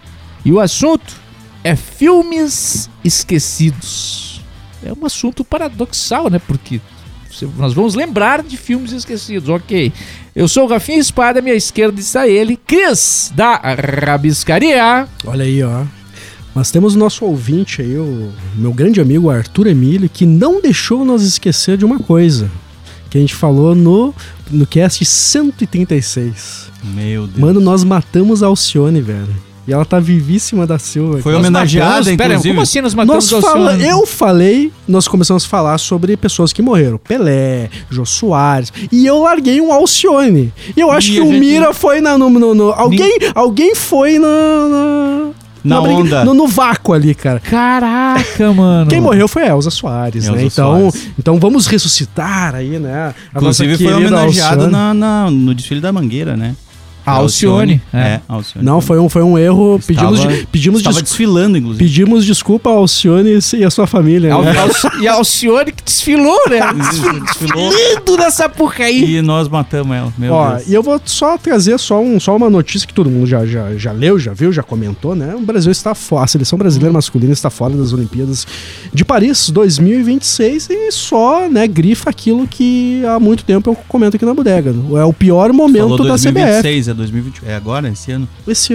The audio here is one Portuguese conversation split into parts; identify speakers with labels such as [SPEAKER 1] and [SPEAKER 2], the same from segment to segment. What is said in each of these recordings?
[SPEAKER 1] e o assunto é filmes esquecidos. É um assunto paradoxal, né? Porque você- nós vamos lembrar de filmes esquecidos, ok. Eu sou o Rafinha Espada, à minha esquerda está ele, Cris, da Rabiscaria.
[SPEAKER 2] Olha aí, ó. Mas temos o nosso ouvinte aí, o meu grande amigo Arthur Emílio, que não deixou nós esquecer de uma coisa. Que a gente falou no, no cast 136.
[SPEAKER 3] Meu Deus.
[SPEAKER 2] Mano, nós matamos a Alcione, velho. E ela tá vivíssima da Silva.
[SPEAKER 3] Foi
[SPEAKER 1] Nós
[SPEAKER 3] homenageada,
[SPEAKER 1] matamos- pera,
[SPEAKER 3] inclusive.
[SPEAKER 1] como assim nós matamos
[SPEAKER 2] Nós
[SPEAKER 1] o
[SPEAKER 2] fala-
[SPEAKER 1] Alcione?
[SPEAKER 2] eu falei, nós começamos a falar sobre pessoas que morreram. Pelé, Jô Soares. E eu larguei um Alcione. E eu acho
[SPEAKER 3] E
[SPEAKER 2] que
[SPEAKER 3] a
[SPEAKER 2] o
[SPEAKER 3] gente-
[SPEAKER 2] Mira foi na. No, no- no- alguém, alguém foi na. na-
[SPEAKER 3] Na
[SPEAKER 2] briga-
[SPEAKER 3] onda.
[SPEAKER 2] No, no vácuo ali, cara.
[SPEAKER 1] Caraca, mano.
[SPEAKER 2] Quem morreu foi a Elza Soares,
[SPEAKER 3] Elza
[SPEAKER 2] né? Então,
[SPEAKER 3] Soares.
[SPEAKER 2] então vamos ressuscitar aí, né? A nossa
[SPEAKER 3] Inclusive foi
[SPEAKER 2] querida
[SPEAKER 3] homenageada
[SPEAKER 2] Alcione.
[SPEAKER 3] na, na- no desfile da Mangueira, né?
[SPEAKER 1] A Alcione. né?
[SPEAKER 3] É, Alcione.
[SPEAKER 2] Não, foi um, foi um erro.
[SPEAKER 3] Estava-
[SPEAKER 2] pedimos de- pedimos,
[SPEAKER 3] Estava
[SPEAKER 2] des-
[SPEAKER 3] desfilando, inclusive.
[SPEAKER 2] pedimos desculpa ao Alcione e a sua família.
[SPEAKER 1] Al-
[SPEAKER 2] né?
[SPEAKER 1] Al- e a Alcione que desfilou, né?
[SPEAKER 3] É. Desfilou.
[SPEAKER 1] Lindo nessa porca aí.
[SPEAKER 3] E nós matamos ela. Meu
[SPEAKER 2] Ó,
[SPEAKER 3] Deus.
[SPEAKER 2] e eu vou só trazer só, um, só uma notícia que todo mundo já, já, já leu, já viu, já comentou, né? O Brasil está fora, a seleção brasileira masculina está fora das Olimpíadas de Paris 2026 e só, né, grifa aquilo que há muito tempo eu comento aqui na bodega. É o pior
[SPEAKER 3] Falou
[SPEAKER 2] momento da CBF
[SPEAKER 3] 2026, é 2020. É agora, esse ano?
[SPEAKER 2] esse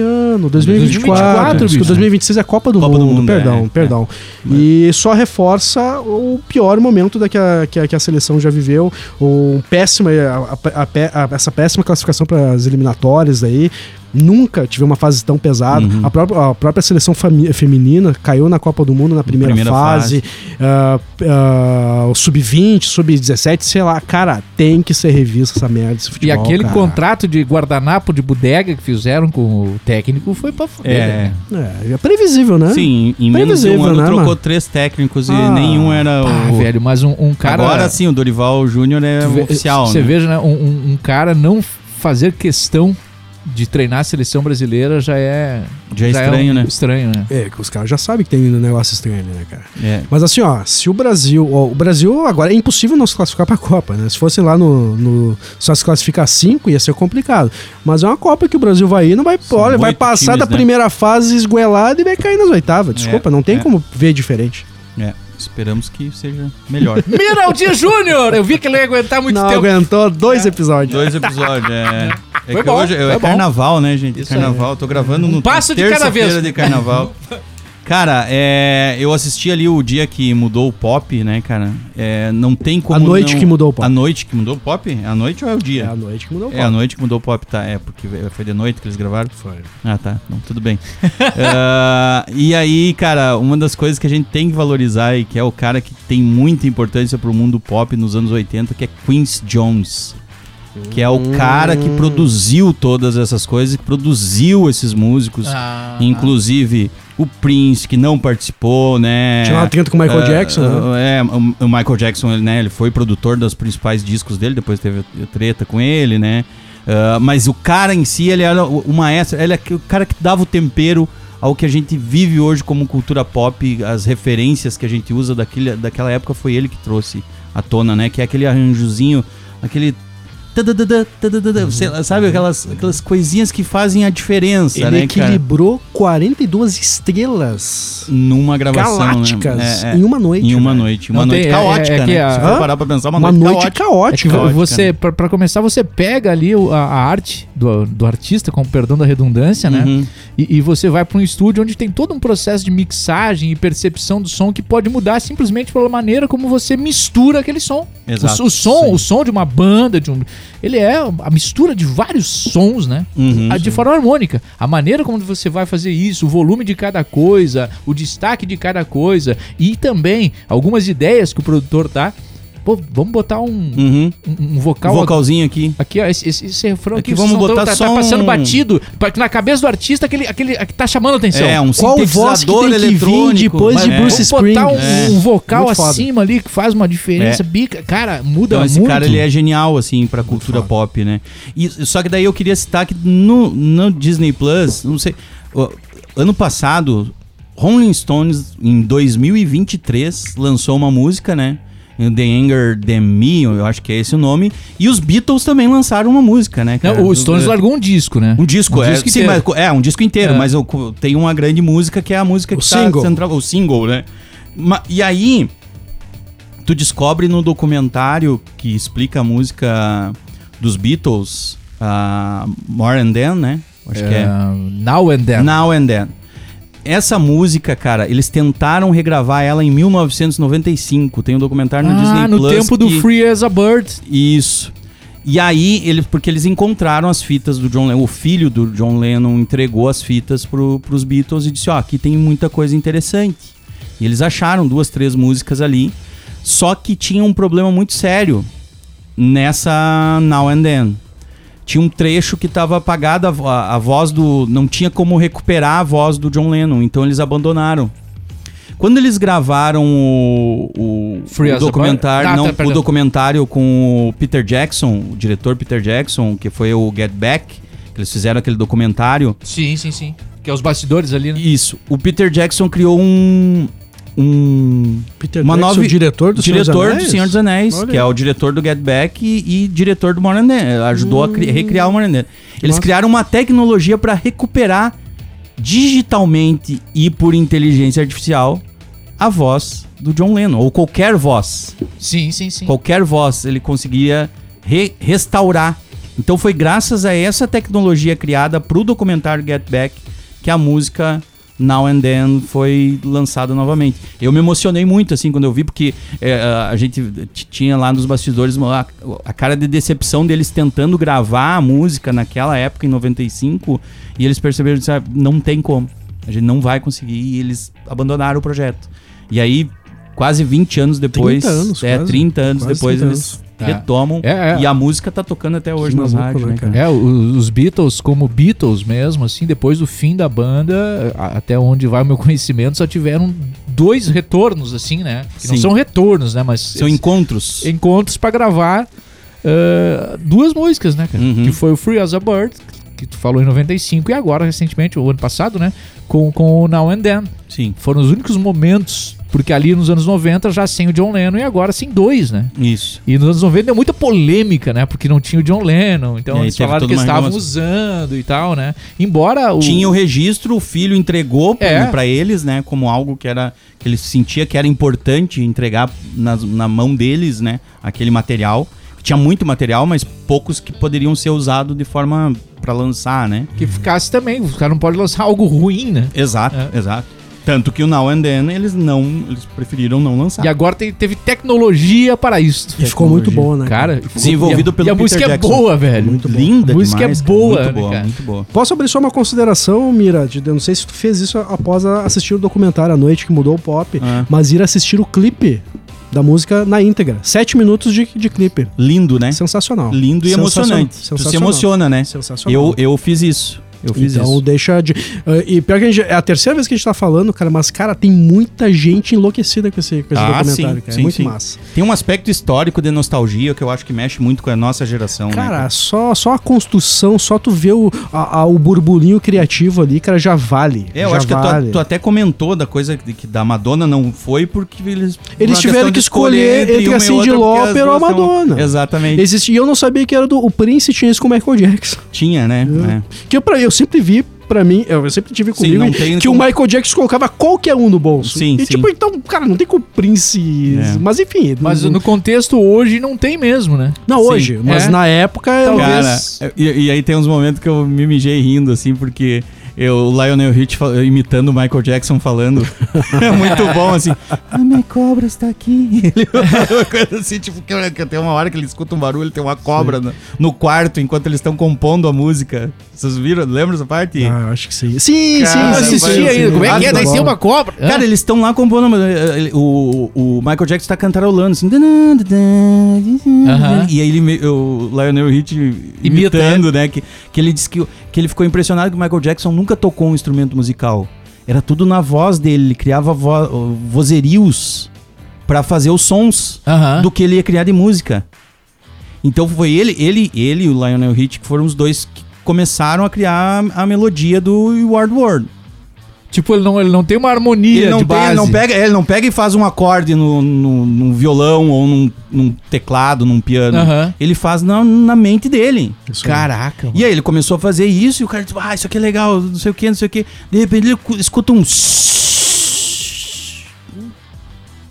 [SPEAKER 1] 2024,
[SPEAKER 2] ano, 2024, acho que
[SPEAKER 1] bicho.
[SPEAKER 2] 2026 é a Copa do,
[SPEAKER 3] Copa do
[SPEAKER 2] mundo,
[SPEAKER 3] Mundo,
[SPEAKER 2] perdão,
[SPEAKER 3] é,
[SPEAKER 2] perdão. E só reforça o pior momento da que, a, que, a, que a seleção já viveu, o péssima, a- a- a- a- essa péssima classificação para as eliminatórias aí. Nunca tive uma fase tão pesada.
[SPEAKER 3] Uhum.
[SPEAKER 2] A, própria, a própria seleção fami- feminina caiu na Copa do Mundo na primeira,
[SPEAKER 3] Primeira
[SPEAKER 2] fase. Ah, ah, o sub-20, sub-17, sei lá. Cara, tem que ser revista essa merda. Esse
[SPEAKER 1] E
[SPEAKER 2] futebol,
[SPEAKER 1] aquele
[SPEAKER 2] cara.
[SPEAKER 1] contrato de guardanapo de bodega que fizeram com o técnico foi pra fuder.
[SPEAKER 3] É.
[SPEAKER 1] né?
[SPEAKER 2] É, é previsível, né?
[SPEAKER 3] Sim, em menos de um
[SPEAKER 2] Previsível,
[SPEAKER 3] ano
[SPEAKER 2] né,
[SPEAKER 3] trocou
[SPEAKER 2] mano?
[SPEAKER 3] três técnicos e
[SPEAKER 2] Ah,
[SPEAKER 3] nenhum era
[SPEAKER 1] Ah,
[SPEAKER 3] o...
[SPEAKER 1] velho, mas um, um cara.
[SPEAKER 3] agora sim, o Dorival Júnior é
[SPEAKER 1] tu
[SPEAKER 3] um
[SPEAKER 1] vê-
[SPEAKER 3] oficial,
[SPEAKER 1] Você
[SPEAKER 3] né?
[SPEAKER 1] veja, né? Um, um- um cara não fazer questão de treinar a seleção brasileira já é.
[SPEAKER 3] Já é estranho,
[SPEAKER 1] um-
[SPEAKER 3] né?
[SPEAKER 1] Estranho, né?
[SPEAKER 2] É, que os caras já sabem que tem um negócio estranho ali, né, cara?
[SPEAKER 3] É.
[SPEAKER 2] Mas assim, ó, se o Brasil. ó, o Brasil agora é impossível não se classificar pra Copa, né? Se fosse lá no. no- só se classificar cinco, ia ser complicado. Mas é uma Copa que o Brasil vai ir, não vai.
[SPEAKER 3] São
[SPEAKER 2] olha, vai
[SPEAKER 3] oito
[SPEAKER 2] passar
[SPEAKER 3] times,
[SPEAKER 2] da
[SPEAKER 3] né?
[SPEAKER 2] primeira fase esgoelada e vai cair nas oitavas. Desculpa, não tem
[SPEAKER 3] é.
[SPEAKER 2] como ver diferente.
[SPEAKER 3] É. Esperamos que seja melhor.
[SPEAKER 1] Miraldi Júnior! Eu vi que ele ia aguentar É muito
[SPEAKER 2] não
[SPEAKER 1] tempo. É.
[SPEAKER 2] aguentou dois episódios.
[SPEAKER 3] Dois episódios, é. É
[SPEAKER 1] Foi
[SPEAKER 3] que
[SPEAKER 1] bom,
[SPEAKER 3] hoje é
[SPEAKER 1] foi bom.
[SPEAKER 3] carnaval, né, gente?
[SPEAKER 1] Isso aí. Um
[SPEAKER 3] carnaval. Tô gravando no
[SPEAKER 1] passo de cada
[SPEAKER 3] terça-feira
[SPEAKER 1] vez.
[SPEAKER 3] de carnaval. Cara, é, eu assisti ali o dia que mudou o pop, né, cara? É, não tem como
[SPEAKER 2] A noite
[SPEAKER 3] não-
[SPEAKER 2] que mudou o pop.
[SPEAKER 3] A noite que mudou o pop? A noite ou é o
[SPEAKER 2] É a
[SPEAKER 3] dia?
[SPEAKER 2] noite que mudou o
[SPEAKER 3] É, a noite que mudou o pop, tá? É, porque foi de noite que eles gravaram.
[SPEAKER 2] Foi.
[SPEAKER 3] Ah, tá. Não, tudo bem. Ah, e aí, cara, uma das coisas que a gente tem que valorizar e que é o cara que tem muita importância pro mundo pop nos anos 80, que é Quincy Jones. Que é o
[SPEAKER 2] Hum.
[SPEAKER 3] cara que produziu todas essas coisas, que produziu esses músicos.
[SPEAKER 1] Ah,
[SPEAKER 3] Inclusive o Prince, que não participou, né?
[SPEAKER 2] Tinha uma treta com o Michael
[SPEAKER 3] Ah,
[SPEAKER 2] Jackson, né?
[SPEAKER 3] ah, É, o- o Michael Jackson, ele, né, ele foi produtor dos principais discos dele, depois teve a treta com ele, né? Ah, mas o cara em si, ele era o, o maestro, ele é que- o cara que dava o tempero ao que a gente vive hoje como cultura pop, as referências que a gente usa daquele, daquela época foi ele que trouxe à tona, né? Que é aquele arranjozinho, aquele... tadadadã,
[SPEAKER 2] Uhum.
[SPEAKER 3] tadadadã, sei lá, Sabe aquelas, aquelas coisinhas que fazem a diferença,
[SPEAKER 2] Ele
[SPEAKER 3] né, cara?
[SPEAKER 2] equilibrou 42 estrelas
[SPEAKER 3] numa gravação
[SPEAKER 2] galácticas
[SPEAKER 3] né? É, é.
[SPEAKER 2] em uma noite.
[SPEAKER 3] Em uma
[SPEAKER 2] velho.
[SPEAKER 3] noite, Tá uma
[SPEAKER 1] Não
[SPEAKER 3] noite
[SPEAKER 1] tem- é-
[SPEAKER 3] caótica,
[SPEAKER 1] é que
[SPEAKER 3] né?
[SPEAKER 1] a-
[SPEAKER 3] Se
[SPEAKER 2] Hã?
[SPEAKER 3] for parar pra pensar, uma,
[SPEAKER 2] Uma
[SPEAKER 3] noite,
[SPEAKER 2] noite
[SPEAKER 3] caótica.
[SPEAKER 1] É que
[SPEAKER 2] caótica.
[SPEAKER 1] vo-
[SPEAKER 3] Caótica, né?
[SPEAKER 1] você, pra pra começar, você pega ali o- a, a arte do, do artista, com perdão da redundância, né?
[SPEAKER 3] Uhum.
[SPEAKER 1] E, e você vai pra um estúdio onde tem todo um processo de mixagem e percepção do som que pode mudar simplesmente pela maneira como você mistura aquele som. O,
[SPEAKER 3] Exato.
[SPEAKER 1] o som,
[SPEAKER 3] Sim.
[SPEAKER 1] o som de uma banda, de um, ele é a mistura de vários sons, né?
[SPEAKER 3] Uhum,
[SPEAKER 1] A- de forma harmônica. A maneira como você vai fazer isso, o volume de cada coisa, o destaque de cada coisa e também algumas ideias que o produtor dá. Pô, vamos botar um,
[SPEAKER 3] Uhum.
[SPEAKER 1] um- um vocal,
[SPEAKER 3] Vocalzinho aqui.
[SPEAKER 1] aqui, ó. Esse, esse- esse refrão
[SPEAKER 3] Aqui
[SPEAKER 1] aqui, vocês
[SPEAKER 3] É vamos
[SPEAKER 1] não tão-
[SPEAKER 3] botar
[SPEAKER 1] tá,
[SPEAKER 3] só
[SPEAKER 1] tá passando
[SPEAKER 3] um-
[SPEAKER 1] batido pra- na cabeça do artista aquele, aquele que tá chamando a atenção.
[SPEAKER 3] É, um
[SPEAKER 2] Qual voz que tem
[SPEAKER 3] sintetizador
[SPEAKER 2] que vir
[SPEAKER 3] eletrônico.
[SPEAKER 2] depois de
[SPEAKER 3] É.
[SPEAKER 2] Bruce
[SPEAKER 1] Vamos botar um,
[SPEAKER 3] Springsteen.
[SPEAKER 1] um vocal
[SPEAKER 2] Muito foda.
[SPEAKER 1] acima ali que faz uma diferença,
[SPEAKER 3] É.
[SPEAKER 1] bica. Cara, muda
[SPEAKER 3] Então, esse
[SPEAKER 1] muito.
[SPEAKER 3] cara ele é genial, assim, pra cultura pop, né? E, só que daí eu queria citar que no, no Disney Plus, não sei. ó, Ano passado, Rolling Stones, em 2023, lançou uma música, né? The Anger Than Me, eu acho que é esse o nome. E os Beatles também lançaram uma música, né?
[SPEAKER 1] Não,
[SPEAKER 3] cara?
[SPEAKER 1] o Stones
[SPEAKER 3] Eu-
[SPEAKER 1] largou um disco, né?
[SPEAKER 3] Um disco,
[SPEAKER 1] Um
[SPEAKER 3] é,
[SPEAKER 1] disco
[SPEAKER 3] sim,
[SPEAKER 1] inteiro.
[SPEAKER 3] mas- é, um disco inteiro,
[SPEAKER 1] É.
[SPEAKER 3] mas eu co- tem uma grande música que é a música
[SPEAKER 2] O
[SPEAKER 3] que tá
[SPEAKER 2] single.
[SPEAKER 3] central, o single, né? Ma- e aí tu descobre no documentário que explica a música dos Beatles, a More and Then, né? Acho que é.
[SPEAKER 1] Now and Then.
[SPEAKER 3] Now and Then. Essa música, cara, eles tentaram regravar ela em 1995. Tem um documentário no Disney
[SPEAKER 1] ah, no
[SPEAKER 3] Plus
[SPEAKER 1] tempo do
[SPEAKER 3] que-
[SPEAKER 1] Free as a Bird.
[SPEAKER 3] isso. E aí, ele, porque eles encontraram as fitas do John Lennon. O filho do John Lennon entregou as fitas pro, pros Beatles e disse: Ó, aqui tem muita coisa interessante. E eles acharam duas, três músicas ali. Só que tinha um problema muito sério nessa Now and Then. Tinha um trecho que tava apagado, a, vo- a- a voz do. Não tinha como recuperar a voz do John Lennon, então eles abandonaram. Quando eles gravaram o, o,
[SPEAKER 1] Free
[SPEAKER 3] o
[SPEAKER 1] as a Bird?
[SPEAKER 3] documentário,
[SPEAKER 1] Ah,
[SPEAKER 3] não,
[SPEAKER 1] tá,
[SPEAKER 3] o
[SPEAKER 1] perdão.
[SPEAKER 3] documentário com o Peter Jackson, o diretor Peter Jackson, que foi o Get Back, que eles fizeram aquele documentário.
[SPEAKER 1] Sim, sim, sim. Que é os bastidores ali, né?
[SPEAKER 3] Isso, o Peter Jackson criou um um
[SPEAKER 2] Peter
[SPEAKER 3] Uma
[SPEAKER 2] Jackson,
[SPEAKER 3] nova-
[SPEAKER 2] diretor do Senhor dos
[SPEAKER 3] diretor
[SPEAKER 2] Anéis?
[SPEAKER 3] do Senhor dos Anéis,
[SPEAKER 2] Olha
[SPEAKER 3] que é o diretor do Get Back e, e diretor do Modern Day. Ajudou a
[SPEAKER 2] Hum.
[SPEAKER 3] cri- recriar o Modern Day. Eles
[SPEAKER 2] Nossa.
[SPEAKER 3] criaram uma tecnologia para recuperar digitalmente e por inteligência artificial a voz do John Lennon, ou qualquer voz.
[SPEAKER 1] Sim, sim, sim.
[SPEAKER 3] Qualquer voz ele conseguia re- restaurar. Então foi graças a essa tecnologia criada pro documentário Get Back que a música Now and Then foi lançada novamente. Eu me emocionei muito assim quando eu vi porque é, a gente t- tinha lá nos bastidores uma- a, a cara de decepção deles tentando gravar a música naquela época em 95 e eles perceberam que não tem como. A gente não vai conseguir e eles abandonaram o projeto. E aí quase 20 anos depois,
[SPEAKER 2] 30 anos,
[SPEAKER 3] é
[SPEAKER 2] quase.
[SPEAKER 3] 30 anos
[SPEAKER 2] Quase
[SPEAKER 3] depois
[SPEAKER 2] 30
[SPEAKER 3] eles
[SPEAKER 1] Tá.
[SPEAKER 3] retomam
[SPEAKER 1] É, é.
[SPEAKER 3] e a música tá tocando até hoje
[SPEAKER 2] Que
[SPEAKER 3] nas
[SPEAKER 2] maluco,
[SPEAKER 3] rádios,
[SPEAKER 2] né,
[SPEAKER 3] né,
[SPEAKER 2] cara?
[SPEAKER 3] cara?
[SPEAKER 1] É, o- os Beatles, como Beatles mesmo, assim, depois do fim da banda, a- até onde vai o meu conhecimento, só tiveram dois retornos, assim, né? Que não
[SPEAKER 3] Sim.
[SPEAKER 1] são retornos, né? Mas
[SPEAKER 3] São encontros.
[SPEAKER 1] encontros pra gravar ah, duas músicas, né, cara?
[SPEAKER 3] Uhum.
[SPEAKER 1] Que foi o Free as a Bird, que tu falou em 95, e agora, recentemente, o ano passado, né? Com, com o Now and Then.
[SPEAKER 3] Sim.
[SPEAKER 1] Foram os únicos momentos, porque ali nos anos 90 já sem o John Lennon e agora sem dois, né?
[SPEAKER 3] Isso.
[SPEAKER 1] E nos anos 90 deu muita polêmica, né? Porque não tinha o John Lennon,
[SPEAKER 3] E
[SPEAKER 1] então
[SPEAKER 3] aí
[SPEAKER 1] eles
[SPEAKER 3] teve
[SPEAKER 1] falaram
[SPEAKER 3] toda
[SPEAKER 1] que eles
[SPEAKER 3] uma
[SPEAKER 1] estavam
[SPEAKER 3] reclamação.
[SPEAKER 1] usando e tal, né? Embora o...
[SPEAKER 3] Tinha o registro, o filho entregou pra-
[SPEAKER 1] É.
[SPEAKER 3] pra eles, né, como algo que era que ele sentia que era importante entregar nas- na, mão deles, né, aquele material. Tinha muito material, mas poucos que poderiam ser usados de forma pra lançar, né?
[SPEAKER 1] Que ficasse também, os caras não podem lançar algo ruim, né?
[SPEAKER 3] Exato, exato. Tanto que o Now and Then eles não, eles preferiram não lançar.
[SPEAKER 1] E agora te- teve tecnologia para isso.
[SPEAKER 2] E ficou muito bom, né?
[SPEAKER 1] Cara, e-
[SPEAKER 3] Desenvolvido
[SPEAKER 1] e a,
[SPEAKER 3] pelo
[SPEAKER 1] E a
[SPEAKER 3] Peter
[SPEAKER 1] música
[SPEAKER 3] Jackson.
[SPEAKER 1] é boa, velho.
[SPEAKER 3] muito linda,
[SPEAKER 1] A música
[SPEAKER 3] demais,
[SPEAKER 1] é
[SPEAKER 3] cara.
[SPEAKER 1] boa,
[SPEAKER 3] muito
[SPEAKER 1] né,
[SPEAKER 3] boa,
[SPEAKER 1] cara?
[SPEAKER 3] muito boa.
[SPEAKER 2] Posso abrir só uma consideração, Mira? de- Eu não sei se tu fez isso após a- assistir o documentário à noite que mudou o pop,
[SPEAKER 3] Ah.
[SPEAKER 2] mas ir assistir o clipe da música na íntegra. Sete minutos de, de clipe.
[SPEAKER 3] Lindo, né?
[SPEAKER 2] Sensacional.
[SPEAKER 3] Lindo e
[SPEAKER 2] Sensacion-
[SPEAKER 3] emocionante. Tu se
[SPEAKER 2] sensacional.
[SPEAKER 3] emociona, né?
[SPEAKER 2] Sensacional.
[SPEAKER 3] Eu, eu fiz isso. Eu fiz
[SPEAKER 2] então
[SPEAKER 3] isso.
[SPEAKER 2] deixa de. Ah, e pior que a gente, é a terceira vez que a gente tá falando, cara, mas, cara, tem muita gente enlouquecida com esse, com esse
[SPEAKER 3] Ah,
[SPEAKER 2] documentário,
[SPEAKER 3] sim,
[SPEAKER 2] cara.
[SPEAKER 3] sim,
[SPEAKER 2] é muito
[SPEAKER 3] sim.
[SPEAKER 2] massa.
[SPEAKER 3] Tem um aspecto histórico de nostalgia que eu acho que mexe muito com a nossa geração. né,
[SPEAKER 2] Cara, só, só a construção, só tu ver o, a- a- o burburinho criativo ali, cara, já vale.
[SPEAKER 3] É, eu
[SPEAKER 2] já
[SPEAKER 3] acho que tu-
[SPEAKER 2] vale.
[SPEAKER 3] tu, até comentou da coisa que, que da Madonna não foi porque eles. por
[SPEAKER 2] Eles
[SPEAKER 3] uma
[SPEAKER 2] tiveram
[SPEAKER 3] questão
[SPEAKER 2] que
[SPEAKER 3] de
[SPEAKER 2] escolher entre
[SPEAKER 3] uma
[SPEAKER 2] a
[SPEAKER 3] e outra,
[SPEAKER 2] Cyndi
[SPEAKER 3] porque
[SPEAKER 2] Lauper
[SPEAKER 3] as
[SPEAKER 2] ou a
[SPEAKER 3] duas são-
[SPEAKER 2] Madonna.
[SPEAKER 3] Exatamente.
[SPEAKER 2] Existe, e eu não sabia que era do. O Prince tinha isso com o Michael Jackson.
[SPEAKER 3] Tinha, né? É.
[SPEAKER 2] Que eu, pra, eu sempre vi, pra mim, eu sempre tive
[SPEAKER 3] Sim,
[SPEAKER 2] comigo
[SPEAKER 3] não tem
[SPEAKER 2] que
[SPEAKER 3] como-
[SPEAKER 2] o Michael Jackson colocava qualquer um no bolso.
[SPEAKER 3] Sim,
[SPEAKER 2] e
[SPEAKER 3] sim.
[SPEAKER 2] tipo, então, cara, não tem como o Prince.
[SPEAKER 3] É.
[SPEAKER 2] Mas enfim.
[SPEAKER 1] Mas no contexto hoje não tem mesmo, né?
[SPEAKER 2] Não,
[SPEAKER 3] Sim.
[SPEAKER 2] hoje, mas
[SPEAKER 1] É.
[SPEAKER 2] na época um-
[SPEAKER 1] Talvez.
[SPEAKER 2] eu
[SPEAKER 3] Cara, e, e aí tem uns momentos que eu me mijei rindo, assim, porque eu, o Lionel Rich fa- imitando o Michael Jackson falando. é muito bom, assim. A minha cobra está aqui. Ele, uma coisa assim, tipo, que, que tem uma hora que ele escuta um barulho, tem uma cobra no, no quarto enquanto eles estão compondo a música. Vocês viram? Lembram essa parte?
[SPEAKER 2] Ah, acho que sim. Sim,
[SPEAKER 3] Cara,
[SPEAKER 2] sim, sim.
[SPEAKER 3] assisti
[SPEAKER 2] sim,
[SPEAKER 3] aí,
[SPEAKER 2] sim.
[SPEAKER 3] como é que é?
[SPEAKER 2] Ah,
[SPEAKER 3] Daí
[SPEAKER 2] tá
[SPEAKER 3] tem
[SPEAKER 2] bom.
[SPEAKER 1] cobra.
[SPEAKER 3] Cara, eles estão lá compondo. mas, eh, ele- O, o Michael Jackson tá cantarolando assim. "Dadã, dadã, dadã",
[SPEAKER 1] Aham.
[SPEAKER 3] E aí ele, me- o Lionel Rich
[SPEAKER 1] Imita,
[SPEAKER 3] imitando, né? Que, que ele disse que, que ele ficou impressionado que o Michael Jackson nunca tocou um instrumento musical. Era tudo na voz dele, ele criava vo, vozerios pra fazer os sons
[SPEAKER 1] Aham.
[SPEAKER 3] do que ele ia criar de música. Então foi ele, ele, ele e o Lionel Rich que foram os dois que começaram a criar a melodia do Ward World
[SPEAKER 1] Tipo, ele não, ele não tem uma harmonia
[SPEAKER 3] ele não,
[SPEAKER 1] de
[SPEAKER 3] tem- ele
[SPEAKER 1] base.
[SPEAKER 3] não pega, ele não pega e faz um acorde no, no- num violão ou num, num teclado, num piano.
[SPEAKER 1] Aham.
[SPEAKER 3] Ele faz na, na mente dele.
[SPEAKER 1] Caraca, mano.
[SPEAKER 3] um E aí ele começou a fazer isso e o cara disse, ah, isso aqui é legal, não sei o que, não sei o que. De repente ele cu- escuta um...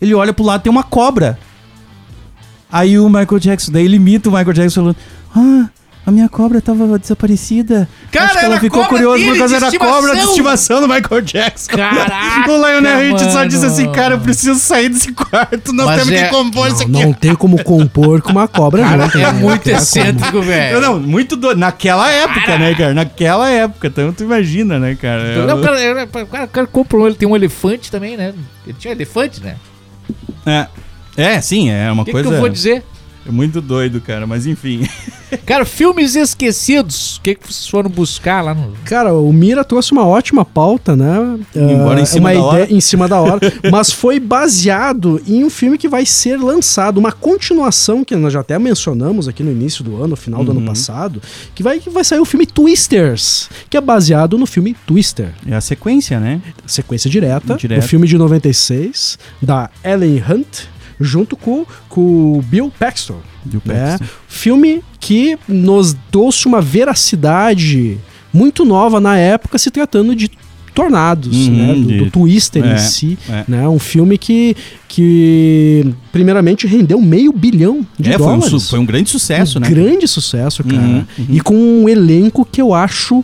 [SPEAKER 3] Ele olha pro lado, tem uma cobra. Aí o Michael Jackson, daí ele imita o Michael Jackson falando, ah, a minha cobra tava desaparecida.
[SPEAKER 1] Cara,
[SPEAKER 3] Acho que ela
[SPEAKER 1] era
[SPEAKER 3] ficou
[SPEAKER 1] cobra
[SPEAKER 3] curiosa
[SPEAKER 1] dele,
[SPEAKER 3] por causa
[SPEAKER 1] de
[SPEAKER 3] da cobra de
[SPEAKER 1] estimação.
[SPEAKER 3] estimação do Michael Jackson.
[SPEAKER 1] Caraca,
[SPEAKER 3] O Lionel Rich só
[SPEAKER 1] mano.
[SPEAKER 3] disse assim, cara, eu preciso sair desse quarto, nós
[SPEAKER 1] Mas
[SPEAKER 3] temos
[SPEAKER 1] é-
[SPEAKER 3] que compor isso aqui.
[SPEAKER 2] Não, não tem como compor com uma cobra junto.
[SPEAKER 1] É
[SPEAKER 2] né?
[SPEAKER 1] muito
[SPEAKER 2] Cara,
[SPEAKER 1] excêntrico, velho.
[SPEAKER 3] Eu não, muito doido. Naquela época, né, cara? Naquela época. Então tu imagina, né, cara? Eu-
[SPEAKER 1] Não, o cara, era- o cara, o cara comprou, ele tem um elefante também, né? Ele tinha um elefante, né?
[SPEAKER 3] É. É, sim, é uma
[SPEAKER 1] O que, que
[SPEAKER 3] coisa.
[SPEAKER 1] eu vou dizer?
[SPEAKER 3] é muito doido, cara, mas enfim.
[SPEAKER 1] Cara, filmes esquecidos. O que, que vocês foram buscar lá no.
[SPEAKER 2] Cara, o Mira trouxe uma ótima pauta, né?
[SPEAKER 3] Embora em
[SPEAKER 2] Ah,
[SPEAKER 3] cima da hora.
[SPEAKER 2] em cima da hora, mas foi baseado em um filme que vai ser lançado, uma continuação que nós já até mencionamos aqui no início do ano, final do ano
[SPEAKER 3] Uhum.
[SPEAKER 2] passado, que vai, que vai sair o filme Twisters, que é baseado no filme Twister,
[SPEAKER 3] É a sequência, né?
[SPEAKER 2] sequência direta,
[SPEAKER 3] Direto.
[SPEAKER 2] o filme de 96 da Ellen Hunt junto com, com o Bill Paxton
[SPEAKER 3] Do
[SPEAKER 2] né? Filme que nos trouxe uma veracidade muito nova na época, se tratando de Tornados,
[SPEAKER 3] Uhum,
[SPEAKER 2] né? Do,
[SPEAKER 3] de-
[SPEAKER 2] do Twister
[SPEAKER 3] é,
[SPEAKER 2] em si.
[SPEAKER 3] é.
[SPEAKER 2] Né? Um filme que, que, primeiramente, rendeu meio bilhão de
[SPEAKER 3] É, foi um,
[SPEAKER 2] dólares.
[SPEAKER 3] su- foi um grande sucesso,
[SPEAKER 2] Um
[SPEAKER 3] né?
[SPEAKER 2] grande sucesso, cara.
[SPEAKER 3] Uhum, uhum.
[SPEAKER 2] E com um elenco que eu acho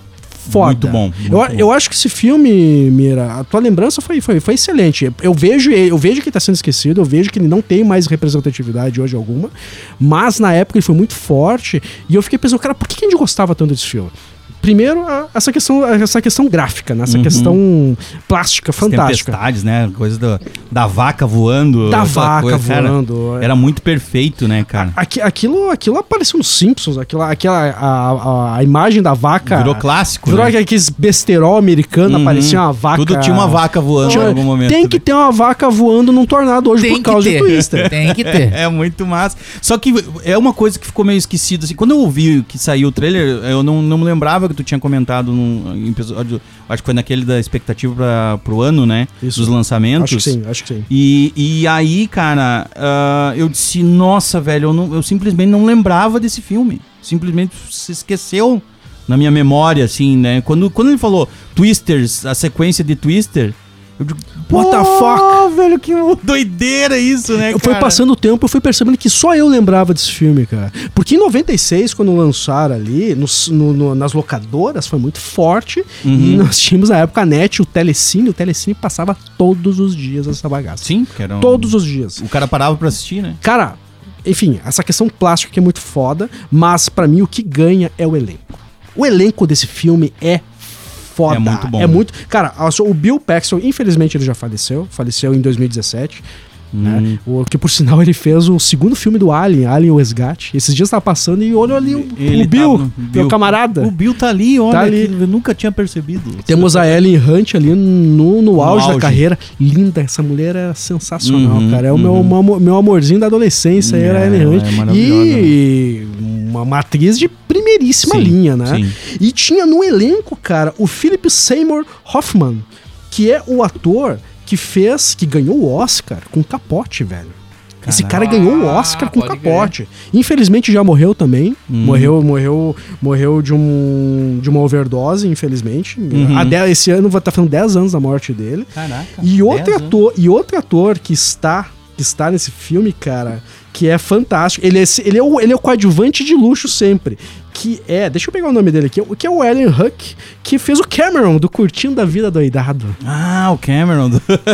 [SPEAKER 2] foda.
[SPEAKER 3] Muito bom, muito
[SPEAKER 2] eu,
[SPEAKER 3] bom.
[SPEAKER 2] eu acho que esse filme, Mira, a tua lembrança foi, foi, foi excelente. Eu vejo, ele- eu vejo que tá sendo esquecido, eu vejo que ele não tem mais representatividade hoje alguma, mas na época ele foi muito forte e eu fiquei pensando, cara, por que que a gente gostava tanto desse filme? Primeiro, a- essa questão, essa questão gráfica, né? essa
[SPEAKER 3] Uhum.
[SPEAKER 2] questão plástica
[SPEAKER 3] As
[SPEAKER 2] fantástica.
[SPEAKER 3] Tempestades, né? Coisa da, da vaca voando.
[SPEAKER 2] Da
[SPEAKER 3] aquela
[SPEAKER 2] vaca
[SPEAKER 3] cara.
[SPEAKER 2] voando, é.
[SPEAKER 3] Era muito perfeito, né, cara?
[SPEAKER 2] Aqui- Aquilo, aquilo apareceu nos Simpsons, aquela, aquela a, a- a imagem da vaca.
[SPEAKER 3] Virou clássico.
[SPEAKER 2] Virou
[SPEAKER 3] né?
[SPEAKER 2] aqueles besterol americano,
[SPEAKER 3] Uhum.
[SPEAKER 2] aparecia uma vaca.
[SPEAKER 3] Tudo tinha uma vaca voando
[SPEAKER 2] Tinha-
[SPEAKER 3] em algum momento.
[SPEAKER 2] Tem que
[SPEAKER 3] né?
[SPEAKER 2] ter uma vaca voando num tornado hoje por causa do Twister.
[SPEAKER 1] Tem que ter.
[SPEAKER 3] É muito massa. Só que é uma coisa que ficou meio esquecida. Assim. Quando eu ouvi que saiu o trailer, eu não, não me lembrava que tu tinha comentado num em episódio. Acho que foi naquele da expectativa pra, pro ano, né?
[SPEAKER 2] Isso.
[SPEAKER 3] Dos lançamentos.
[SPEAKER 2] Acho que sim, acho que sim.
[SPEAKER 3] E, e aí, cara, ah, eu disse, nossa, velho, eu, não- eu simplesmente não lembrava desse filme. Simplesmente se esqueceu na minha memória, assim, né? Quando, quando ele falou Twisters, a sequência de Twister, eu digo,
[SPEAKER 2] What the fuck?
[SPEAKER 3] velho, que doideira isso, né,
[SPEAKER 2] Eu fui passando o tempo, eu fui percebendo que só eu lembrava desse filme, cara. Porque em 96, quando lançaram ali, nos- no- no- nas locadoras, foi muito forte.
[SPEAKER 3] Uhum.
[SPEAKER 2] E nós tínhamos na época a net, o Telecine. O Telecine passava todos os dias essa bagaça.
[SPEAKER 3] Sim, que era um-
[SPEAKER 2] Todos os dias.
[SPEAKER 3] O cara parava pra assistir, né?
[SPEAKER 2] Cara, enfim, essa questão plástica que é muito foda, mas pra mim o que ganha é o elenco. O elenco desse filme é foda.
[SPEAKER 3] É muito bom, né?
[SPEAKER 2] É muito- Cara, a- o Bill Paxton, infelizmente ele já faleceu, faleceu em 2017. Né?
[SPEAKER 3] Uhum.
[SPEAKER 2] O que por sinal ele fez o segundo filme do Alien, Alien o Resgate. Esses dias tava passando e olhou ali o,
[SPEAKER 3] Ele
[SPEAKER 2] o Bill,
[SPEAKER 3] tava-
[SPEAKER 2] meu camarada.
[SPEAKER 3] O Bill tá ali, olha,
[SPEAKER 2] ali.
[SPEAKER 3] que eu nunca tinha percebido.
[SPEAKER 2] Temos a Ellen Hunt ali no, no auge da
[SPEAKER 3] auge.
[SPEAKER 2] carreira. Linda, essa mulher é sensacional,
[SPEAKER 3] Uhum,
[SPEAKER 2] cara. É o meu,
[SPEAKER 3] uhum.
[SPEAKER 2] meu amor- meu amorzinho da adolescência, era a
[SPEAKER 3] É,
[SPEAKER 2] Ellen
[SPEAKER 3] ela
[SPEAKER 2] Hunt.
[SPEAKER 3] é maravilhosa,
[SPEAKER 2] e uma matriz de primeiríssima
[SPEAKER 3] Sim,
[SPEAKER 2] linha, né?
[SPEAKER 3] sim.
[SPEAKER 2] E tinha no elenco, cara, o Philip Seymour Hoffman, que é o ator que fez, que ganhou o Oscar com capote, velho. Esse cara
[SPEAKER 3] Caraca.
[SPEAKER 2] ganhou o Oscar
[SPEAKER 1] Ah,
[SPEAKER 2] com
[SPEAKER 1] pode
[SPEAKER 2] capote. Infelizmente já morreu também.
[SPEAKER 3] Hum.
[SPEAKER 2] Morreu, morreu, morreu de, um, de uma overdose, infelizmente. Há dez- esse ano vai estar fazendo 10 anos da morte dele.
[SPEAKER 3] Uhum. Caraca.
[SPEAKER 2] E outro,
[SPEAKER 3] dez anos.
[SPEAKER 2] ator, e outro ator que está que está nesse filme, cara, que é fantástico. Ele é, esse- ele é, o, ele é o coadjuvante de luxo sempre. que é. Deixa eu pegar o nome dele aqui. Que é o Ellen Huck, que fez o Cameron do Curtindo a Vida Doidado.
[SPEAKER 3] Ah, o Cameron.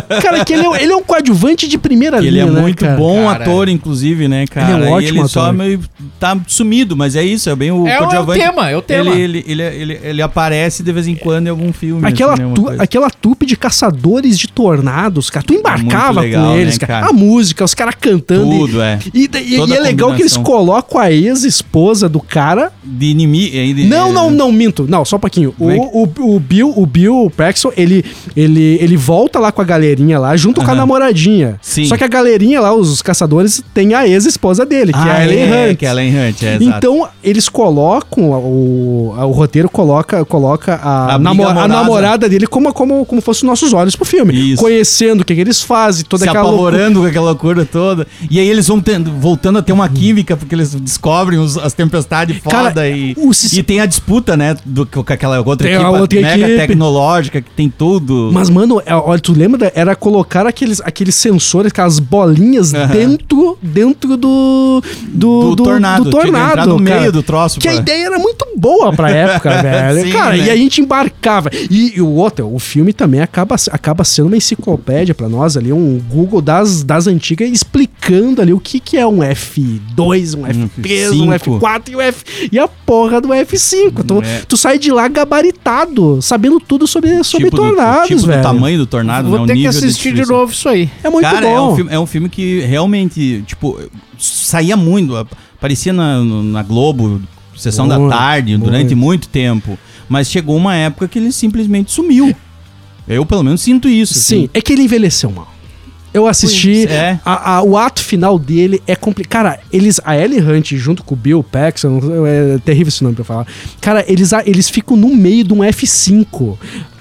[SPEAKER 2] Cara, que ele é, ele é um coadjuvante de primeira
[SPEAKER 3] Que
[SPEAKER 2] linha.
[SPEAKER 3] ele é
[SPEAKER 2] né,
[SPEAKER 3] muito
[SPEAKER 2] cara?
[SPEAKER 3] bom
[SPEAKER 4] Cara.
[SPEAKER 3] ator, inclusive, né, cara?
[SPEAKER 2] Ele é um
[SPEAKER 3] E
[SPEAKER 2] ótimo
[SPEAKER 3] ele só
[SPEAKER 2] ator.
[SPEAKER 3] meio tá sumido, mas é isso, é bem o
[SPEAKER 1] É o- é o
[SPEAKER 3] coadjuvante.
[SPEAKER 1] tema, é o tema.
[SPEAKER 3] Ele, ele, ele, ele, ele aparece de vez em quando em algum filme.
[SPEAKER 2] Aquela,
[SPEAKER 3] assim, né, uma
[SPEAKER 2] tu-
[SPEAKER 3] coisa.
[SPEAKER 2] aquela tupe de caçadores de tornados, cara. Tu embarcava
[SPEAKER 3] muito legal,
[SPEAKER 2] com eles,
[SPEAKER 3] né,
[SPEAKER 2] cara.
[SPEAKER 3] cara?
[SPEAKER 2] A música, os caras cantando. e-
[SPEAKER 3] Tudo, é.
[SPEAKER 2] E, e- e
[SPEAKER 3] Toda
[SPEAKER 2] é
[SPEAKER 3] a
[SPEAKER 2] legal que eles
[SPEAKER 3] combinação.
[SPEAKER 2] colocam a ex-esposa do cara.
[SPEAKER 3] De inimigo.
[SPEAKER 2] Não, não, não, minto. Não, só um pouquinho. O,
[SPEAKER 3] É. Como é
[SPEAKER 2] o, o Bill, o Bill Paxton, ele, ele, ele volta lá com a galerinha lá, junto com a
[SPEAKER 3] Aham.
[SPEAKER 2] namoradinha.
[SPEAKER 3] Sim.
[SPEAKER 2] Só que a galerinha lá, os caçadores, tem a ex-esposa dele, que é a Ellen
[SPEAKER 3] é,
[SPEAKER 2] Hunt.
[SPEAKER 3] Que é a Ellen Hunt, é, exato.
[SPEAKER 2] Então, eles colocam, a- o, a- o roteiro coloca, coloca a,
[SPEAKER 3] A
[SPEAKER 2] namo-
[SPEAKER 3] briga
[SPEAKER 2] a
[SPEAKER 3] amorosa.
[SPEAKER 2] namorada dele como, como, como fossem nossos olhos pro filme.
[SPEAKER 3] Isso.
[SPEAKER 2] Conhecendo o que, que eles fazem, toda
[SPEAKER 3] se
[SPEAKER 2] aquela tipo, loucura.
[SPEAKER 3] apavorando com aquela loucura toda. E aí eles vão tendo- voltando a ter uma química, porque eles descobrem os- as tempestades
[SPEAKER 2] Uhum. Cara,
[SPEAKER 3] foda e,
[SPEAKER 2] o sis-
[SPEAKER 3] e tem a disputa, né? Do, com aquela outra
[SPEAKER 2] Tem a outra
[SPEAKER 3] mega
[SPEAKER 2] equipe.
[SPEAKER 3] tecnológica que tem tudo.
[SPEAKER 2] Mas, mano, é- olha, tu lembra? da- Era colocar aqueles, aqueles sensores, aquelas bolinhas
[SPEAKER 3] Aham.
[SPEAKER 2] dentro, dentro do, do,
[SPEAKER 3] Do tornado,
[SPEAKER 2] do
[SPEAKER 3] tinha que
[SPEAKER 2] tornado,
[SPEAKER 3] entrar no
[SPEAKER 2] cara.
[SPEAKER 3] meio do troço,
[SPEAKER 2] Que a
[SPEAKER 3] pô.
[SPEAKER 2] ideia era muito boa pra época, velho.
[SPEAKER 3] Tipo, é. Sim,
[SPEAKER 2] cara,
[SPEAKER 3] né?
[SPEAKER 2] e a gente embarcava. E, e o outro, o filme também acaba, acaba sendo uma enciclopédia pra nós ali, um Google das, das antigas, explicando ali o que, que é um F2, um F3, um
[SPEAKER 3] F5.
[SPEAKER 2] F4 e, um F, e a porra do F5. Tu,
[SPEAKER 3] É.
[SPEAKER 2] tu sai de lá gabaritado, sabendo tudo sobre, sobre
[SPEAKER 3] do-
[SPEAKER 2] tornados,
[SPEAKER 3] tipo
[SPEAKER 2] velho.
[SPEAKER 3] do tamanho do tornado, né?
[SPEAKER 1] Vou
[SPEAKER 3] o
[SPEAKER 1] ter que
[SPEAKER 3] nível da
[SPEAKER 1] assistir de
[SPEAKER 3] destruição.
[SPEAKER 1] novo isso aí.
[SPEAKER 2] É muito
[SPEAKER 3] Cara,
[SPEAKER 2] bom.
[SPEAKER 3] É, um filme, é um filme que realmente, tipo, saía muito. Aparecia na, no- na Globo, sessão
[SPEAKER 2] Muito,
[SPEAKER 3] da tarde, durante
[SPEAKER 2] muito.
[SPEAKER 3] muito tempo. Mas chegou uma época que ele simplesmente sumiu. Eu, pelo menos, sinto isso. assim.
[SPEAKER 2] Sim, é que ele envelheceu mal. Eu assisti.
[SPEAKER 3] Pois é.
[SPEAKER 2] a- a- o ato final dele é complicado. Cara, eles. A Ellie Hunt junto com o Bill Paxton. É terrível esse nome pra falar. Cara, eles, a- eles ficam no meio de um F5.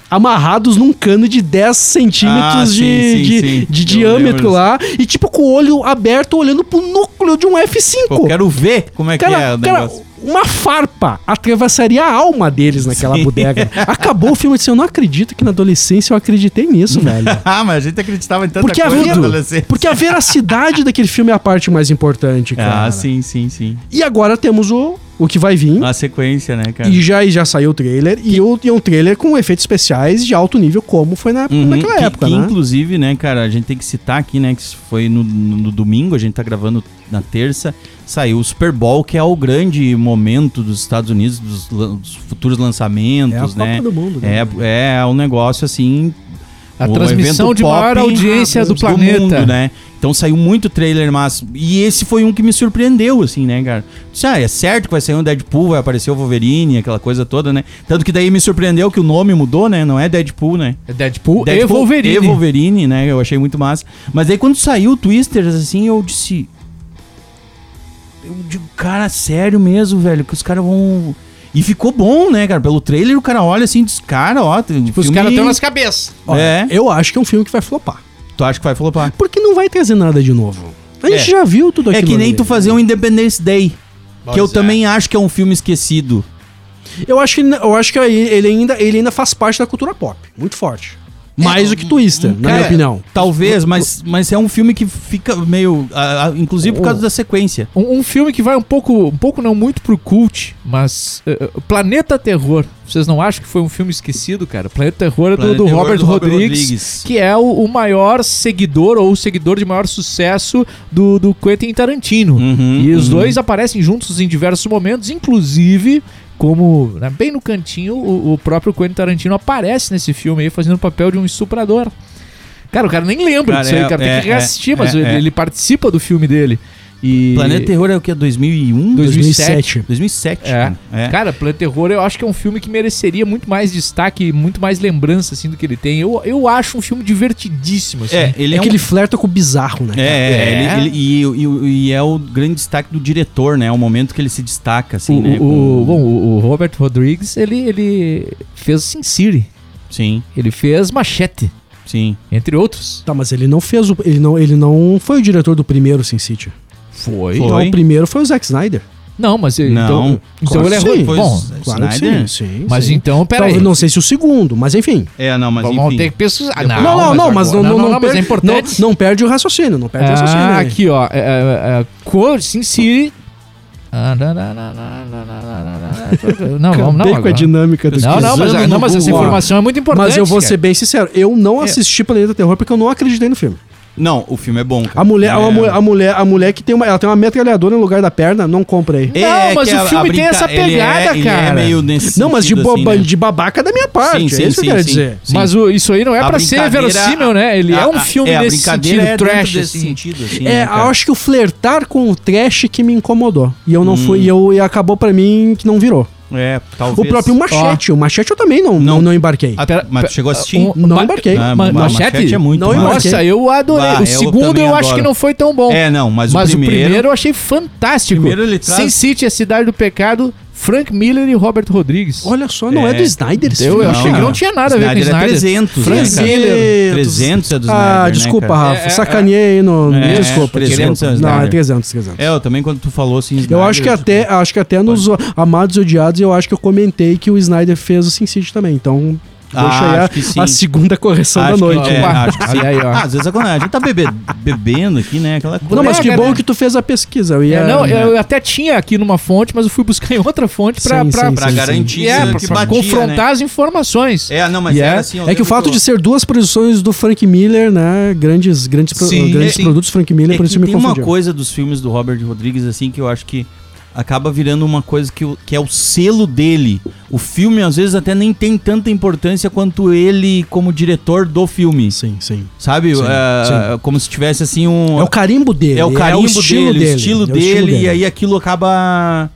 [SPEAKER 2] Amarrados num cano de 10 centímetros
[SPEAKER 3] Ah,
[SPEAKER 2] de,
[SPEAKER 3] sim, sim,
[SPEAKER 2] de,
[SPEAKER 3] sim.
[SPEAKER 2] de
[SPEAKER 3] Eu
[SPEAKER 2] diâmetro
[SPEAKER 3] lembro.
[SPEAKER 2] lá. E tipo com o olho aberto olhando pro núcleo de um F5.
[SPEAKER 3] Pô, quero ver como é que é
[SPEAKER 2] Cara,
[SPEAKER 3] o
[SPEAKER 2] cara,
[SPEAKER 3] negócio.
[SPEAKER 2] uma farpa atravessaria a alma deles naquela
[SPEAKER 3] Sim.
[SPEAKER 2] bodega. Acabou o filme e disse: Eu não acredito que na adolescência eu acreditei nisso, velho.
[SPEAKER 3] Ah, mas a gente acreditava em tanta
[SPEAKER 2] Porque a,
[SPEAKER 3] coisa na
[SPEAKER 2] vera-
[SPEAKER 3] adolescência.
[SPEAKER 2] porque a veracidade daquele filme é a parte mais importante, cara.
[SPEAKER 3] Ah, sim, sim, sim.
[SPEAKER 2] E agora temos o, o que vai vir.
[SPEAKER 3] A sequência, né, cara?
[SPEAKER 2] E já, e já saiu o trailer, e, o, e um trailer com efeitos especiais de alto nível, como foi na,
[SPEAKER 3] Uhum,
[SPEAKER 2] naquela
[SPEAKER 3] que-
[SPEAKER 2] época,
[SPEAKER 3] que,
[SPEAKER 2] né?
[SPEAKER 3] inclusive, né, cara, a gente tem que citar aqui, né, que isso foi no, no- no domingo, a gente tá gravando na terça, saiu o Super Bowl, que é o grande momento dos Estados Unidos, dos, lan- dos futuros lançamentos,
[SPEAKER 2] É a
[SPEAKER 3] né?
[SPEAKER 2] Copa do Mundo, né?
[SPEAKER 3] É, é um negócio, assim...
[SPEAKER 1] A
[SPEAKER 3] um
[SPEAKER 1] transmissão
[SPEAKER 3] evento
[SPEAKER 1] de maior
[SPEAKER 3] pop
[SPEAKER 1] audiência do planeta.
[SPEAKER 3] mundo, né? Então saiu muito trailer massa. E esse foi um que me surpreendeu, assim, né, cara? Disse, ah, é certo que vai sair um Deadpool, vai aparecer o Wolverine, aquela coisa toda, né? Tanto que daí me surpreendeu que o nome mudou, né? Não é Deadpool, né?
[SPEAKER 1] É Deadpool,
[SPEAKER 3] Deadpool
[SPEAKER 1] e Wolverine.
[SPEAKER 3] e Wolverine, né? Eu achei muito massa. Mas daí quando saiu o Twisters, assim, eu disse. Eu digo, cara, sério mesmo, velho, que os caras vão. E ficou bom, né, cara? Pelo trailer o cara olha assim, diz, cara, ó, tem
[SPEAKER 1] Tipo, os
[SPEAKER 3] filme-
[SPEAKER 1] caras têm umas cabeças.
[SPEAKER 2] Olha,
[SPEAKER 3] É.
[SPEAKER 2] Eu acho que é um filme que vai flopar.
[SPEAKER 3] Tu acha que vai flopar?
[SPEAKER 2] Porque não vai trazer nada de novo. A gente
[SPEAKER 3] É.
[SPEAKER 2] já viu tudo
[SPEAKER 3] É
[SPEAKER 2] aquilo
[SPEAKER 3] que nem
[SPEAKER 2] ali.
[SPEAKER 3] tu fazer um Independence Day. que eu
[SPEAKER 4] é.
[SPEAKER 3] também acho que é um filme esquecido.
[SPEAKER 2] Eu acho que, eu acho que ele, ainda, ele ainda faz parte da cultura pop. Muito forte. Mais do que Twister, na minha
[SPEAKER 3] É, um- cara,
[SPEAKER 2] opinião.
[SPEAKER 3] Talvez, mas, mas é um filme que fica meio. ah, ah, inclusive por causa da sequência.
[SPEAKER 1] Um, um filme que vai um pouco, um pouco não muito pro cult, mas eh, eh, Planeta Terror. Vocês não acham que foi um filme esquecido, cara? Planeta Terror é do,
[SPEAKER 3] Planeta
[SPEAKER 1] do
[SPEAKER 3] Terror,
[SPEAKER 1] Robert,
[SPEAKER 3] do Robert
[SPEAKER 1] Rodrigues,
[SPEAKER 3] Rodrigues.
[SPEAKER 1] que é o, o maior seguidor ou o seguidor de maior sucesso do, do Quentin Tarantino.
[SPEAKER 3] Uhum,
[SPEAKER 1] e os
[SPEAKER 3] uhum.
[SPEAKER 1] dois aparecem juntos em diversos momentos, inclusive como né, bem no cantinho o, o próprio Quentin Tarantino aparece nesse filme aí fazendo o papel de um estuprador. Cara, o cara nem lembra
[SPEAKER 3] Cara,
[SPEAKER 1] disso aí,
[SPEAKER 3] é-
[SPEAKER 1] cara.
[SPEAKER 3] é-
[SPEAKER 1] Tem que reassistir,
[SPEAKER 3] é-
[SPEAKER 1] mas
[SPEAKER 3] é-
[SPEAKER 1] ele,
[SPEAKER 3] é.
[SPEAKER 1] ele participa do filme dele. E...
[SPEAKER 3] Planeta Terror é o que? 2001?
[SPEAKER 1] 2007.
[SPEAKER 3] 2007.
[SPEAKER 1] É.
[SPEAKER 3] cara. É.
[SPEAKER 1] Cara, Planeta Terror eu acho que é um filme que mereceria muito mais destaque, muito mais lembrança, assim, do que ele tem. Eu, eu acho um filme divertidíssimo, assim.
[SPEAKER 3] É, ele
[SPEAKER 2] é
[SPEAKER 3] é,
[SPEAKER 2] que
[SPEAKER 3] um...
[SPEAKER 2] ele flerta com o bizarro, né?
[SPEAKER 3] É,
[SPEAKER 2] cara?
[SPEAKER 3] é,
[SPEAKER 1] É.
[SPEAKER 3] ele- ele- e, e- e é o grande destaque do diretor, né? É o momento que ele se destaca, assim,
[SPEAKER 1] o,
[SPEAKER 3] né?
[SPEAKER 1] o-
[SPEAKER 3] com-
[SPEAKER 1] o- bom, o, o Robert Rodrigues, ele, ele fez Sin City,
[SPEAKER 3] Sim,
[SPEAKER 1] ele fez Machete,
[SPEAKER 3] sim.
[SPEAKER 1] entre outros.
[SPEAKER 2] Tá, mas ele não fez o. Ele não, ele não foi o diretor do primeiro Sin City.
[SPEAKER 3] Foi.
[SPEAKER 1] Foi.
[SPEAKER 2] Então, o primeiro foi o Zack Snyder.
[SPEAKER 1] Não, mas ele-
[SPEAKER 3] Não.
[SPEAKER 1] então, então
[SPEAKER 2] Claro
[SPEAKER 1] ele é
[SPEAKER 2] que
[SPEAKER 1] ruim.
[SPEAKER 2] sim.
[SPEAKER 3] Foi
[SPEAKER 1] Bom,
[SPEAKER 3] o
[SPEAKER 2] Claro que
[SPEAKER 3] é, Snyder?
[SPEAKER 2] sim, sim.
[SPEAKER 1] mas
[SPEAKER 2] sim.
[SPEAKER 1] então, peraí.
[SPEAKER 2] Talvez, não sei se o segundo, mas enfim.
[SPEAKER 3] É, não, mas
[SPEAKER 1] Vamos
[SPEAKER 3] enfim.
[SPEAKER 1] ter que pesquisar. Ah,
[SPEAKER 2] Não, não, não, mas,
[SPEAKER 1] agora-
[SPEAKER 2] não, não, não,
[SPEAKER 1] mas
[SPEAKER 2] per-
[SPEAKER 1] é importante.
[SPEAKER 2] não- não perde o raciocínio, não perde o raciocínio.
[SPEAKER 1] Ah,
[SPEAKER 2] aí.
[SPEAKER 1] aqui, ó. É, é, é, Cor, Sin City. Ah, na, na, na, na, na, na, na, na, na, Não, vamos não.
[SPEAKER 2] Bem com a
[SPEAKER 1] agora.
[SPEAKER 2] dinâmica do
[SPEAKER 1] Não, não, mas,
[SPEAKER 3] Pesquisando
[SPEAKER 1] não,
[SPEAKER 3] no
[SPEAKER 1] mas essa
[SPEAKER 3] Google.
[SPEAKER 1] informação é muito importante.
[SPEAKER 2] Mas eu vou
[SPEAKER 1] cara. É.
[SPEAKER 2] ser bem sincero, eu não assisti Planeta Terror porque eu não acreditei no filme.
[SPEAKER 3] Não, o filme é bom. cara.
[SPEAKER 2] A mulher,
[SPEAKER 3] É.
[SPEAKER 2] a, mu- a mulher, a mulher que tem uma, ela tem uma metralhadora no lugar da perna, não comprei.
[SPEAKER 1] Não, mas
[SPEAKER 3] É que
[SPEAKER 1] o filme tem essa
[SPEAKER 3] ele é-
[SPEAKER 1] pegada,
[SPEAKER 3] ele
[SPEAKER 1] cara.
[SPEAKER 3] meio nesse
[SPEAKER 2] Não, mas de,
[SPEAKER 3] sentido, assim,
[SPEAKER 2] boba-
[SPEAKER 3] né?
[SPEAKER 2] de babaca da minha
[SPEAKER 3] Sim,
[SPEAKER 2] parte,
[SPEAKER 3] sim,
[SPEAKER 2] é isso
[SPEAKER 3] sim,
[SPEAKER 2] que eu quero
[SPEAKER 3] sim.
[SPEAKER 2] dizer.
[SPEAKER 3] Sim.
[SPEAKER 1] Mas o- isso aí não é
[SPEAKER 3] A
[SPEAKER 1] pra ser
[SPEAKER 3] brincadeira-
[SPEAKER 1] verossímil, né? Ele é
[SPEAKER 3] a-
[SPEAKER 1] um
[SPEAKER 3] a-
[SPEAKER 1] filme
[SPEAKER 3] é, a
[SPEAKER 1] nesse
[SPEAKER 3] brincadeira
[SPEAKER 1] sentido,
[SPEAKER 3] é dentro
[SPEAKER 1] trash,
[SPEAKER 3] desse
[SPEAKER 1] assim.
[SPEAKER 3] sentido, assim.
[SPEAKER 2] É,
[SPEAKER 3] né, cara?
[SPEAKER 2] acho que o flertar com o trash que me incomodou. E eu não
[SPEAKER 3] Hum.
[SPEAKER 2] fui, e eu e acabou pra mim que não virou.
[SPEAKER 3] É,
[SPEAKER 2] O
[SPEAKER 3] talvez.
[SPEAKER 2] próprio Machete, o Machete eu também não, não.
[SPEAKER 3] Não.
[SPEAKER 2] embarquei.
[SPEAKER 3] Ah,
[SPEAKER 1] Pera-
[SPEAKER 3] mas
[SPEAKER 1] pera-
[SPEAKER 3] tu chegou a assistir?
[SPEAKER 1] um-
[SPEAKER 2] não
[SPEAKER 1] ma-
[SPEAKER 2] embarquei.
[SPEAKER 3] Ah,
[SPEAKER 1] ma-
[SPEAKER 3] ma-
[SPEAKER 1] machete?
[SPEAKER 3] machete é muito
[SPEAKER 2] Não,
[SPEAKER 3] massa.
[SPEAKER 2] embarquei.
[SPEAKER 1] Nossa, eu adorei.
[SPEAKER 3] Bah,
[SPEAKER 1] o
[SPEAKER 3] eu
[SPEAKER 1] segundo
[SPEAKER 3] também
[SPEAKER 1] eu acho
[SPEAKER 3] adoro.
[SPEAKER 1] que não foi tão bom.
[SPEAKER 3] É, não, mas,
[SPEAKER 1] Mas
[SPEAKER 3] o primeiro...
[SPEAKER 1] o primeiro eu achei fantástico.
[SPEAKER 3] Primeiro ele traz-
[SPEAKER 1] Sin City, A Cidade do Pecado, Frank Miller e Robert Rodrigues.
[SPEAKER 2] Olha só, não é,
[SPEAKER 3] É.
[SPEAKER 2] do Snyder esse
[SPEAKER 1] Eu-
[SPEAKER 2] filme,
[SPEAKER 1] eu achei que
[SPEAKER 2] cara.
[SPEAKER 1] não tinha nada a ver com
[SPEAKER 3] Snyder
[SPEAKER 1] Snyder.
[SPEAKER 3] é 300, né,
[SPEAKER 2] Frank
[SPEAKER 3] cara?
[SPEAKER 2] Miller.
[SPEAKER 3] 300 é do Snyder,
[SPEAKER 2] Ah,
[SPEAKER 3] né,
[SPEAKER 2] desculpa,
[SPEAKER 3] cara?
[SPEAKER 2] Rafa.
[SPEAKER 1] É, é,
[SPEAKER 2] sacaneei aí no.
[SPEAKER 3] É,
[SPEAKER 2] desculpa.
[SPEAKER 3] 300
[SPEAKER 2] desculpa.
[SPEAKER 3] é
[SPEAKER 2] Não, é
[SPEAKER 3] Snyder.
[SPEAKER 2] 300, 300.
[SPEAKER 3] É, eu também quando tu falou assim...
[SPEAKER 2] Eu
[SPEAKER 3] Snyder,
[SPEAKER 2] acho que é até, acho que até nos Amados e Odiados, eu acho que eu comentei que o Snyder fez o Sin City também. Então,
[SPEAKER 3] Ah,
[SPEAKER 2] deixa aí a-
[SPEAKER 3] acho que sim.
[SPEAKER 2] a, segunda correção
[SPEAKER 3] Acho
[SPEAKER 2] da
[SPEAKER 3] que-
[SPEAKER 2] noite.
[SPEAKER 3] é,
[SPEAKER 1] Opa.
[SPEAKER 3] acho que sim.
[SPEAKER 1] Olha aí, ó.
[SPEAKER 3] Ah, às vezes acontece. A gente tá bebe- bebendo aqui, né? Aquela coisa.
[SPEAKER 2] Não, mas que
[SPEAKER 1] Colega,
[SPEAKER 2] bom
[SPEAKER 1] né?
[SPEAKER 2] que tu fez a pesquisa. Eu
[SPEAKER 1] É,
[SPEAKER 2] ia...
[SPEAKER 1] não,
[SPEAKER 3] né?
[SPEAKER 1] eu até tinha aqui numa fonte, mas eu fui buscar em outra fonte pra,
[SPEAKER 2] Sim,
[SPEAKER 1] pra-
[SPEAKER 2] sim,
[SPEAKER 3] Pra
[SPEAKER 2] sim,
[SPEAKER 3] garantir
[SPEAKER 1] é,
[SPEAKER 3] que
[SPEAKER 1] pra- pra
[SPEAKER 3] batia,
[SPEAKER 1] confrontar as informações.
[SPEAKER 3] né? É, não, mas
[SPEAKER 1] E é-
[SPEAKER 3] era assim... eu
[SPEAKER 2] É que o
[SPEAKER 3] lembro
[SPEAKER 2] fato
[SPEAKER 3] eu-
[SPEAKER 2] de ser duas produções do Frank Miller, né? Grandes, grandes, pro-
[SPEAKER 3] Sim,
[SPEAKER 2] grandes
[SPEAKER 3] sim.
[SPEAKER 2] produtos Frank Miller,
[SPEAKER 3] É
[SPEAKER 2] por
[SPEAKER 3] que
[SPEAKER 2] isso eu me
[SPEAKER 3] tem uma
[SPEAKER 2] confundiu.
[SPEAKER 3] coisa dos filmes do Robert Rodrigues, assim, que eu acho que acaba virando uma coisa que, o- que é o selo dele. O filme, às vezes, até nem tem tanta importância quanto ele como diretor do filme.
[SPEAKER 2] Sim, sim.
[SPEAKER 3] Sabe?
[SPEAKER 2] Sim,
[SPEAKER 3] É, Como se tivesse, assim, um...
[SPEAKER 2] É o carimbo dele.
[SPEAKER 3] É o carimbo
[SPEAKER 2] estilo
[SPEAKER 3] dele, o estilo
[SPEAKER 2] é
[SPEAKER 3] dele, e aí aquilo acaba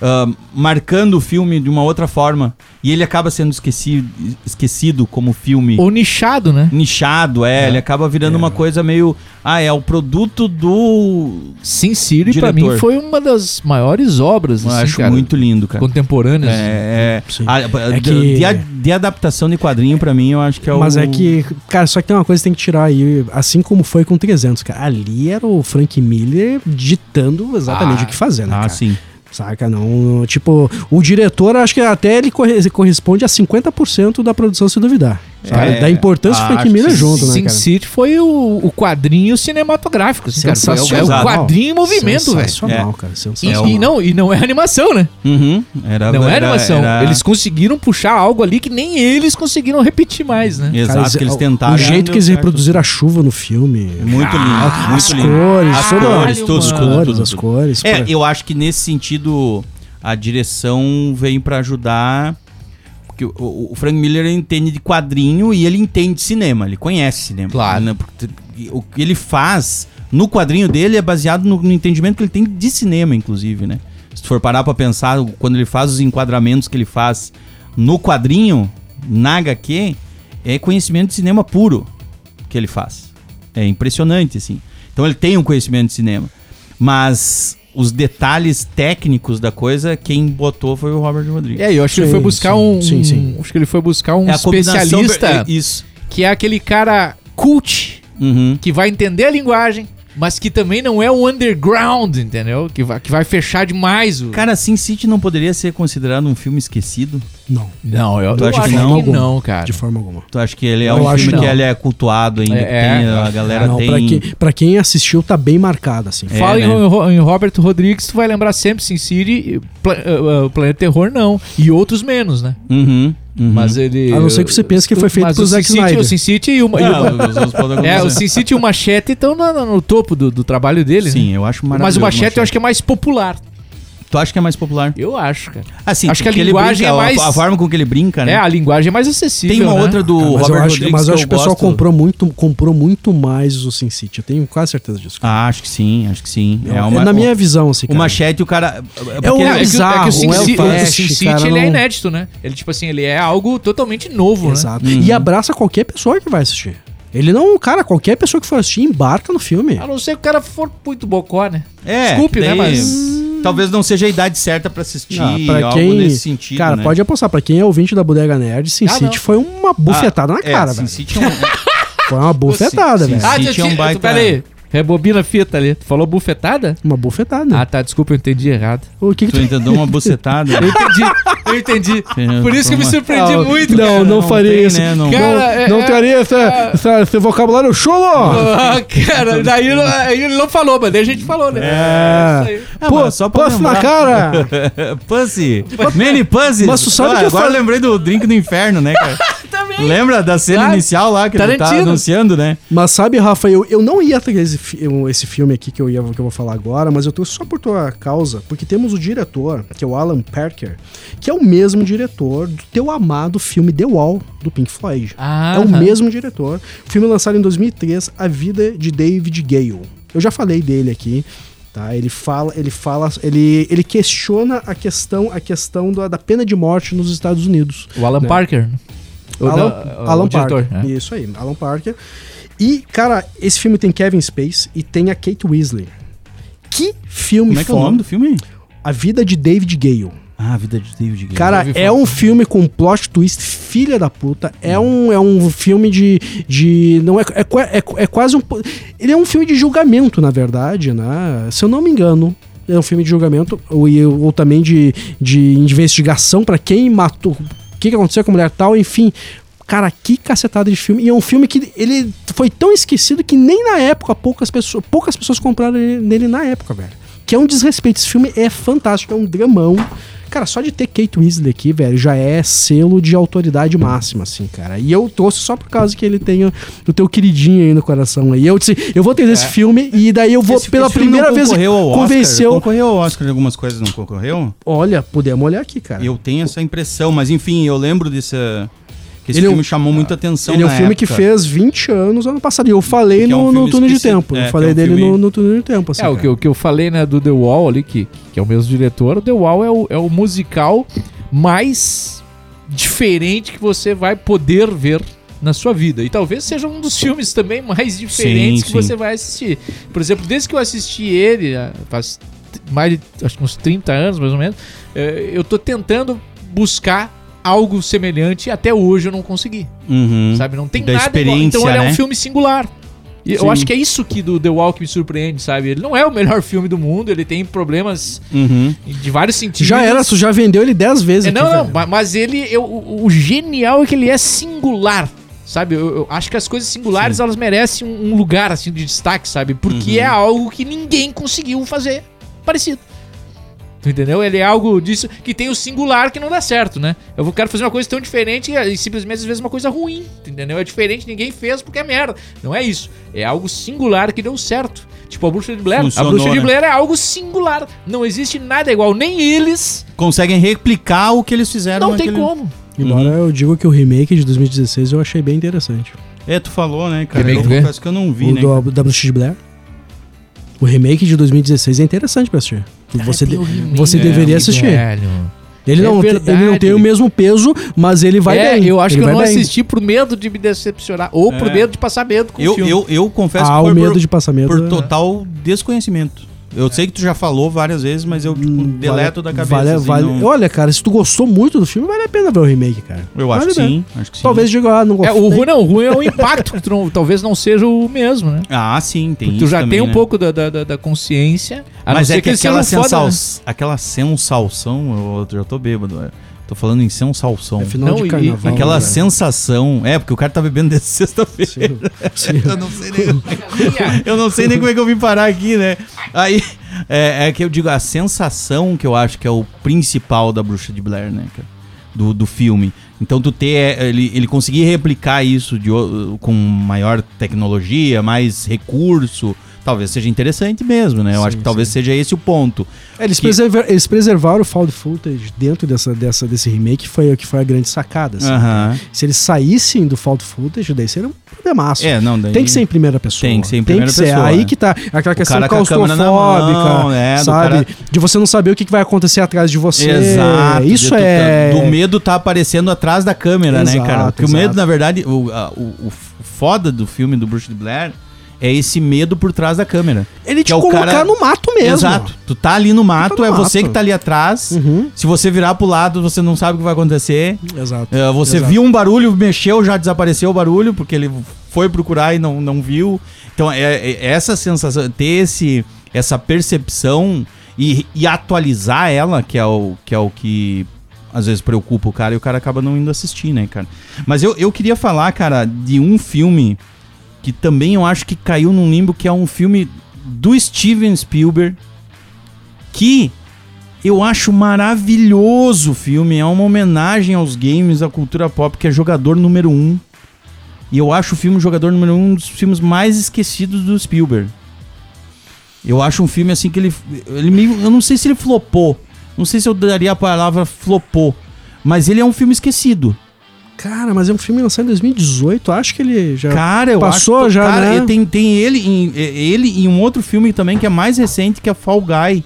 [SPEAKER 3] ah, marcando o filme de uma outra forma. E ele acaba sendo esquecido, esquecido como filme.
[SPEAKER 1] Ou nichado, né?
[SPEAKER 3] Nichado, é, ele acaba virando uma coisa meio. Ah, é o produto do.
[SPEAKER 1] Sin City, pra
[SPEAKER 3] Diretor.
[SPEAKER 1] mim, foi uma das maiores obras
[SPEAKER 3] Eu
[SPEAKER 1] assim,
[SPEAKER 3] acho
[SPEAKER 1] cara,
[SPEAKER 3] muito lindo, cara.
[SPEAKER 1] contemporâneas.
[SPEAKER 3] É, é,
[SPEAKER 2] Sim.
[SPEAKER 3] a-
[SPEAKER 2] É
[SPEAKER 3] de,
[SPEAKER 2] que-
[SPEAKER 3] de a- de adaptação de quadrinho, pra mim, eu acho que é o.
[SPEAKER 2] Mas é que, cara, só que tem uma coisa que tem que tirar aí, assim como foi com 300, cara. Ali era o Frank Miller ditando exatamente
[SPEAKER 1] Ah,
[SPEAKER 2] o que fazer, né,
[SPEAKER 3] Ah,
[SPEAKER 2] cara?
[SPEAKER 3] sim.
[SPEAKER 2] Saca? Não, tipo, o diretor, acho que até ele corre- corresponde a 50% da produção, se duvidar. sabe?
[SPEAKER 3] É,
[SPEAKER 2] da importância do
[SPEAKER 3] acho
[SPEAKER 2] Frank
[SPEAKER 3] que
[SPEAKER 2] Miller
[SPEAKER 3] sim,
[SPEAKER 2] junto, né,
[SPEAKER 1] Sin
[SPEAKER 2] cara?
[SPEAKER 1] City foi o, o quadrinho cinematográfico. Assim, cara. Foi- É o
[SPEAKER 3] Sensacional.
[SPEAKER 1] quadrinho em movimento, velho.
[SPEAKER 2] Sensacional,
[SPEAKER 3] É.
[SPEAKER 2] cara.
[SPEAKER 1] E,
[SPEAKER 2] Sensacional.
[SPEAKER 1] e não, e não é animação, né?
[SPEAKER 3] Uhum, era,
[SPEAKER 1] Não é
[SPEAKER 3] era-
[SPEAKER 1] animação.
[SPEAKER 3] era-
[SPEAKER 1] Eles conseguiram puxar algo ali que nem eles conseguiram repetir mais, né?
[SPEAKER 3] Exato,
[SPEAKER 2] Cara,
[SPEAKER 3] que eles
[SPEAKER 2] o-
[SPEAKER 3] tentaram.
[SPEAKER 2] O jeito
[SPEAKER 3] deu
[SPEAKER 2] que eles
[SPEAKER 3] certo.
[SPEAKER 2] reproduziram a chuva no filme.
[SPEAKER 3] Muito lindo,
[SPEAKER 2] as
[SPEAKER 3] muito lindo.
[SPEAKER 2] cores,
[SPEAKER 3] as
[SPEAKER 2] toda-
[SPEAKER 3] cores,
[SPEAKER 1] Caralho,
[SPEAKER 3] tudo,
[SPEAKER 2] As
[SPEAKER 1] mano.
[SPEAKER 3] tudo,
[SPEAKER 2] cores,
[SPEAKER 3] tudo,
[SPEAKER 2] as
[SPEAKER 3] tudo.
[SPEAKER 2] cores.
[SPEAKER 3] É,
[SPEAKER 2] pô.
[SPEAKER 3] eu acho que nesse sentido a direção vem pra ajudar. Porque o- o, o Frank Miller ele entende de quadrinho e ele entende cinema, ele conhece cinema.
[SPEAKER 1] Claro.
[SPEAKER 3] né? Porque o que ele faz no quadrinho dele é baseado no, no entendimento que ele tem de cinema, inclusive, né? Se tu for parar pra pensar, quando ele faz os enquadramentos que ele faz no quadrinho, na HQ, é conhecimento de cinema puro que ele faz. É impressionante, assim. Então ele tem um conhecimento de cinema. Mas os detalhes técnicos da coisa, quem botou foi o Robert Rodrigues.
[SPEAKER 1] É, eu acho que ele
[SPEAKER 2] Sim,
[SPEAKER 1] foi buscar
[SPEAKER 2] sim,
[SPEAKER 1] um.
[SPEAKER 2] sim, sim.
[SPEAKER 1] Acho que ele foi buscar um
[SPEAKER 3] É a combinação
[SPEAKER 1] especialista
[SPEAKER 3] per- é Isso.
[SPEAKER 1] que é aquele cara cult
[SPEAKER 3] Uhum.
[SPEAKER 1] que vai entender a linguagem, mas que também não é o underground, entendeu? Que vai, que vai fechar demais o.
[SPEAKER 3] Cara, Sin City não poderia ser considerado um filme esquecido?
[SPEAKER 2] Não,
[SPEAKER 1] não, eu,
[SPEAKER 3] Tu
[SPEAKER 1] eu
[SPEAKER 3] acha
[SPEAKER 1] acho
[SPEAKER 3] que
[SPEAKER 1] que
[SPEAKER 3] não?
[SPEAKER 1] não, cara.
[SPEAKER 2] de forma alguma.
[SPEAKER 3] Tu acha que ele é
[SPEAKER 2] Eu
[SPEAKER 3] um
[SPEAKER 2] acho
[SPEAKER 3] filme
[SPEAKER 2] não.
[SPEAKER 3] que ele é cultuado ainda?
[SPEAKER 1] É,
[SPEAKER 3] que tem,
[SPEAKER 1] é.
[SPEAKER 3] a galera
[SPEAKER 2] não, pra,
[SPEAKER 3] tem...
[SPEAKER 2] quem, pra quem assistiu, tá bem marcado, assim.
[SPEAKER 3] É,
[SPEAKER 1] Fala em,
[SPEAKER 3] né?
[SPEAKER 1] Ro- em Robert Rodrigues, tu vai lembrar sempre Sin City, e Pla- uh, uh, Planeta Terror não, e outros menos, né?
[SPEAKER 3] Uhum, uhum.
[SPEAKER 1] Mas ele... eh,
[SPEAKER 2] A não ser que você pense que foi feito
[SPEAKER 1] Mas
[SPEAKER 2] pro
[SPEAKER 1] o
[SPEAKER 2] Zack
[SPEAKER 1] Sin City-
[SPEAKER 2] Snyder.
[SPEAKER 1] O Sin City e o... e o-
[SPEAKER 3] Ah, os- os- os- podem
[SPEAKER 1] é, o
[SPEAKER 3] acontecer.
[SPEAKER 1] Sin City e o Machete estão na- na- no, topo do, do trabalho dele, né?
[SPEAKER 3] Sim, eu acho
[SPEAKER 1] Mas
[SPEAKER 3] maravilhoso.
[SPEAKER 1] o Machete, eu acho que é mais popular.
[SPEAKER 3] Tu acha que é mais popular?
[SPEAKER 1] Eu acho, cara.
[SPEAKER 3] Assim,
[SPEAKER 1] Acho que a
[SPEAKER 3] porque ele
[SPEAKER 1] linguagem
[SPEAKER 3] brinca,
[SPEAKER 1] é
[SPEAKER 3] a-
[SPEAKER 1] mais-
[SPEAKER 3] A, forma com que ele brinca, né?
[SPEAKER 1] É, a linguagem é mais acessível,
[SPEAKER 3] Tem uma
[SPEAKER 1] né?
[SPEAKER 3] outra do
[SPEAKER 2] Cara, mas,
[SPEAKER 3] Robert
[SPEAKER 2] eu acho,
[SPEAKER 3] Rodrigues
[SPEAKER 2] mas eu acho
[SPEAKER 3] eu
[SPEAKER 2] que o pessoal
[SPEAKER 3] gosto.
[SPEAKER 2] comprou muito, comprou muito mais o Sin City. Eu tenho quase certeza disso.
[SPEAKER 3] Ah, acho que sim, acho que sim.
[SPEAKER 2] É, na minha visão, assim,
[SPEAKER 3] O
[SPEAKER 2] cara.
[SPEAKER 3] machete, o cara.
[SPEAKER 2] É o-
[SPEAKER 1] É, é, que, o- é que
[SPEAKER 2] Bizarro,
[SPEAKER 1] o Sin,
[SPEAKER 2] é o
[SPEAKER 1] Ci- o
[SPEAKER 2] Flash,
[SPEAKER 1] Sin City,
[SPEAKER 2] cara,
[SPEAKER 1] ele é
[SPEAKER 2] não-
[SPEAKER 1] inédito, né? Ele, tipo assim, ele é algo totalmente novo, né?
[SPEAKER 2] Exato.
[SPEAKER 3] Uhum.
[SPEAKER 2] E abraça qualquer pessoa que vai assistir. Ele não, é um cara, qualquer pessoa que for assistir embarca no filme.
[SPEAKER 1] A não ser que o cara for muito bocó, né?
[SPEAKER 3] É,
[SPEAKER 1] Desculpe, né,
[SPEAKER 3] daí-
[SPEAKER 1] mas-
[SPEAKER 3] Talvez não seja a idade certa pra assistir,
[SPEAKER 2] Ah,
[SPEAKER 3] algo nesse sentido.
[SPEAKER 2] cara,
[SPEAKER 3] né?
[SPEAKER 2] pode apostar. Pra quem é ouvinte da Bodega Nerd, Sin
[SPEAKER 1] Ah,
[SPEAKER 2] City
[SPEAKER 1] não.
[SPEAKER 2] foi uma
[SPEAKER 3] Ah,
[SPEAKER 2] bufetada na
[SPEAKER 3] é,
[SPEAKER 2] cara,
[SPEAKER 3] Sin
[SPEAKER 2] velho.
[SPEAKER 3] City é um-
[SPEAKER 2] Foi uma bufetada,
[SPEAKER 3] Sin
[SPEAKER 1] Ah,
[SPEAKER 2] velho.
[SPEAKER 3] City é um baita-
[SPEAKER 1] peraí. Rebobina a fita ali. Tu falou bufetada?
[SPEAKER 2] Uma bofetada.
[SPEAKER 1] Ah, tá, desculpa, eu entendi errado.
[SPEAKER 2] o que, que
[SPEAKER 3] Tu
[SPEAKER 2] tu...
[SPEAKER 3] entendeu uma bucetada. né?
[SPEAKER 1] Eu entendi, eu entendi.
[SPEAKER 3] É,
[SPEAKER 1] Por isso que eu me
[SPEAKER 3] toma.
[SPEAKER 1] surpreendi
[SPEAKER 2] Ah,
[SPEAKER 1] muito.
[SPEAKER 2] Não,
[SPEAKER 1] cara.
[SPEAKER 2] não,
[SPEAKER 3] Não
[SPEAKER 2] faria
[SPEAKER 3] tem,
[SPEAKER 2] isso.
[SPEAKER 3] né? Não-
[SPEAKER 2] Não,
[SPEAKER 1] Cara, é-
[SPEAKER 2] não
[SPEAKER 1] é-
[SPEAKER 2] teria essa,
[SPEAKER 1] é-
[SPEAKER 2] essa- esse vocabulário chulo!
[SPEAKER 1] Ah, cara, daí ele, aí ele não falou, mas daí a gente falou, né?
[SPEAKER 2] É.
[SPEAKER 1] isso aí.
[SPEAKER 3] Ah,
[SPEAKER 2] Pô,
[SPEAKER 3] mas só pra
[SPEAKER 2] puff na
[SPEAKER 3] lembrar.
[SPEAKER 2] cara!
[SPEAKER 3] Pussy. Mini Pussy.
[SPEAKER 2] Mas tu sabe
[SPEAKER 3] Ah,
[SPEAKER 2] que eu
[SPEAKER 3] agora eu
[SPEAKER 2] falei-
[SPEAKER 3] lembrei do Drink do Inferno, né, cara?
[SPEAKER 1] Também.
[SPEAKER 3] Lembra da cena
[SPEAKER 2] Ah,
[SPEAKER 1] Claro.
[SPEAKER 3] inicial lá que ele tá
[SPEAKER 1] Tarantino.
[SPEAKER 3] anunciando, né?
[SPEAKER 2] Mas sabe, Rafa, eu, eu não ia trazer esse, fi- eu- esse filme aqui que eu, ia, que eu vou falar agora, mas eu tô só por tua causa, porque temos o diretor, que é o Alan Parker, que é o mesmo diretor do teu amado filme The Wall, do Pink Floyd.
[SPEAKER 1] Ah,
[SPEAKER 2] é o
[SPEAKER 1] aham.
[SPEAKER 2] mesmo diretor. O filme lançado em 2003, A Vida de David Gale. Eu já falei dele aqui. Tá, ele fala, ele fala, ele, ele questiona a questão, a questão da, da pena de morte nos Estados Unidos.
[SPEAKER 1] O Alan
[SPEAKER 2] Né?
[SPEAKER 1] Parker. O
[SPEAKER 2] Alan,
[SPEAKER 1] da- o
[SPEAKER 2] Alan
[SPEAKER 1] diretor,
[SPEAKER 2] Parker.
[SPEAKER 1] né?
[SPEAKER 2] Isso aí, Alan Parker. E, cara, esse filme tem Kevin Space e tem a Kate Weasley. Que filme
[SPEAKER 3] Como é que é o
[SPEAKER 2] foda.
[SPEAKER 3] nome do filme?
[SPEAKER 2] A Vida de David Gale.
[SPEAKER 3] Ah, a vida de David Gale.
[SPEAKER 2] Cara,
[SPEAKER 1] ouvi
[SPEAKER 2] é
[SPEAKER 1] falar.
[SPEAKER 2] um filme com plot twist filha da puta. É um, é um filme de. de não é, é, qua- é, é quase um. po- Ele é um filme de julgamento, na verdade, né? Se eu não me engano. É um filme de julgamento ou, e- ou também de, de investigação pra quem matou. O que, que aconteceu com a mulher tal, enfim. Cara, que cacetada de filme. E é um filme que ele foi tão esquecido que nem na época poucas pessoas, poucas pessoas compraram ele- nele na época, velho que é um desrespeito. Esse filme é fantástico, é um dramão. Cara, só de ter Kate Winslet aqui, velho, já é selo de autoridade máxima, assim, cara. E eu trouxe só por causa que ele tenha o teu queridinho aí no coração. aí. eu disse, eu vou ter esse filme e daí eu vou,
[SPEAKER 3] É. Esse-
[SPEAKER 2] pela
[SPEAKER 3] esse filme
[SPEAKER 2] primeira
[SPEAKER 3] não
[SPEAKER 2] vez,
[SPEAKER 3] concorreu ao Oscar?
[SPEAKER 2] convenceu.
[SPEAKER 3] Concorreu ao Oscar de algumas coisas, não concorreu?
[SPEAKER 2] Olha, podemos olhar aqui, cara.
[SPEAKER 3] Eu tenho essa impressão, mas enfim, eu lembro dessa. Que esse
[SPEAKER 2] Ele é um-
[SPEAKER 3] filme chamou muita atenção.
[SPEAKER 2] Ele é um
[SPEAKER 3] na
[SPEAKER 2] filme
[SPEAKER 3] época.
[SPEAKER 2] que fez 20 anos ano passado. E eu falei
[SPEAKER 3] Que é um
[SPEAKER 2] no,
[SPEAKER 3] filme
[SPEAKER 2] no Túnel de
[SPEAKER 3] esquecido.
[SPEAKER 2] Tempo.
[SPEAKER 3] É, que
[SPEAKER 2] eu falei
[SPEAKER 3] é um
[SPEAKER 2] dele
[SPEAKER 3] filme-
[SPEAKER 2] no, no Túnel de Tempo, assim.
[SPEAKER 1] É, o
[SPEAKER 2] cara.
[SPEAKER 1] que, o que eu falei, né, do The Wall ali, que, que é o mesmo diretor, o The Wall é o, é o musical mais diferente que você vai poder ver na sua vida. E talvez seja um dos filmes também mais diferentes
[SPEAKER 3] Sim,
[SPEAKER 1] que
[SPEAKER 3] sim.
[SPEAKER 1] você vai assistir. Por exemplo, desde que eu assisti ele, ah, faz t- mais de, acho que uns 30 anos, mais ou menos, eh, eu tô tentando buscar algo semelhante e até hoje eu não consegui
[SPEAKER 3] Uhum.
[SPEAKER 1] sabe? Não tem
[SPEAKER 3] Da
[SPEAKER 1] nada igual.
[SPEAKER 3] experiência,
[SPEAKER 1] Então ele é
[SPEAKER 3] né?
[SPEAKER 1] um filme singular. E eu
[SPEAKER 2] Sim.
[SPEAKER 1] acho que é isso que do The Walk me surpreende, sabe? Ele não é o melhor filme do mundo, ele tem problemas
[SPEAKER 3] Uhum.
[SPEAKER 1] de vários sentidos.
[SPEAKER 2] Já era, tu já vendeu ele 10 vezes.
[SPEAKER 1] É,
[SPEAKER 2] aqui,
[SPEAKER 1] não, não,
[SPEAKER 2] velho.
[SPEAKER 1] ma- mas ele, eu- o, o genial é que ele é singular, sabe? Eu, eu acho que as coisas singulares, elas merecem um, um lugar, assim, de destaque, sabe? Porque
[SPEAKER 3] Uhum.
[SPEAKER 1] é algo que ninguém conseguiu fazer parecido. Tu entendeu? Ele é algo disso que tem o singular que não dá certo, né? Eu vou- quero fazer uma coisa tão diferente e, e simplesmente às vezes uma coisa ruim, tu entendeu? É diferente, ninguém fez porque é merda. Não é isso. É algo singular que deu certo. Tipo a bruxa de Blair.
[SPEAKER 3] Funcionou,
[SPEAKER 1] a bruxa de
[SPEAKER 3] né?
[SPEAKER 1] Blair é algo singular. Não existe nada igual. Nem eles.
[SPEAKER 3] Conseguem replicar o que eles fizeram
[SPEAKER 1] não tem
[SPEAKER 3] naquele-
[SPEAKER 1] como.
[SPEAKER 2] Embora eu digo que o remake de 2016 eu achei bem interessante.
[SPEAKER 3] É, tu falou, né, cara?
[SPEAKER 1] Remake
[SPEAKER 3] Eu
[SPEAKER 1] do quê?
[SPEAKER 3] confesso que eu não vi,
[SPEAKER 2] o
[SPEAKER 3] né?
[SPEAKER 2] do, da Bruxa de Blair. O remake de 2016 é interessante pra assistir. Você, de- você
[SPEAKER 3] É,
[SPEAKER 2] deveria
[SPEAKER 3] amigo,
[SPEAKER 2] assistir.
[SPEAKER 1] Velho.
[SPEAKER 2] Ele,
[SPEAKER 1] É
[SPEAKER 2] não, te-
[SPEAKER 1] verdade.
[SPEAKER 2] ele não tem o mesmo peso, mas ele vai
[SPEAKER 1] é,
[SPEAKER 2] bem.
[SPEAKER 1] eu acho
[SPEAKER 2] Ele
[SPEAKER 1] que eu
[SPEAKER 2] vai
[SPEAKER 1] não
[SPEAKER 2] bem.
[SPEAKER 1] assisti por medo de me decepcionar. Ou por
[SPEAKER 3] É.
[SPEAKER 1] medo de passar medo com o
[SPEAKER 3] Eu,
[SPEAKER 1] filme.
[SPEAKER 3] eu, eu confesso
[SPEAKER 2] Ah, o
[SPEAKER 3] que foi
[SPEAKER 2] medo
[SPEAKER 3] por,
[SPEAKER 2] de passar medo.
[SPEAKER 3] por
[SPEAKER 2] é.
[SPEAKER 3] total desconhecimento. Eu sei que tu já falou várias vezes, mas eu tipo,
[SPEAKER 2] Hum,
[SPEAKER 3] deleto
[SPEAKER 2] vale-
[SPEAKER 3] da cabeça.
[SPEAKER 2] Vale,
[SPEAKER 3] assim,
[SPEAKER 2] vale-
[SPEAKER 3] não-
[SPEAKER 2] Olha, cara, se tu gostou muito do filme, vale a pena ver o remake, cara.
[SPEAKER 3] Eu acho
[SPEAKER 2] Vale
[SPEAKER 3] que
[SPEAKER 2] a pena.
[SPEAKER 3] sim, acho que sim.
[SPEAKER 2] Talvez diga, ah, não
[SPEAKER 1] É,
[SPEAKER 2] gostei.
[SPEAKER 1] o ruim não, o ruim é o impacto, que tu não- talvez não seja o mesmo, né?
[SPEAKER 3] Ah, sim, tem
[SPEAKER 1] Porque tu
[SPEAKER 3] isso
[SPEAKER 1] já
[SPEAKER 3] também,
[SPEAKER 1] tem um
[SPEAKER 3] né?
[SPEAKER 1] pouco da, da, da- da consciência. a
[SPEAKER 3] Mas
[SPEAKER 1] não ser
[SPEAKER 3] é que
[SPEAKER 1] eles
[SPEAKER 3] aquela
[SPEAKER 1] sejam foda,
[SPEAKER 3] sensal...
[SPEAKER 1] né?
[SPEAKER 3] aquela sensalção, eu já tô bêbado. é. Tô falando em sensalção.
[SPEAKER 2] É final
[SPEAKER 1] Não,
[SPEAKER 2] de
[SPEAKER 1] e-
[SPEAKER 2] carnaval.
[SPEAKER 3] Aquela
[SPEAKER 2] né? É
[SPEAKER 3] sensação. É, porque o cara tá bebendo desde sexta-feira.
[SPEAKER 2] Sim, sim.
[SPEAKER 3] Eu não sei nem. é eu não sei nem como é que eu vim parar aqui, né? Aí. É, é que eu digo, a sensação que eu acho que é o principal da bruxa de Blair, né, cara? Do, do filme. Então tu ter. é, Ele, ele conseguir replicar isso de o- com maior tecnologia, mais recurso. Talvez seja interessante mesmo, né? Eu acho que talvez seja esse o ponto.
[SPEAKER 2] É, Eles,
[SPEAKER 3] Que-
[SPEAKER 2] preservar- eles preservaram o found footage dentro dessa, dessa- desse remake, foi, que foi a grande sacada. assim.
[SPEAKER 3] Aham.
[SPEAKER 2] Se eles saíssem do found footage, daí seria um problemaço.
[SPEAKER 3] É, não, daí...
[SPEAKER 2] Tem que ser em primeira pessoa.
[SPEAKER 3] Tem que ser em primeira pessoa,
[SPEAKER 2] Aí
[SPEAKER 3] né?
[SPEAKER 2] que tá aquela questão
[SPEAKER 3] cara com a câmera na
[SPEAKER 2] claustrofóbica,
[SPEAKER 3] mão, né, do
[SPEAKER 2] sabe?
[SPEAKER 3] cara-
[SPEAKER 2] De você não saber o que que vai acontecer atrás de você.
[SPEAKER 3] Exato.
[SPEAKER 2] Isso
[SPEAKER 3] de tu
[SPEAKER 2] é...
[SPEAKER 3] tá- Do medo tá aparecendo atrás da câmera, né,
[SPEAKER 2] Exato,
[SPEAKER 3] cara? Porque o
[SPEAKER 2] exato.
[SPEAKER 3] medo, na verdade, o, a- o, o f- foda do filme do Bruxo de Blair É esse medo por trás da câmera.
[SPEAKER 2] Ele te
[SPEAKER 3] é o
[SPEAKER 2] colocar
[SPEAKER 3] cara-
[SPEAKER 2] no mato mesmo.
[SPEAKER 3] Exato. Tu tá ali no mato,
[SPEAKER 2] no
[SPEAKER 3] é você
[SPEAKER 2] mato.
[SPEAKER 3] que tá ali atrás.
[SPEAKER 2] Uhum.
[SPEAKER 3] Se você virar pro lado, você não sabe o que vai acontecer.
[SPEAKER 2] Exato.
[SPEAKER 3] É, você
[SPEAKER 2] Exato.
[SPEAKER 3] viu um barulho, mexeu, já desapareceu o barulho, porque ele foi procurar e não, não viu. Então, é, é- essa sensação, ter esse, essa percepção e, e atualizar ela, que é, o, que é o que às vezes preocupa o cara e o cara acaba não indo assistir, né, cara? Mas eu, eu queria falar, cara, de um filme que também eu acho que caiu num limbo, que é um filme do Steven Spielberg, que eu acho maravilhoso o filme. É uma homenagem aos games, à cultura pop, que é jogador número um. E eu acho o filme Jogador Número um, um dos filmes mais esquecidos do Spielberg. Eu acho um filme assim que ele. ele meio, eu não sei se ele flopou. Não sei se eu daria a palavra flopou. Mas ele é um filme esquecido.
[SPEAKER 2] Cara, mas é um filme lançado em 2018. Acho que ele já.
[SPEAKER 3] Cara, eu
[SPEAKER 2] Passou
[SPEAKER 3] acho.
[SPEAKER 2] já,
[SPEAKER 3] cara,
[SPEAKER 2] né?
[SPEAKER 3] tem, tem ele, em, é- ele e um outro filme também que é mais recente, que é Fall Guy.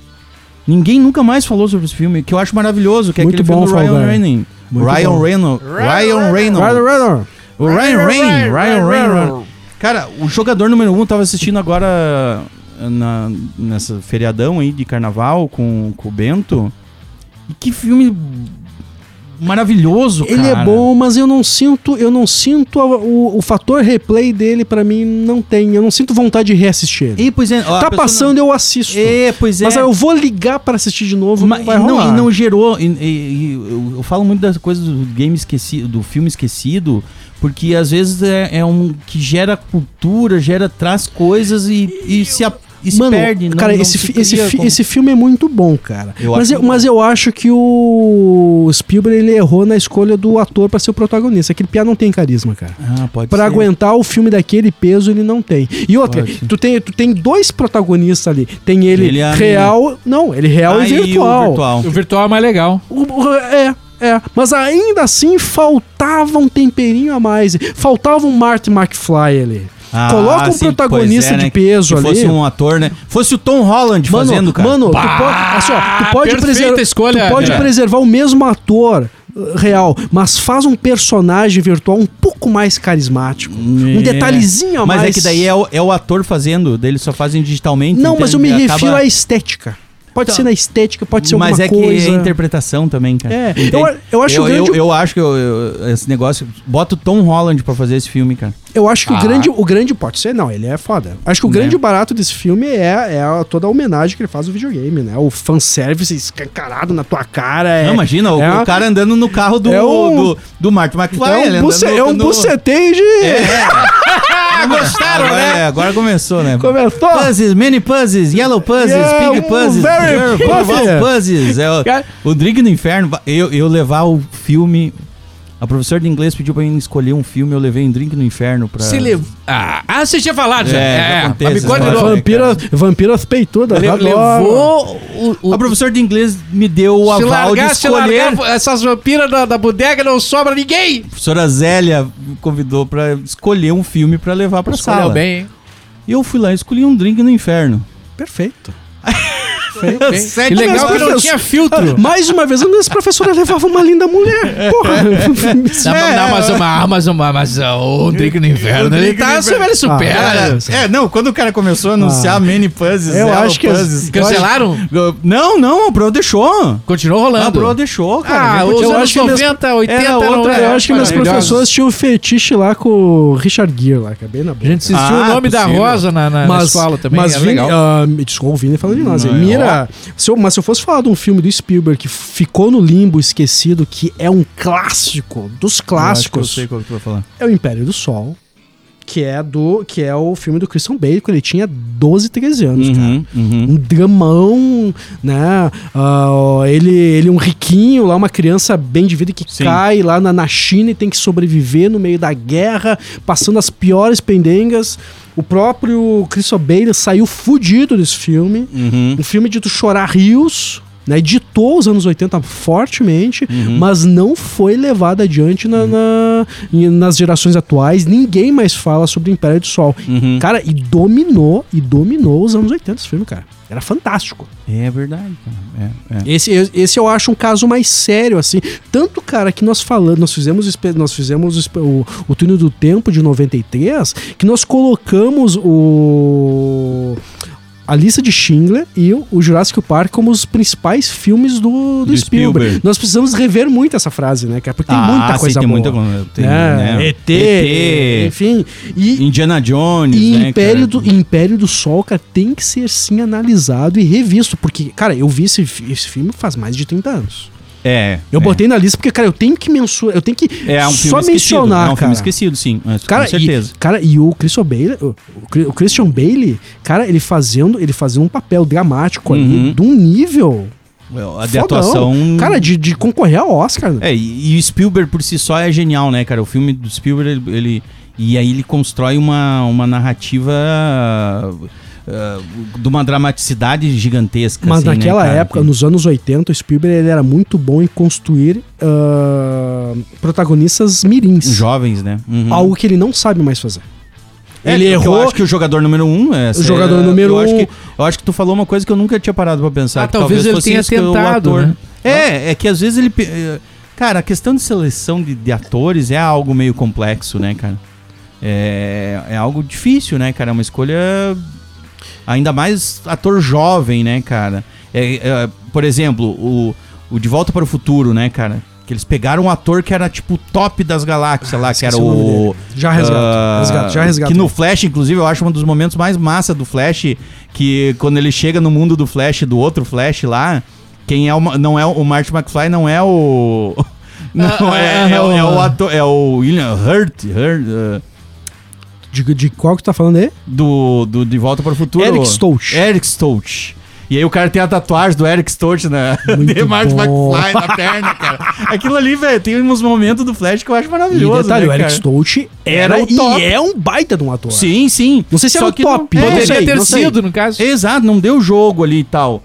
[SPEAKER 3] Ninguém nunca mais falou sobre esse filme, que eu acho maravilhoso, que é
[SPEAKER 2] Muito
[SPEAKER 3] aquele
[SPEAKER 2] bom,
[SPEAKER 3] filme do
[SPEAKER 2] Fall
[SPEAKER 3] Ryan
[SPEAKER 2] Guy.
[SPEAKER 3] Reynolds.
[SPEAKER 2] Muito
[SPEAKER 3] Ryan
[SPEAKER 2] bom.
[SPEAKER 3] Reynolds. Ryan
[SPEAKER 2] Ryan
[SPEAKER 3] Reynolds.
[SPEAKER 2] Reynolds.
[SPEAKER 3] O Ryan Reynolds. Ryan Reynolds. Cara, o jogador número um tava assistindo agora eh, na, nessa feriadão aí de carnaval com, com o Bento. E que filme maravilhoso,
[SPEAKER 2] Ele
[SPEAKER 3] cara.
[SPEAKER 2] é bom, mas eu não sinto, eu não sinto a- o, o fator replay dele pra mim não tem. Eu não sinto vontade de reassistir ele.
[SPEAKER 3] E, pois é, ó, a
[SPEAKER 2] tá
[SPEAKER 3] pessoa
[SPEAKER 2] passando, eu assisto.
[SPEAKER 3] Não... É, pois é.
[SPEAKER 2] Mas aí eu vou ligar pra assistir de novo,
[SPEAKER 3] Ma-
[SPEAKER 2] não vai
[SPEAKER 3] e não,
[SPEAKER 2] rolar.
[SPEAKER 3] e não gerou. e- e- e eu, eu falo muito das coisas do game esquecido, do filme esquecido, porque às vezes é, é um que gera cultura, gera traz coisas e, e se, a- e se
[SPEAKER 2] Mano,
[SPEAKER 3] perde. não-
[SPEAKER 2] cara,
[SPEAKER 3] não se
[SPEAKER 2] esse, fi-
[SPEAKER 3] cria
[SPEAKER 2] esse, fi-
[SPEAKER 3] como-
[SPEAKER 2] esse filme é muito bom, cara.
[SPEAKER 3] Eu
[SPEAKER 2] mas,
[SPEAKER 3] acho
[SPEAKER 2] eu,
[SPEAKER 3] muito
[SPEAKER 2] mas eu acho que o Spielberg ele errou na escolha do ator pra ser o protagonista. Aquele piá não tem carisma, cara.
[SPEAKER 3] Ah, pode
[SPEAKER 2] Pra
[SPEAKER 3] ser.
[SPEAKER 2] aguentar o filme daquele peso, ele não tem. E outra,
[SPEAKER 3] Pode.
[SPEAKER 2] tu tem, tu tem dois protagonistas ali. Tem ele,
[SPEAKER 3] Ele é a
[SPEAKER 2] real. Não, ele real
[SPEAKER 3] Ah,
[SPEAKER 2] e é virtual.
[SPEAKER 3] o virtual.
[SPEAKER 1] O virtual é mais legal.
[SPEAKER 2] O- o- É, é. Mas ainda assim faltava um temperinho a mais. Faltava um Marty McFly ali.
[SPEAKER 3] Ah,
[SPEAKER 2] Coloca um
[SPEAKER 3] sim,
[SPEAKER 2] protagonista
[SPEAKER 3] pois é, né,
[SPEAKER 2] de peso
[SPEAKER 3] que
[SPEAKER 2] ali.
[SPEAKER 3] fosse um ator, né? Fosse o Tom Holland
[SPEAKER 2] Mano,
[SPEAKER 3] fazendo, cara.
[SPEAKER 2] mano, tu
[SPEAKER 1] Bah,
[SPEAKER 2] pode, assim, ó, tu pode,
[SPEAKER 1] perfeita
[SPEAKER 2] preservar,
[SPEAKER 1] escolha,
[SPEAKER 2] tu pode
[SPEAKER 1] né?
[SPEAKER 2] preservar o mesmo ator uh, real, mas faz um personagem virtual um pouco mais carismático. Um
[SPEAKER 3] É.
[SPEAKER 2] detalhezinho a mais.
[SPEAKER 3] Mas é que daí é o, é o ator fazendo, daí eles só fazem digitalmente.
[SPEAKER 2] Não,
[SPEAKER 3] então
[SPEAKER 2] mas eu me
[SPEAKER 3] acaba-
[SPEAKER 2] refiro à estética. Pode
[SPEAKER 3] Então,
[SPEAKER 2] ser na estética, pode ser
[SPEAKER 3] Mas
[SPEAKER 2] alguma
[SPEAKER 3] é que
[SPEAKER 2] coisa.
[SPEAKER 3] é interpretação também, cara.
[SPEAKER 2] É,
[SPEAKER 3] Entende?
[SPEAKER 2] eu a- eu acho
[SPEAKER 3] eu,
[SPEAKER 2] grande-
[SPEAKER 3] eu, eu acho que eu- eu- esse negócio. Bota o Tom Holland pra fazer esse filme, cara.
[SPEAKER 2] Eu acho que
[SPEAKER 1] Ah.
[SPEAKER 2] o grande, o grande pode ser, não, ele é foda. Acho que o
[SPEAKER 3] Né?
[SPEAKER 2] grande barato desse filme é, é a- toda a homenagem que ele faz ao videogame, né? O fanservice escancarado na tua cara. É,
[SPEAKER 3] Não, imagina, o,
[SPEAKER 2] é
[SPEAKER 3] o
[SPEAKER 2] uma-
[SPEAKER 3] cara andando no carro do,
[SPEAKER 2] é um-
[SPEAKER 3] do, do Martin McFly.
[SPEAKER 2] é
[SPEAKER 3] ele
[SPEAKER 2] um,
[SPEAKER 3] andando
[SPEAKER 2] buce, é
[SPEAKER 3] no-
[SPEAKER 2] um
[SPEAKER 3] no- É.
[SPEAKER 2] buceteio de.
[SPEAKER 3] Gostaram, é. agora, né? Agora começou, né?
[SPEAKER 2] Começou.
[SPEAKER 3] Puzzles, mini puzzles, yellow puzzles,
[SPEAKER 2] Yeah,
[SPEAKER 3] pink
[SPEAKER 2] um
[SPEAKER 3] puzzles,
[SPEAKER 2] very
[SPEAKER 3] girl
[SPEAKER 2] puzzle.
[SPEAKER 3] oval puzzles. É, o-
[SPEAKER 1] Cara-
[SPEAKER 3] o Drink no Inferno, eu, eu levar o filme. A professora de inglês pediu pra mim escolher um filme, eu levei um Drink no Inferno pra.
[SPEAKER 1] Se lev... ah, ah, você tinha falado já.
[SPEAKER 3] É, já
[SPEAKER 1] É,
[SPEAKER 3] contei
[SPEAKER 1] mas me
[SPEAKER 3] essa
[SPEAKER 1] conta de
[SPEAKER 3] história.
[SPEAKER 1] novo.
[SPEAKER 2] Vampira, vampiras peitudas.
[SPEAKER 1] Le-
[SPEAKER 2] adoro.
[SPEAKER 1] levou o, o-
[SPEAKER 3] A professora de inglês me deu o
[SPEAKER 1] se
[SPEAKER 3] aval
[SPEAKER 1] largar,
[SPEAKER 3] de
[SPEAKER 1] se
[SPEAKER 3] escolher.
[SPEAKER 1] largar essas vampiras da, da bodega, não sobra
[SPEAKER 3] A
[SPEAKER 1] ninguém.
[SPEAKER 3] professora Zélia me convidou pra escolher um filme pra levar pra
[SPEAKER 1] Escolheu
[SPEAKER 3] sala.
[SPEAKER 1] bem, hein?
[SPEAKER 3] E eu fui lá e escolhi um Drink no Inferno.
[SPEAKER 2] Perfeito.
[SPEAKER 1] Bem.
[SPEAKER 3] Sete
[SPEAKER 1] E legal
[SPEAKER 2] meses
[SPEAKER 1] que não
[SPEAKER 2] professor.
[SPEAKER 1] tinha filtro.
[SPEAKER 2] Ah, Mais uma vez, essa professora levava uma linda mulher. Porra.
[SPEAKER 1] Não, mas- não, mas uma, mas uma, mas ah, o Drake no Inverno, ele tá, ele supera.
[SPEAKER 3] É, não, quando o cara começou a anunciar mini puzzles,
[SPEAKER 2] Eu
[SPEAKER 3] Hello
[SPEAKER 2] acho que as-
[SPEAKER 3] puzzles,
[SPEAKER 1] Cancelaram?
[SPEAKER 3] Eu- Não, não, o Bro deixou.
[SPEAKER 1] Continuou
[SPEAKER 3] A Bro
[SPEAKER 1] rolando.
[SPEAKER 3] deixou, Ah, cara.
[SPEAKER 1] Ah,
[SPEAKER 3] Vem
[SPEAKER 1] os
[SPEAKER 3] continuar.
[SPEAKER 1] anos
[SPEAKER 2] acho que meus-
[SPEAKER 1] 90, 80,
[SPEAKER 3] era
[SPEAKER 1] não
[SPEAKER 3] outra-
[SPEAKER 1] era
[SPEAKER 2] Eu acho que meus
[SPEAKER 1] maravilhoso.
[SPEAKER 2] professores tinham um fetiche lá com o Richard Gere lá, que é bem na
[SPEAKER 1] A
[SPEAKER 2] boa.
[SPEAKER 1] gente assistiu o
[SPEAKER 3] Ah,
[SPEAKER 1] nome da
[SPEAKER 3] possível.
[SPEAKER 1] Rosa na, na, na escola também,
[SPEAKER 2] Mas
[SPEAKER 1] era
[SPEAKER 2] Vini-
[SPEAKER 1] legal.
[SPEAKER 2] ah, me desculpa, o Vini falando de nós. hein?
[SPEAKER 3] é Não, é
[SPEAKER 2] Mira, se eu- mas se eu fosse falar de um filme do Spielberg que ficou no limbo esquecido, que é um clássico
[SPEAKER 3] Eu
[SPEAKER 2] dos
[SPEAKER 3] acho que eu
[SPEAKER 2] clássicos,
[SPEAKER 3] sei qual que tu vai falar.
[SPEAKER 2] é o Império do Sol, que é do que é o filme do Christian Bale, que ele tinha 12, 13 anos,
[SPEAKER 3] Uhum.
[SPEAKER 2] cara. Um dramão, né? Ah, ele, ele é um riquinho lá, uma criança bem de vida que
[SPEAKER 3] Sim.
[SPEAKER 2] cai lá na, na China e tem que sobreviver no meio da guerra, passando as piores pendengas. O
[SPEAKER 3] uhum.
[SPEAKER 2] próprio Christian Bale saiu fudido desse filme. Um filme de tu chorar rios, né? Editou os anos 80 fortemente, mas não foi levada adiante na- na- em- nas gerações atuais. Ninguém mais fala sobre o Império do Sol.
[SPEAKER 3] Uhum.
[SPEAKER 2] Cara, e dominou, e dominou os anos 80 esse filme, cara. Era fantástico.
[SPEAKER 3] É verdade, cara. É, é.
[SPEAKER 2] Esse, esse eu acho um caso mais sério, assim. Tanto, cara, que nós falando, nós fizemos, espe- nós fizemos espe- o, o túnel do tempo de 93, que nós colocamos o. A lista de Schindler e o- o Jurassic Park como os principais filmes do, do
[SPEAKER 3] Do
[SPEAKER 2] Spielberg.
[SPEAKER 3] Spielberg. Ah,
[SPEAKER 2] Nós precisamos rever muito essa frase, né, cara? Porque tem muita
[SPEAKER 3] sim,
[SPEAKER 2] coisa
[SPEAKER 3] tem
[SPEAKER 2] boa.
[SPEAKER 3] muita coisa. Tem,
[SPEAKER 2] né?
[SPEAKER 3] né?
[SPEAKER 2] ET,
[SPEAKER 3] ET,
[SPEAKER 2] enfim. E,
[SPEAKER 3] Indiana Jones,
[SPEAKER 2] e
[SPEAKER 3] né,
[SPEAKER 2] Império,
[SPEAKER 3] cara?
[SPEAKER 2] do, Império do Sol, cara, tem que ser sim analisado e revisto. Porque, cara, eu vi esse, fi- esse filme faz mais de 30 anos.
[SPEAKER 3] É.
[SPEAKER 2] Eu
[SPEAKER 3] é.
[SPEAKER 2] botei na lista porque, cara, eu tenho que mensurar, eu tenho que
[SPEAKER 3] É um filme
[SPEAKER 2] só
[SPEAKER 3] esquecido.
[SPEAKER 2] mencionar,
[SPEAKER 3] é um
[SPEAKER 2] cara.
[SPEAKER 3] filme esquecido, sim. Mas,
[SPEAKER 2] Cara,
[SPEAKER 3] com certeza.
[SPEAKER 2] E, cara, e o Christian Bale, o- o Cri- o Christian Bale, cara, ele fazendo, ele fazendo um papel dramático ali,
[SPEAKER 3] Uhum.
[SPEAKER 2] de um nível
[SPEAKER 3] A de
[SPEAKER 2] fodão.
[SPEAKER 3] atuação.
[SPEAKER 2] Cara, de, de concorrer ao Oscar.
[SPEAKER 3] É, e, e o Spielberg por si só é genial, né, cara? O filme do Spielberg, ele. ele- e aí ele constrói uma, uma narrativa. ah, de uma dramaticidade gigantesca.
[SPEAKER 2] Mas
[SPEAKER 3] assim, né,
[SPEAKER 2] naquela
[SPEAKER 3] cara?
[SPEAKER 2] época,
[SPEAKER 3] Que-
[SPEAKER 2] nos anos 80, o Spielberg ele era muito bom em construir ah, protagonistas mirins.
[SPEAKER 3] Jovens, né? Uhum.
[SPEAKER 2] Algo que ele não sabe mais fazer.
[SPEAKER 3] É,
[SPEAKER 2] ele
[SPEAKER 3] porque
[SPEAKER 2] errou.
[SPEAKER 3] Eu acho que o jogador número um é.
[SPEAKER 2] O jogador
[SPEAKER 3] é,
[SPEAKER 2] número
[SPEAKER 3] eu acho
[SPEAKER 2] um.
[SPEAKER 3] que- eu acho que tu falou uma coisa que eu nunca tinha parado pra pensar.
[SPEAKER 1] Ah,
[SPEAKER 3] que
[SPEAKER 1] talvez ele
[SPEAKER 3] fosse
[SPEAKER 1] tenha
[SPEAKER 3] isso que o
[SPEAKER 1] tentado, né?
[SPEAKER 3] É, é que às vezes ele. pe- eh, Cara, a questão de seleção de, de atores é algo meio complexo, né, cara? É, é algo difícil, né, cara? É uma escolha. Ainda mais ator jovem, né, cara? É, é, por exemplo, o, o De Volta para o Futuro, né, cara? Que eles pegaram um ator que era tipo top das galáxias lá, que era
[SPEAKER 2] Ah, esqueci o nome
[SPEAKER 3] o.
[SPEAKER 2] dele. Já resgato,
[SPEAKER 3] Ah,
[SPEAKER 2] resgato, já resgato.
[SPEAKER 3] Que no Flash, inclusive, eu acho um dos momentos mais massa do Flash, que quando ele chega no mundo do Flash, do outro Flash lá, quem é o, ma- não é o- o Marty McFly não é o não
[SPEAKER 1] Ah,
[SPEAKER 3] é,
[SPEAKER 1] ah,
[SPEAKER 3] é, o- é
[SPEAKER 1] não.
[SPEAKER 3] o ator, é o William Hurt, Hurt ah,
[SPEAKER 2] De, de qual que tu tá falando aí?
[SPEAKER 3] do, do De Volta para o Futuro.
[SPEAKER 2] Eric Stoltz.
[SPEAKER 3] Eric Stoltz. E aí o cara tem a tatuagem do Eric Stoltz na
[SPEAKER 2] Muito
[SPEAKER 3] de Marty
[SPEAKER 2] bom.
[SPEAKER 3] McFly na perna, cara. Aquilo ali, velho, tem uns momentos do Flash que eu acho maravilhoso,
[SPEAKER 2] e detalhe,
[SPEAKER 3] né,
[SPEAKER 2] o Eric
[SPEAKER 3] cara?
[SPEAKER 2] Stoltz
[SPEAKER 3] Era
[SPEAKER 2] era
[SPEAKER 3] o top.
[SPEAKER 2] e é um baita de um ator.
[SPEAKER 3] Sim, sim.
[SPEAKER 2] Não sei se era
[SPEAKER 3] Só
[SPEAKER 2] o
[SPEAKER 3] que
[SPEAKER 2] top,
[SPEAKER 3] não- É,
[SPEAKER 2] mas não
[SPEAKER 1] Poderia
[SPEAKER 2] sei,
[SPEAKER 1] ter
[SPEAKER 2] não sei.
[SPEAKER 1] sido, no caso.
[SPEAKER 3] Exato, não deu jogo ali e tal.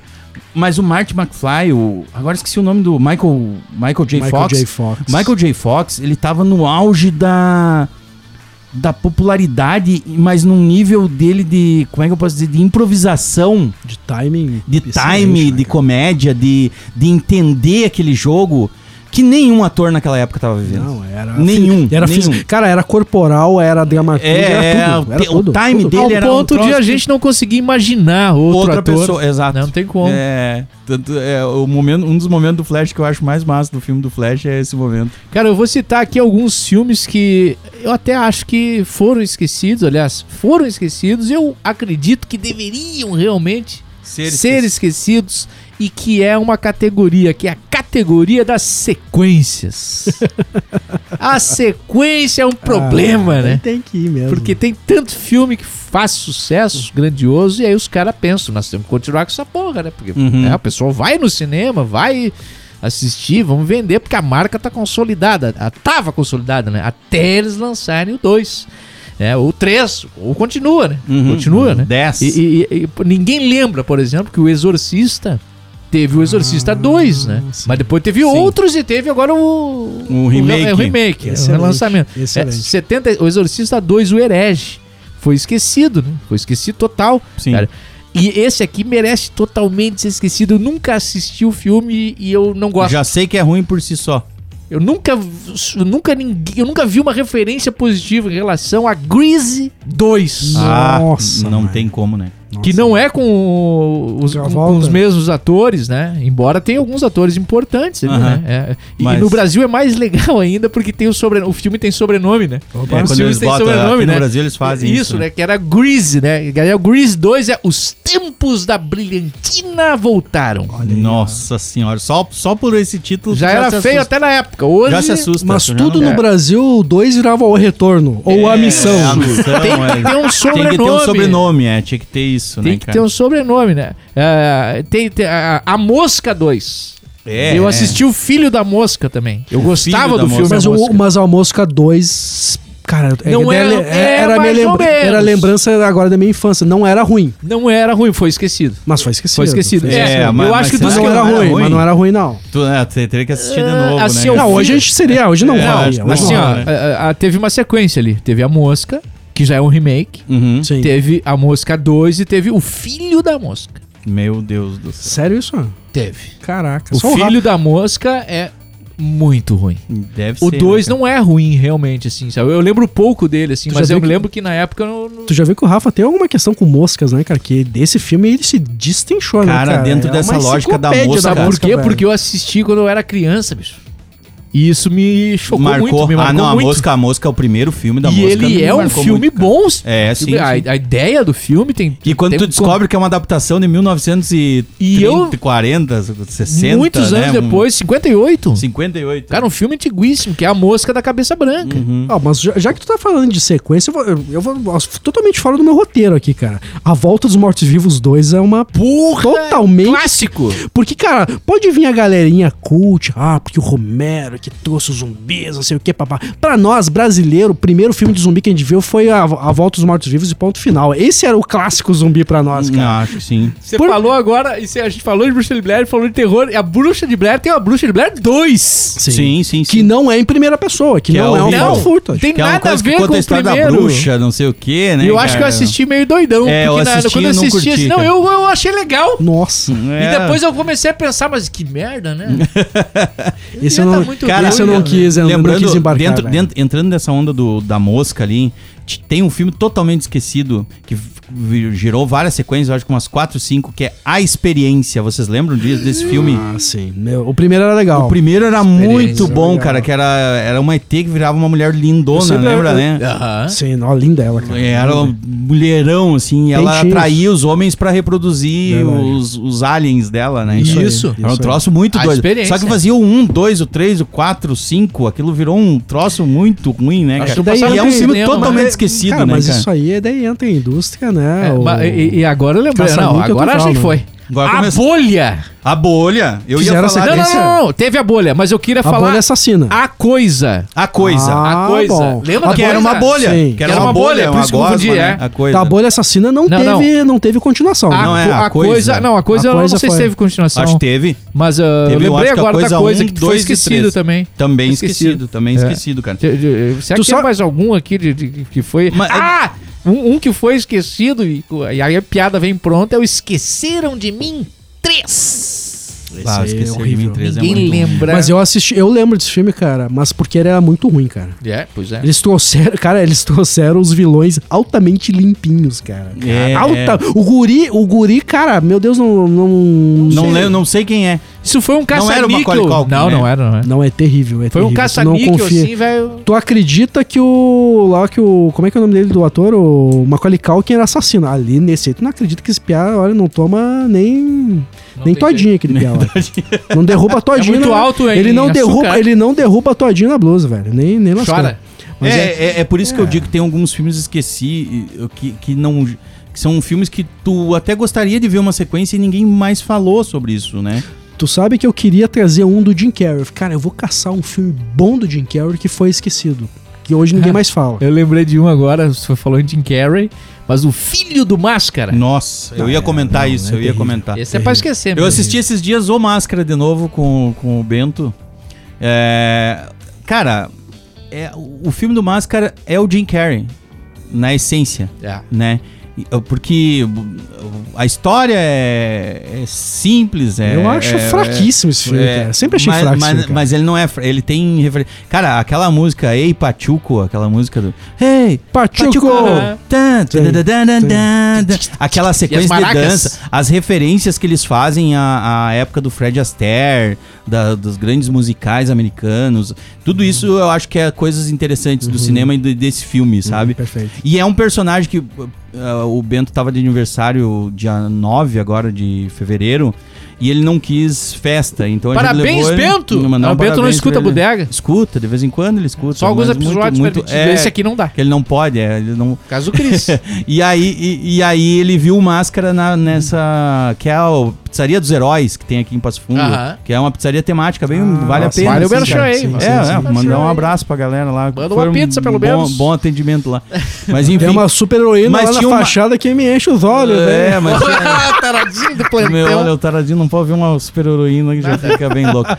[SPEAKER 3] Mas o Marty McFly, o... agora esqueci o nome do Michael, Michael J.
[SPEAKER 2] Michael
[SPEAKER 3] Fox.
[SPEAKER 2] J. Fox.
[SPEAKER 3] Michael J. Fox, ele tava no auge da da popularidade, mas num nível dele de, como é que eu posso dizer, de improvisação,
[SPEAKER 2] De timing.
[SPEAKER 3] de
[SPEAKER 2] excelente,
[SPEAKER 3] time,
[SPEAKER 2] né,
[SPEAKER 3] de
[SPEAKER 2] cara?
[SPEAKER 3] comédia, de, de entender aquele jogo que nenhum ator naquela época tava vivendo.
[SPEAKER 2] Não, é. era.
[SPEAKER 3] Nenhum,
[SPEAKER 2] Era
[SPEAKER 3] nenhum.
[SPEAKER 2] fis- Cara, era corporal, era dramaturgia,
[SPEAKER 3] É,
[SPEAKER 2] era tudo. Era
[SPEAKER 3] o
[SPEAKER 2] tudo,
[SPEAKER 3] time
[SPEAKER 2] tudo.
[SPEAKER 3] dele
[SPEAKER 1] Ao
[SPEAKER 3] era um
[SPEAKER 1] ponto de
[SPEAKER 3] troço
[SPEAKER 1] a
[SPEAKER 3] que-
[SPEAKER 1] gente não conseguir imaginar outro
[SPEAKER 3] outra
[SPEAKER 1] ator. né?
[SPEAKER 3] pessoa, exato.
[SPEAKER 1] Não tem como.
[SPEAKER 3] É, tanto, é o momento, um dos momentos do Flash que eu acho mais massa do filme do Flash é esse momento.
[SPEAKER 1] Cara, eu vou citar aqui alguns filmes que eu até acho que foram esquecidos, aliás, foram esquecidos. Eu acredito que deveriam realmente ser, esquecidos e que é uma categoria, que é a categoria das sequências. a sequência é um problema,
[SPEAKER 2] Ah,
[SPEAKER 1] né?
[SPEAKER 2] Tem que ir mesmo.
[SPEAKER 1] Porque tem tanto filme que faz sucesso grandioso e aí os caras pensam, nós temos que continuar com essa porra, né? Porque
[SPEAKER 3] Uhum.
[SPEAKER 1] né, a pessoa vai no cinema, vai assistir, vamos vender, porque a marca tá consolidada. A, tava consolidada, né? Até eles lançarem o 2. Né? Ou 3, ou continua, né? continua, né?
[SPEAKER 3] 10.
[SPEAKER 1] E, e- e- e ninguém lembra, por exemplo, que o Exorcista teve o Exorcista 2, né?
[SPEAKER 2] sim.
[SPEAKER 1] Mas depois teve outros e teve agora o.
[SPEAKER 3] O remake.
[SPEAKER 1] é, O, remake, é, o
[SPEAKER 3] um
[SPEAKER 2] Excelente,
[SPEAKER 1] relançamento. É,
[SPEAKER 2] excelente.
[SPEAKER 1] 70, o Exorcista 2, o Herege. Foi esquecido, né? Foi esquecido total.
[SPEAKER 3] Sim.
[SPEAKER 1] cara. E esse aqui merece totalmente ser esquecido. Eu nunca assisti o filme e eu não gosto.
[SPEAKER 3] Já sei que é ruim por si só.
[SPEAKER 1] Eu nunca, eu nunca, ninguém- eu nunca vi uma referência positiva em relação a Grease 2.
[SPEAKER 2] Nossa,
[SPEAKER 3] ah, não
[SPEAKER 2] mãe.
[SPEAKER 3] tem como, né?
[SPEAKER 1] Que não é com o- os, com- com os
[SPEAKER 2] Travolta.
[SPEAKER 1] mesmos atores, né? Embora tenha alguns atores importantes ali,
[SPEAKER 3] Aham.
[SPEAKER 1] né? É. E
[SPEAKER 3] Mas-
[SPEAKER 1] no Brasil é mais legal ainda porque tem o sobrenome. O filme tem sobrenome, né?
[SPEAKER 3] É,
[SPEAKER 1] Os
[SPEAKER 3] quando
[SPEAKER 1] filmes
[SPEAKER 3] eles
[SPEAKER 1] têm
[SPEAKER 3] botam
[SPEAKER 1] sobrenome,
[SPEAKER 3] aqui no
[SPEAKER 1] né?
[SPEAKER 3] Brasil eles fazem isso.
[SPEAKER 1] né? Que era Grease, né? E aí o Grease 2 é Os Tempos da Brilhantina Voltaram.
[SPEAKER 3] né? Nossa senhora, só, só por esse título
[SPEAKER 1] Já
[SPEAKER 3] tu
[SPEAKER 1] era
[SPEAKER 3] se
[SPEAKER 1] feio
[SPEAKER 3] assusta.
[SPEAKER 1] até na época. Hoje
[SPEAKER 3] Já se assusta.
[SPEAKER 2] Mas
[SPEAKER 3] tu já
[SPEAKER 2] tudo
[SPEAKER 3] não-
[SPEAKER 2] no Brasil, dois virava o retorno. Ou a
[SPEAKER 3] É,
[SPEAKER 2] missão.
[SPEAKER 3] é, a missão,
[SPEAKER 1] tem que
[SPEAKER 3] é.
[SPEAKER 1] ter um
[SPEAKER 3] Tem que ter um
[SPEAKER 1] sobrenome.
[SPEAKER 3] sobrenome, é. Tinha que ter isso,
[SPEAKER 1] Tem
[SPEAKER 3] né,
[SPEAKER 1] que
[SPEAKER 3] cara?
[SPEAKER 1] ter um sobrenome, né? É, tem, tem a, a Mosca 2.
[SPEAKER 3] É,
[SPEAKER 1] eu
[SPEAKER 3] é.
[SPEAKER 1] assisti o Filho da Mosca também. Eu
[SPEAKER 3] O
[SPEAKER 1] gostava
[SPEAKER 3] Filho da
[SPEAKER 1] do filme
[SPEAKER 3] Mosca.
[SPEAKER 2] Mas,
[SPEAKER 1] da
[SPEAKER 2] o,
[SPEAKER 1] Mosca.
[SPEAKER 2] mas a mosca 2 Cara, é-
[SPEAKER 1] Não
[SPEAKER 2] é-
[SPEAKER 1] era-
[SPEAKER 2] é-
[SPEAKER 1] é,
[SPEAKER 2] era, a minha
[SPEAKER 1] mais ou
[SPEAKER 2] lembra-
[SPEAKER 1] menos.
[SPEAKER 2] era a lembrança agora da minha infância. Não era ruim,
[SPEAKER 1] Não era ruim, foi esquecido.
[SPEAKER 2] mas foi esquecido.
[SPEAKER 1] Foi esquecido.
[SPEAKER 2] esquecido.
[SPEAKER 1] É,
[SPEAKER 3] É, mas-
[SPEAKER 1] eu
[SPEAKER 3] mas
[SPEAKER 1] acho que dos
[SPEAKER 2] Mas
[SPEAKER 3] será
[SPEAKER 1] que
[SPEAKER 2] não
[SPEAKER 3] eu-
[SPEAKER 2] era
[SPEAKER 3] não era
[SPEAKER 2] ruim,
[SPEAKER 3] ruim.
[SPEAKER 2] mas não era ruim, não.
[SPEAKER 3] Tu, é, você teria que assistir de
[SPEAKER 1] Ah,
[SPEAKER 3] novo,
[SPEAKER 1] assim,
[SPEAKER 3] né?
[SPEAKER 1] eu-
[SPEAKER 2] Não, hoje a gente seria, hoje não
[SPEAKER 3] É,
[SPEAKER 2] vai.
[SPEAKER 3] acho que
[SPEAKER 2] hoje
[SPEAKER 1] Mas
[SPEAKER 3] Vamos
[SPEAKER 2] não
[SPEAKER 1] assim, ó,
[SPEAKER 2] vai.
[SPEAKER 3] lá, né?
[SPEAKER 1] a- a- teve uma sequência ali. Teve a mosca, que já é um remake.
[SPEAKER 3] Uhum.
[SPEAKER 2] Sim.
[SPEAKER 1] Teve a mosca 2 e teve o filho da mosca.
[SPEAKER 3] Meu Deus do céu.
[SPEAKER 2] Sério isso?
[SPEAKER 1] Teve.
[SPEAKER 2] Caraca.
[SPEAKER 1] O
[SPEAKER 2] só Ra-
[SPEAKER 1] filho da mosca é muito ruim.
[SPEAKER 3] Deve
[SPEAKER 1] O
[SPEAKER 3] ser.
[SPEAKER 1] 2
[SPEAKER 3] né,
[SPEAKER 1] não é ruim, realmente, assim, sabe? Eu lembro pouco dele, assim,
[SPEAKER 2] Tu já
[SPEAKER 1] mas eu
[SPEAKER 2] viu que-
[SPEAKER 1] lembro que na época eu não- não-
[SPEAKER 2] Tu já viu que o Rafa tem alguma questão com moscas, né, cara? Que desse filme ele se destrinchou, né,
[SPEAKER 3] Cara, dentro dessa
[SPEAKER 2] uma
[SPEAKER 3] lógica da
[SPEAKER 2] enciclopédia
[SPEAKER 3] mosca,
[SPEAKER 1] Sabe por quê?
[SPEAKER 2] velho.
[SPEAKER 1] Porque eu assisti quando eu era criança, bicho. E isso me chocou
[SPEAKER 3] Marcou.
[SPEAKER 1] muito, me marcou
[SPEAKER 3] ah, não,
[SPEAKER 1] muito.
[SPEAKER 3] a mosca, a mosca é o primeiro filme da
[SPEAKER 1] e
[SPEAKER 3] mosca.
[SPEAKER 1] ele
[SPEAKER 3] me
[SPEAKER 1] é um
[SPEAKER 3] marcou
[SPEAKER 1] filme
[SPEAKER 3] muito, cara.
[SPEAKER 1] bom.
[SPEAKER 3] É, sim.
[SPEAKER 1] a,
[SPEAKER 3] sim.
[SPEAKER 1] a ideia do filme tem.
[SPEAKER 3] E quando
[SPEAKER 1] tem
[SPEAKER 3] tu
[SPEAKER 1] um-
[SPEAKER 3] descobre que é uma adaptação de 1930,
[SPEAKER 1] E eu-
[SPEAKER 3] 40, 60,
[SPEAKER 1] Muitos
[SPEAKER 3] né,
[SPEAKER 1] anos
[SPEAKER 3] um-
[SPEAKER 1] depois, 58.
[SPEAKER 3] 58.
[SPEAKER 1] Cara, um filme antiguíssimo, que é a mosca da cabeça branca.
[SPEAKER 3] Uhum.
[SPEAKER 2] Ah, mas já, já que tu tá falando de sequência, eu vou, eu- eu vou- eu vou totalmente fora do meu roteiro aqui, cara. A Volta dos Mortos-Vivos 2 é uma
[SPEAKER 1] Porra!
[SPEAKER 2] totalmente...
[SPEAKER 1] Clássico!
[SPEAKER 2] Porque, cara, pode vir a galerinha cult, ah, porque o Romero que trouxe os zumbis, não sei o que, papá. Pra nós, brasileiro, o primeiro filme de zumbi que a gente viu foi a, a Volta dos Mortos-Vivos e ponto final. Esse era o clássico zumbi pra nós, cara.
[SPEAKER 3] Ah, acho que sim.
[SPEAKER 1] Você
[SPEAKER 2] Por-
[SPEAKER 1] falou agora, e se a gente falou de bruxa de Blair, falou de terror, e a bruxa de Blair tem uma bruxa de Blair 2.
[SPEAKER 3] Sim, sim, sim.
[SPEAKER 2] Que não é em primeira pessoa, que,
[SPEAKER 3] Que
[SPEAKER 2] não
[SPEAKER 3] é
[SPEAKER 2] é,
[SPEAKER 3] o-
[SPEAKER 2] um
[SPEAKER 3] Não.
[SPEAKER 2] Ford Furtas.
[SPEAKER 1] Tem
[SPEAKER 3] Que é uma
[SPEAKER 1] nada a
[SPEAKER 3] coisa que
[SPEAKER 1] ver
[SPEAKER 3] conta
[SPEAKER 1] com
[SPEAKER 3] a
[SPEAKER 1] o
[SPEAKER 3] história da
[SPEAKER 1] primeiro.
[SPEAKER 3] bruxa, não sei o quê, né?
[SPEAKER 1] eu acho que eu
[SPEAKER 3] cara?
[SPEAKER 1] assisti meio doidão.
[SPEAKER 3] É, eu
[SPEAKER 1] porque
[SPEAKER 3] assisti
[SPEAKER 1] quando
[SPEAKER 3] e
[SPEAKER 1] eu
[SPEAKER 3] não
[SPEAKER 1] assisti,
[SPEAKER 3] curti,
[SPEAKER 1] assim, não,
[SPEAKER 3] cara.
[SPEAKER 1] eu, eu achei legal.
[SPEAKER 2] Nossa,
[SPEAKER 3] É.
[SPEAKER 1] E depois eu comecei a pensar, mas que merda, né?
[SPEAKER 2] esse
[SPEAKER 1] Já
[SPEAKER 2] eu
[SPEAKER 1] tá
[SPEAKER 2] não,
[SPEAKER 1] muito
[SPEAKER 2] cara,
[SPEAKER 1] doido,
[SPEAKER 2] esse eu não
[SPEAKER 1] né?
[SPEAKER 2] quis, eu não
[SPEAKER 3] Lembrando,
[SPEAKER 2] quis embarcar. né?
[SPEAKER 3] dentro-
[SPEAKER 2] velho.
[SPEAKER 3] dentro- entrando nessa onda do- da mosca ali, t- tem um filme totalmente esquecido que vi- gerou várias sequências, eu acho que umas 4, 5, que é A Experiência. Vocês lembram disso, desse filme?
[SPEAKER 2] Ah, sim. Meu, o primeiro era legal.
[SPEAKER 3] O primeiro era muito bom,
[SPEAKER 2] legal.
[SPEAKER 3] cara, que era, era uma ET que virava uma mulher
[SPEAKER 2] Eu
[SPEAKER 3] lindona,
[SPEAKER 2] sempre-
[SPEAKER 3] lembra,
[SPEAKER 2] eu-
[SPEAKER 3] né?
[SPEAKER 1] Aham.
[SPEAKER 2] Sim, ó, linda ela, cara.
[SPEAKER 3] Era
[SPEAKER 1] é.
[SPEAKER 3] um mulherão, assim, e ela
[SPEAKER 2] Peixinhos.
[SPEAKER 3] atraía os homens pra reproduzir
[SPEAKER 2] Verdade.
[SPEAKER 3] os, os aliens dela, né?
[SPEAKER 2] Isso aí,
[SPEAKER 3] Isso. Era um
[SPEAKER 2] isso aí.
[SPEAKER 3] troço muito
[SPEAKER 1] A
[SPEAKER 3] doido.
[SPEAKER 1] experiência.
[SPEAKER 3] Só que fazia o 1, 2, o 3, o 4, o 5, aquilo virou um troço muito ruim, né,
[SPEAKER 1] Acho
[SPEAKER 3] cara?
[SPEAKER 1] que eu
[SPEAKER 2] daí
[SPEAKER 1] passava
[SPEAKER 2] é
[SPEAKER 3] E é um
[SPEAKER 1] no
[SPEAKER 3] filme
[SPEAKER 1] cinema.
[SPEAKER 3] totalmente
[SPEAKER 2] Mas-
[SPEAKER 3] esquecido,
[SPEAKER 2] cara,
[SPEAKER 3] né,
[SPEAKER 2] mas
[SPEAKER 3] cara?
[SPEAKER 2] isso aí é daí entra a indústria, né?
[SPEAKER 1] É,
[SPEAKER 2] O-
[SPEAKER 1] ma- e, e agora eu lembrei.
[SPEAKER 2] Caça
[SPEAKER 1] Não,
[SPEAKER 2] Níquel
[SPEAKER 1] agora a
[SPEAKER 2] total,
[SPEAKER 1] gente
[SPEAKER 2] né?
[SPEAKER 1] foi.
[SPEAKER 3] Agora
[SPEAKER 1] a
[SPEAKER 3] começa-
[SPEAKER 1] bolha!
[SPEAKER 3] A bolha. Eu ia falar
[SPEAKER 2] Fizeram essa-
[SPEAKER 1] Não, não,
[SPEAKER 2] Esse-
[SPEAKER 1] não, não, teve a bolha, mas eu queria
[SPEAKER 2] a
[SPEAKER 1] falar
[SPEAKER 3] é
[SPEAKER 2] bolha assassina.
[SPEAKER 1] a coisa.
[SPEAKER 3] a coisa.
[SPEAKER 2] Ah,
[SPEAKER 1] a coisa.
[SPEAKER 2] bom.
[SPEAKER 1] Lembra da
[SPEAKER 3] que era
[SPEAKER 1] coisa?
[SPEAKER 3] uma bolha.
[SPEAKER 2] Sim.
[SPEAKER 3] Que era uma bolha.
[SPEAKER 1] por isso que eu
[SPEAKER 3] gosma,
[SPEAKER 1] confundi,
[SPEAKER 3] né?
[SPEAKER 1] é.
[SPEAKER 3] A coisa.
[SPEAKER 2] Da bolha assassina não,
[SPEAKER 1] Não, não. Ah,
[SPEAKER 2] teve, não. teve continuação.
[SPEAKER 1] A,
[SPEAKER 2] né?
[SPEAKER 3] Não, é
[SPEAKER 1] co-
[SPEAKER 3] a
[SPEAKER 1] a coisa.
[SPEAKER 3] coisa.
[SPEAKER 1] Não, a coisa
[SPEAKER 2] A
[SPEAKER 1] eu não
[SPEAKER 2] coisa
[SPEAKER 1] sei se
[SPEAKER 2] foi.
[SPEAKER 1] teve continuação.
[SPEAKER 3] Acho que teve.
[SPEAKER 1] Mas ah, então. eu
[SPEAKER 3] Teve, eu
[SPEAKER 1] lembrei
[SPEAKER 3] acho que a
[SPEAKER 1] agora
[SPEAKER 3] coisa
[SPEAKER 1] da coisa
[SPEAKER 3] um,
[SPEAKER 1] que foi
[SPEAKER 3] dois e
[SPEAKER 1] esquecido
[SPEAKER 3] três.
[SPEAKER 1] também.
[SPEAKER 3] Também
[SPEAKER 1] Esquecido. É.
[SPEAKER 3] esquecido. Também esquecido, cara.
[SPEAKER 1] De- de- Será
[SPEAKER 2] Tu
[SPEAKER 1] que tem
[SPEAKER 2] só-
[SPEAKER 1] mais algum aqui de- de- que foi.
[SPEAKER 3] Mas-
[SPEAKER 1] ah! Um, um que foi esquecido e, e aí a piada vem pronta é o Esqueceram de Mim 3.
[SPEAKER 3] Ah,
[SPEAKER 2] Esse aí é
[SPEAKER 3] esqueci de mim,
[SPEAKER 2] horrível.
[SPEAKER 3] três é
[SPEAKER 1] Ninguém
[SPEAKER 3] muito ruim.
[SPEAKER 1] lembra.
[SPEAKER 2] Mas eu assisti, eu lembro desse filme, cara, mas porque ele era muito ruim, cara.
[SPEAKER 1] É, pois é.
[SPEAKER 2] Eles trouxeram, cara, eles trouxeram os vilões altamente limpinhos, cara.
[SPEAKER 3] É,
[SPEAKER 2] Alta, o guri, o guri, cara, meu Deus, não não
[SPEAKER 3] Não lembro, não sei quem é.
[SPEAKER 1] Isso foi um
[SPEAKER 3] Não era o
[SPEAKER 1] caça-níquel.
[SPEAKER 3] Macaulay Culkin,
[SPEAKER 1] Não,
[SPEAKER 3] né?
[SPEAKER 1] não era, não era.
[SPEAKER 2] não é terrível, é
[SPEAKER 1] Foi um
[SPEAKER 2] terrível. Tu não
[SPEAKER 1] caça-níquel,
[SPEAKER 2] confia.
[SPEAKER 1] assim, velho.
[SPEAKER 2] Tu acredita que o lá que o como é que é o nome dele do ator, o Macaulay Culkin era assassino? Ali nesse, aí, tu não acredita que esse piá, olha, não toma nem nem
[SPEAKER 1] tem jeito. É
[SPEAKER 2] todinha aquele piá lá. Não derruba a todinha.
[SPEAKER 1] muito
[SPEAKER 2] na-
[SPEAKER 1] alto em
[SPEAKER 2] ele não
[SPEAKER 1] açúcar.
[SPEAKER 2] derruba, ele não derruba a todinha na blusa, velho. Nem nem lascou.
[SPEAKER 1] Chora.
[SPEAKER 2] Mas é-
[SPEAKER 3] é, é, é por isso que eu digo que tem alguns filmes que esqueci e- que, que não que são filmes que tu até gostaria de ver uma sequência e ninguém mais falou sobre isso, né?
[SPEAKER 2] Tu sabe que eu queria trazer um do Jim Carrey. Cara, eu vou caçar um filme bom do Jim Carrey que foi esquecido. Que hoje
[SPEAKER 1] É.
[SPEAKER 2] ninguém mais fala.
[SPEAKER 1] Eu lembrei de um agora, você falou em Jim Carrey, mas o filho do Máscara.
[SPEAKER 3] Nossa, eu ia comentar isso, eu ia comentar.
[SPEAKER 1] É. Esse é pra esquecer,
[SPEAKER 3] Eu assisti esses dias o Máscara de novo com, com o Bento. É, cara, é, o o filme do Máscara é o Jim Carrey, na essência.
[SPEAKER 1] É.
[SPEAKER 3] né? E, uh, Porque uh, a história é, é simples, é.
[SPEAKER 2] eu acho
[SPEAKER 3] é-
[SPEAKER 2] fraquíssimo esse filme,
[SPEAKER 3] é-
[SPEAKER 2] cara. Sempre achei
[SPEAKER 3] mas,
[SPEAKER 2] fraco. esse
[SPEAKER 3] Mas,
[SPEAKER 2] filme, cara.
[SPEAKER 3] mas ele não é. fra- Ele tem referência. Cara, aquela música Ei Pachuco, aquela música do. Ei!
[SPEAKER 2] Pachuco!
[SPEAKER 1] Aham.
[SPEAKER 3] Tan, tan,
[SPEAKER 2] Tem,
[SPEAKER 3] tan, tan, tan,
[SPEAKER 2] tem.
[SPEAKER 3] tan, tan. Aquela sequência de
[SPEAKER 1] maracas?
[SPEAKER 3] dança, as referências que eles fazem à, à época do Fred Astaire, da- dos grandes musicais americanos, tudo isso eu acho que é coisas interessantes
[SPEAKER 2] Uhum.
[SPEAKER 3] do cinema e de- desse filme, sabe?
[SPEAKER 2] Perfeito.
[SPEAKER 3] E é um personagem eh, que uh, uh, o Bento tava de aniversário dia 9 agora de fevereiro. e ele não quis festa. Então a gente
[SPEAKER 1] Parabéns,
[SPEAKER 3] levou ele-
[SPEAKER 1] Bento!
[SPEAKER 3] Não, mas não,
[SPEAKER 1] Ah, o Bento não
[SPEAKER 3] parabéns
[SPEAKER 1] escuta
[SPEAKER 3] pra ele.
[SPEAKER 1] bodega?
[SPEAKER 3] Escuta, de vez em quando ele escuta.
[SPEAKER 1] Só alguns
[SPEAKER 3] mas muito-
[SPEAKER 1] episódios
[SPEAKER 3] muito-
[SPEAKER 1] permitidos.
[SPEAKER 3] é,
[SPEAKER 1] Esse aqui não dá.
[SPEAKER 3] Que ele não pode, é, ele não...
[SPEAKER 1] Caso Cris.
[SPEAKER 3] E aí, e, e aí ele viu Máscara na- nessa. que é a Pizzaria dos Heróis, que tem aqui em Passo Fundo.
[SPEAKER 1] Aham. Ah,
[SPEAKER 3] Que é uma pizzaria temática, bem, vale a
[SPEAKER 2] nossa,
[SPEAKER 3] pena.
[SPEAKER 1] vale o
[SPEAKER 3] assim,
[SPEAKER 1] merchan
[SPEAKER 3] cara.
[SPEAKER 1] aí,
[SPEAKER 3] Sim,
[SPEAKER 1] mano.
[SPEAKER 3] É,
[SPEAKER 1] Sim,
[SPEAKER 3] é,
[SPEAKER 1] sim.
[SPEAKER 3] mandar um abraço pra galera lá.
[SPEAKER 1] Manda
[SPEAKER 3] Foi um
[SPEAKER 1] uma pizza, pelo
[SPEAKER 3] bom,
[SPEAKER 1] menos.
[SPEAKER 3] Bom atendimento lá. Mas enfim.
[SPEAKER 2] É uma super heroína
[SPEAKER 3] Mas
[SPEAKER 2] lá na
[SPEAKER 3] tinha uma-
[SPEAKER 2] fachada que me enche os olhos, né?
[SPEAKER 3] É, mas.
[SPEAKER 1] Taradinho do
[SPEAKER 3] Meu, olha,
[SPEAKER 1] plantão.
[SPEAKER 3] o Taradinho não pode ver uma super heroína que já fica bem louco.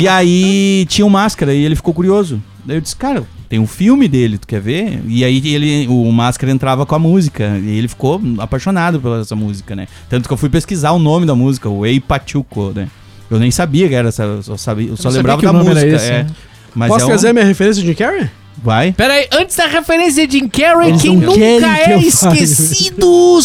[SPEAKER 3] E aí tinha um máscara e ele ficou curioso. Daí eu disse, cara, tem um filme dele, tu quer ver? E aí ele, o máscara entrava com a música. E ele ficou apaixonado pela essa música, né? Tanto que eu fui pesquisar o nome da música, o Ei Pachuco, né? Eu nem sabia que era essa. Eu só, sabia, eu só
[SPEAKER 1] não sabia
[SPEAKER 3] lembrava
[SPEAKER 1] que
[SPEAKER 3] da
[SPEAKER 1] o nome era
[SPEAKER 3] música.
[SPEAKER 1] esse,
[SPEAKER 3] é.
[SPEAKER 1] né?
[SPEAKER 3] Mas
[SPEAKER 2] Posso
[SPEAKER 3] é um-
[SPEAKER 2] trazer a minha referência de Jim Carrey?
[SPEAKER 3] Vai.
[SPEAKER 1] Pera aí, antes da referência de Jim Carrey,
[SPEAKER 2] Eles
[SPEAKER 1] quem
[SPEAKER 2] não
[SPEAKER 1] nunca
[SPEAKER 2] querem que
[SPEAKER 1] é
[SPEAKER 2] eu fale.
[SPEAKER 1] esquecido,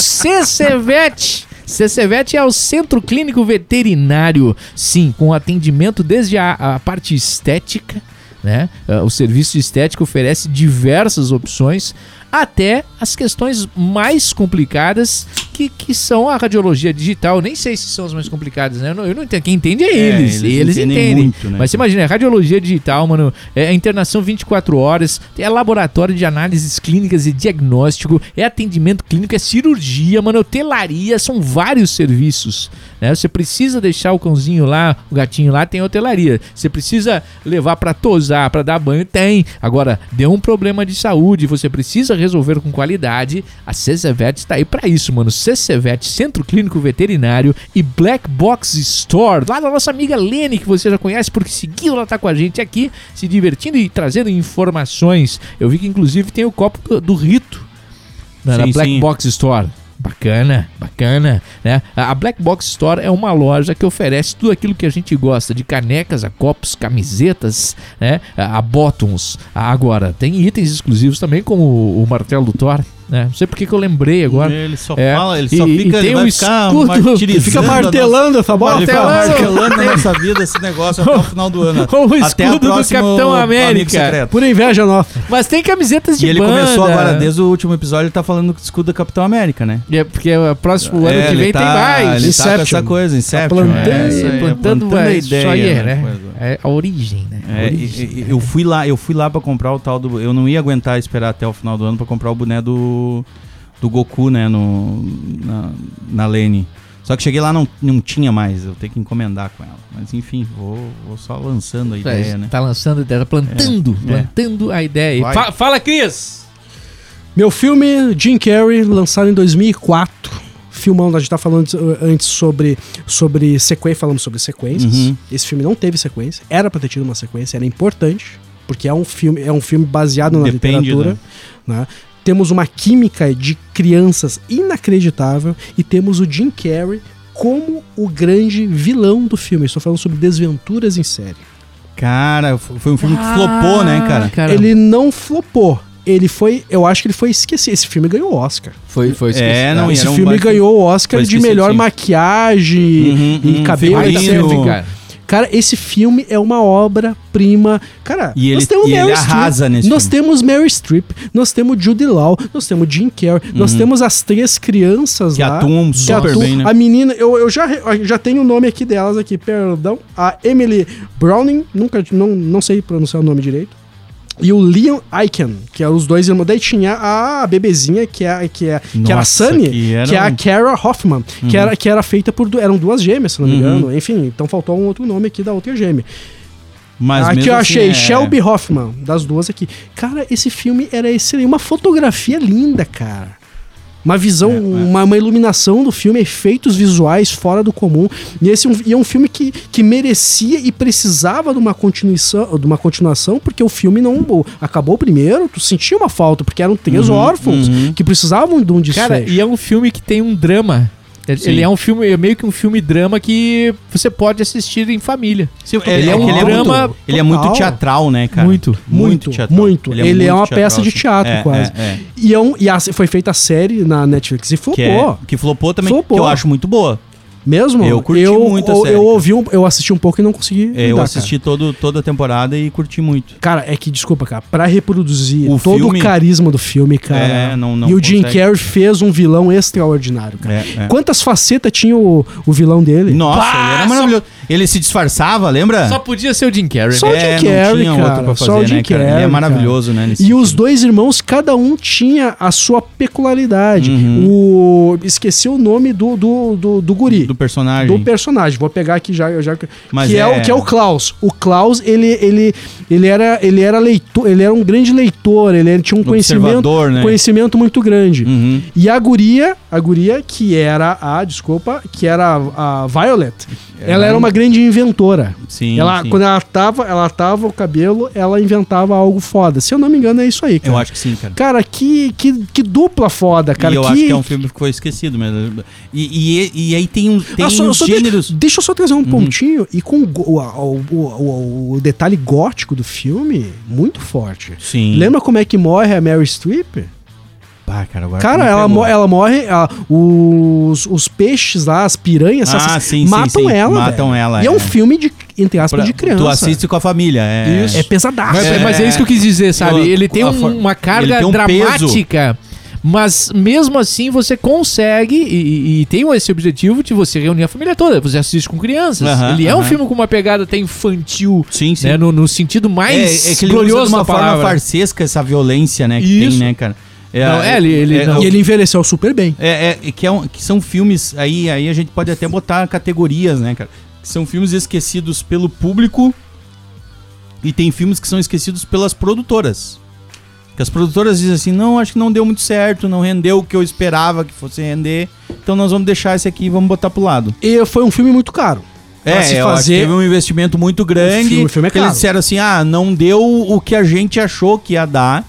[SPEAKER 1] CCVET. CCVET é o Centro Clínico Veterinário, sim, com atendimento desde a, a parte estética, né? Ah, O serviço estético oferece diversas opções, até as questões mais complicadas, que, que são a radiologia digital. Nem sei se são as mais complicadas, né? Eu não, eu não entendo. Quem entende é eles.
[SPEAKER 3] eles
[SPEAKER 1] eles
[SPEAKER 3] entendem
[SPEAKER 1] entendem.
[SPEAKER 3] muito, né?
[SPEAKER 1] Mas você imagina, é radiologia digital, mano, é internação 24 horas, é laboratório de análises clínicas e diagnóstico, é atendimento clínico, é cirurgia, mano, é hotelaria, são vários serviços. Né? Você precisa deixar o cãozinho lá, o gatinho lá, tem hotelaria. Você precisa levar pra tosar, pra dar banho, tem. Agora, deu um problema de saúde, você precisa resolver com qualidade. A CCVET está aí pra isso, mano. CCVET, Centro Clínico Veterinário e Black Box Store, lá da nossa amiga Lene, que você já conhece, porque seguiu, ela tá com a gente aqui, se divertindo e trazendo informações. Eu vi que inclusive tem o copo do, do Rito na, na
[SPEAKER 3] Sim,
[SPEAKER 1] Black
[SPEAKER 3] sim.
[SPEAKER 1] Box Store. Bacana, bacana, né? A a Black Box Store é uma loja que oferece tudo aquilo que a gente gosta, de canecas, a copos, camisetas, né? A a bottoms. Ah, Agora, tem itens exclusivos também, como o o martelo do Thor, né? Não sei porque que eu lembrei agora.
[SPEAKER 3] Ele só
[SPEAKER 1] É.
[SPEAKER 3] fala, ele só
[SPEAKER 1] E-
[SPEAKER 3] fica,
[SPEAKER 1] e tem
[SPEAKER 3] ele
[SPEAKER 1] um
[SPEAKER 3] vai ficar
[SPEAKER 1] escudo que
[SPEAKER 3] martirizando
[SPEAKER 2] Fica
[SPEAKER 3] a nossa-
[SPEAKER 2] martelando essa bola?
[SPEAKER 3] Pode ficar
[SPEAKER 1] Martelando.
[SPEAKER 3] martelando na nossa vida esse negócio até o final do ano.
[SPEAKER 1] Com o
[SPEAKER 3] Até a
[SPEAKER 1] escudo do
[SPEAKER 3] próxima
[SPEAKER 1] Capitão
[SPEAKER 3] Amigo
[SPEAKER 1] América.
[SPEAKER 3] Secreto.
[SPEAKER 2] Por inveja nossa.
[SPEAKER 1] Mas tem camisetas de
[SPEAKER 3] E ele
[SPEAKER 1] banda.
[SPEAKER 3] começou agora, desde o último episódio, ele tá falando do escudo do Capitão América, né?
[SPEAKER 1] É, porque o próximo
[SPEAKER 3] É,
[SPEAKER 1] ano que
[SPEAKER 3] ele
[SPEAKER 1] vem
[SPEAKER 3] tá-
[SPEAKER 1] tem mais.
[SPEAKER 3] Ele tá com
[SPEAKER 2] Inception.
[SPEAKER 3] essa coisa, Inception.
[SPEAKER 2] plantando-
[SPEAKER 3] é, isso aí,
[SPEAKER 1] é, plantando
[SPEAKER 3] a
[SPEAKER 1] é, isso aí, é, né?
[SPEAKER 3] Coisa.
[SPEAKER 1] É a origem, né? A
[SPEAKER 3] É, e-
[SPEAKER 1] origem.
[SPEAKER 3] e- eu fui lá, eu fui lá para comprar o tal do, eu não ia aguentar esperar até o final do ano para comprar o boné do do Goku, né, no na, na Lene. Só que cheguei lá não não tinha mais, eu tenho que encomendar com ela. Mas enfim, vou, vou só lançando a
[SPEAKER 1] É,
[SPEAKER 3] ideia, né?
[SPEAKER 1] Tá lançando a ideia, tá plantando,
[SPEAKER 3] É, é.
[SPEAKER 1] plantando a ideia.
[SPEAKER 3] Vai.
[SPEAKER 1] Fa- fala, Cris!
[SPEAKER 2] Meu filme Jim Carrey, lançado em 2004. Filmão, a gente tá falando uh, antes sobre, sobre sequência, falamos sobre sequências.
[SPEAKER 3] Uhum.
[SPEAKER 2] Esse filme não teve sequência, era pra ter tido uma sequência, era importante, porque é um filme, é um filme baseado na
[SPEAKER 3] Depende,
[SPEAKER 2] literatura. né? Temos uma química de crianças inacreditável e temos o Jim Carrey como o grande vilão do filme. Estou falando sobre desventuras em série.
[SPEAKER 3] Cara, f- foi um filme que flopou, né, cara?
[SPEAKER 2] Ele não flopou. Ele foi, eu acho que ele foi esquecido. Esse filme ganhou o Oscar.
[SPEAKER 1] Foi, foi
[SPEAKER 3] É,
[SPEAKER 1] esquecido.
[SPEAKER 3] não, e
[SPEAKER 2] Esse
[SPEAKER 3] era um
[SPEAKER 2] filme
[SPEAKER 3] baita-
[SPEAKER 2] ganhou o Oscar
[SPEAKER 3] Foi
[SPEAKER 2] de
[SPEAKER 3] esquecido,
[SPEAKER 2] melhor
[SPEAKER 3] sim.
[SPEAKER 2] maquiagem
[SPEAKER 3] Uhum,
[SPEAKER 2] e
[SPEAKER 3] uhum,
[SPEAKER 2] cabelo.
[SPEAKER 3] figurino.
[SPEAKER 2] etc.
[SPEAKER 3] Figurino.
[SPEAKER 1] cara.
[SPEAKER 2] Cara, esse filme é uma obra-prima. Cara,
[SPEAKER 3] E ele- e ele arrasa nesse
[SPEAKER 2] Nós
[SPEAKER 3] filme.
[SPEAKER 2] temos Mary Streep, nós temos Judy Law, nós temos Jim Carrey, nós temos as três crianças
[SPEAKER 3] Uhum. Que
[SPEAKER 2] lá.
[SPEAKER 3] atuam super bem, né?
[SPEAKER 2] A menina, eu, eu já, re- eu já tenho o nome aqui delas aqui, perdão. A Emily Browning, nunca, não, não sei pronunciar o nome direito. E o Liam Aiken, que eram os dois irmãos. Daí tinha a bebezinha, que, é, que, é, que era a
[SPEAKER 3] Nossa,
[SPEAKER 2] Sunny,
[SPEAKER 3] que era
[SPEAKER 2] que é a
[SPEAKER 3] um-
[SPEAKER 2] Kara Hoffman,
[SPEAKER 3] Uhum.
[SPEAKER 2] que, era, que era feita por. du- Eram duas gêmeas, se não me engano. Enfim, então faltou um outro nome aqui da outra gêmea.
[SPEAKER 3] Mas
[SPEAKER 2] aqui
[SPEAKER 3] mesmo
[SPEAKER 2] eu
[SPEAKER 3] assim,
[SPEAKER 2] achei
[SPEAKER 3] é-
[SPEAKER 2] Shelby Hoffman, das duas aqui. Cara, esse filme era excelente. Uma fotografia linda, cara. Uma visão,
[SPEAKER 3] É,
[SPEAKER 2] Uma, uma iluminação do filme, efeitos visuais fora do comum. E esse é um- e é um filme que, que merecia e precisava de uma, continuação, de uma continuação, porque o filme não o- acabou primeiro, tu sentia uma falta, porque eram
[SPEAKER 3] Uhum,
[SPEAKER 2] três órfãos que precisavam de um desfecho.
[SPEAKER 1] Cara, e é um filme que tem um drama. Ele-
[SPEAKER 3] Sim.
[SPEAKER 1] Ele é um filme, é meio que um filme drama que você pode assistir em família.
[SPEAKER 3] Sim, ele,
[SPEAKER 1] Ele
[SPEAKER 3] é,
[SPEAKER 1] é um
[SPEAKER 3] ele É
[SPEAKER 1] drama
[SPEAKER 3] muito, ele é muito
[SPEAKER 2] total.
[SPEAKER 3] teatral, né, cara?
[SPEAKER 1] Muito,
[SPEAKER 2] muito, muito. Ele é,
[SPEAKER 3] muito
[SPEAKER 2] uma
[SPEAKER 3] teatral,
[SPEAKER 2] peça de
[SPEAKER 3] assim.
[SPEAKER 2] teatro,
[SPEAKER 3] É,
[SPEAKER 2] quase.
[SPEAKER 3] é, é.
[SPEAKER 2] E, é um, e a- foi feita a série na Netflix e flopou.
[SPEAKER 3] Que, é, que flopou também,
[SPEAKER 2] Flopou.
[SPEAKER 3] que eu acho muito boa.
[SPEAKER 2] Mesmo?
[SPEAKER 3] Eu curti muito a
[SPEAKER 2] eu,
[SPEAKER 3] série,
[SPEAKER 2] eu
[SPEAKER 3] cara.
[SPEAKER 2] ouvi um, eu assisti um pouco e não consegui.
[SPEAKER 3] É, eu
[SPEAKER 2] lidar,
[SPEAKER 3] assisti todo, toda a temporada e curti muito.
[SPEAKER 2] Cara. Cara, é que desculpa, cara, pra reproduzir
[SPEAKER 3] O
[SPEAKER 2] todo
[SPEAKER 3] filme-
[SPEAKER 2] o carisma do filme, cara.
[SPEAKER 3] É, não- não
[SPEAKER 2] e o Jim
[SPEAKER 3] consegue.
[SPEAKER 2] Carrey fez um vilão extraordinário, cara.
[SPEAKER 3] É, é.
[SPEAKER 2] Quantas facetas tinha o, o vilão dele?
[SPEAKER 3] Nossa,
[SPEAKER 1] Bah,
[SPEAKER 3] ele era
[SPEAKER 1] só-
[SPEAKER 3] maravilhoso. Ele se disfarçava, lembra?
[SPEAKER 1] Só podia ser o Jim Carrey.
[SPEAKER 2] Só o
[SPEAKER 3] É,
[SPEAKER 2] Jim
[SPEAKER 3] não
[SPEAKER 2] Carrey,
[SPEAKER 3] tinha
[SPEAKER 2] cara.
[SPEAKER 3] outro pra fazer,
[SPEAKER 2] Só o
[SPEAKER 3] né,
[SPEAKER 2] Jim
[SPEAKER 3] cara?
[SPEAKER 2] Carrey,
[SPEAKER 3] Ele é
[SPEAKER 2] cara.
[SPEAKER 3] maravilhoso, né? nesse
[SPEAKER 2] E os
[SPEAKER 3] sentido.
[SPEAKER 2] dois irmãos, cada um tinha a sua peculiaridade.
[SPEAKER 3] Uhum.
[SPEAKER 2] O... Esqueci o nome do, do, do, do guri.
[SPEAKER 3] do
[SPEAKER 2] Do
[SPEAKER 3] personagem.
[SPEAKER 2] personagem, vou pegar aqui já, já
[SPEAKER 3] Mas
[SPEAKER 2] que é,
[SPEAKER 3] é-
[SPEAKER 2] o que é o Klaus. O Klaus, ele ele ele era ele era leitor, ele era um grande leitor, ele era- tinha um conhecimento,
[SPEAKER 3] Observador, né?
[SPEAKER 2] conhecimento muito grande.
[SPEAKER 3] Uhum.
[SPEAKER 2] E a guria, a guria que era a, desculpa, que era a, a Violet. Ela era uma grande inventora.
[SPEAKER 3] É. Sim,
[SPEAKER 2] Ela,
[SPEAKER 3] sim.
[SPEAKER 2] quando ela tava, ela tava o cabelo, ela inventava algo foda. Se eu não me engano, é isso aí, cara.
[SPEAKER 3] Eu acho que sim, cara.
[SPEAKER 2] Cara, que, que, que dupla foda, cara.
[SPEAKER 3] e eu acho que é um filme que foi esquecido mesmo. E, e, e aí tem, um, tem
[SPEAKER 2] Ah, só-
[SPEAKER 3] uns
[SPEAKER 2] só de-
[SPEAKER 3] gêneros. Uhum.
[SPEAKER 2] Deixa eu só trazer um pontinho. E com o, go- o- o- o- o detalhe gótico do filme, muito forte.
[SPEAKER 3] Sim.
[SPEAKER 2] Lembra como é que morre a Mary Streep?
[SPEAKER 3] Pá, cara, agora tu
[SPEAKER 2] Cara,
[SPEAKER 3] me
[SPEAKER 2] ela,
[SPEAKER 3] pegou.
[SPEAKER 2] mo- ela morre. ela- os, os peixes lá, as piranhas,
[SPEAKER 3] Ah,
[SPEAKER 2] essas,
[SPEAKER 3] sim, sim,
[SPEAKER 2] matam
[SPEAKER 3] sim.
[SPEAKER 2] ela.
[SPEAKER 3] Matam
[SPEAKER 2] velho.
[SPEAKER 3] ela,
[SPEAKER 2] E é
[SPEAKER 3] é.
[SPEAKER 2] um filme de, entre aspas,
[SPEAKER 3] Pra-
[SPEAKER 2] de criança.
[SPEAKER 3] Tu assiste com a família. É,
[SPEAKER 2] É pesadaço.
[SPEAKER 1] Mas é, mas é isso que eu quis dizer, sabe?
[SPEAKER 3] Eu-
[SPEAKER 1] ele tem
[SPEAKER 3] a
[SPEAKER 1] um-
[SPEAKER 3] for-
[SPEAKER 1] uma
[SPEAKER 3] ele
[SPEAKER 1] carga
[SPEAKER 3] tem um
[SPEAKER 1] dramática, mas mesmo assim você consegue e, e- e tem esse objetivo de você reunir a família toda. Você assiste com crianças.
[SPEAKER 3] Aham,
[SPEAKER 1] ele é um
[SPEAKER 3] aham.
[SPEAKER 1] filme com uma pegada até infantil,
[SPEAKER 3] Sim,
[SPEAKER 2] É
[SPEAKER 3] sim.
[SPEAKER 1] né? No, no sentido mais
[SPEAKER 3] É, é que ele usa
[SPEAKER 1] glorioso
[SPEAKER 3] de uma
[SPEAKER 1] da
[SPEAKER 3] forma
[SPEAKER 1] palavra.
[SPEAKER 3] farsesca essa violência, né? Que
[SPEAKER 1] Isso.
[SPEAKER 3] tem, né, cara?
[SPEAKER 1] Não, é, ele- ele- não.
[SPEAKER 2] E ele envelheceu super bem.
[SPEAKER 3] É, é, que, é um- que são filmes. Aí, aí a gente pode até botar categorias, né, cara? Que são filmes esquecidos pelo público e tem filmes que são esquecidos pelas produtoras. Que as produtoras dizem assim: não, acho que não deu muito certo, não rendeu o que eu esperava que fosse render, então nós vamos deixar esse aqui e vamos botar pro lado.
[SPEAKER 2] E foi um filme muito caro. Pra
[SPEAKER 3] É,
[SPEAKER 2] se
[SPEAKER 3] eu acho que
[SPEAKER 2] fazer-
[SPEAKER 3] teve um investimento muito grande.
[SPEAKER 2] O filme- o filme é
[SPEAKER 3] que
[SPEAKER 2] caro.
[SPEAKER 3] Eles disseram assim: ah, não deu o que a gente achou que ia dar.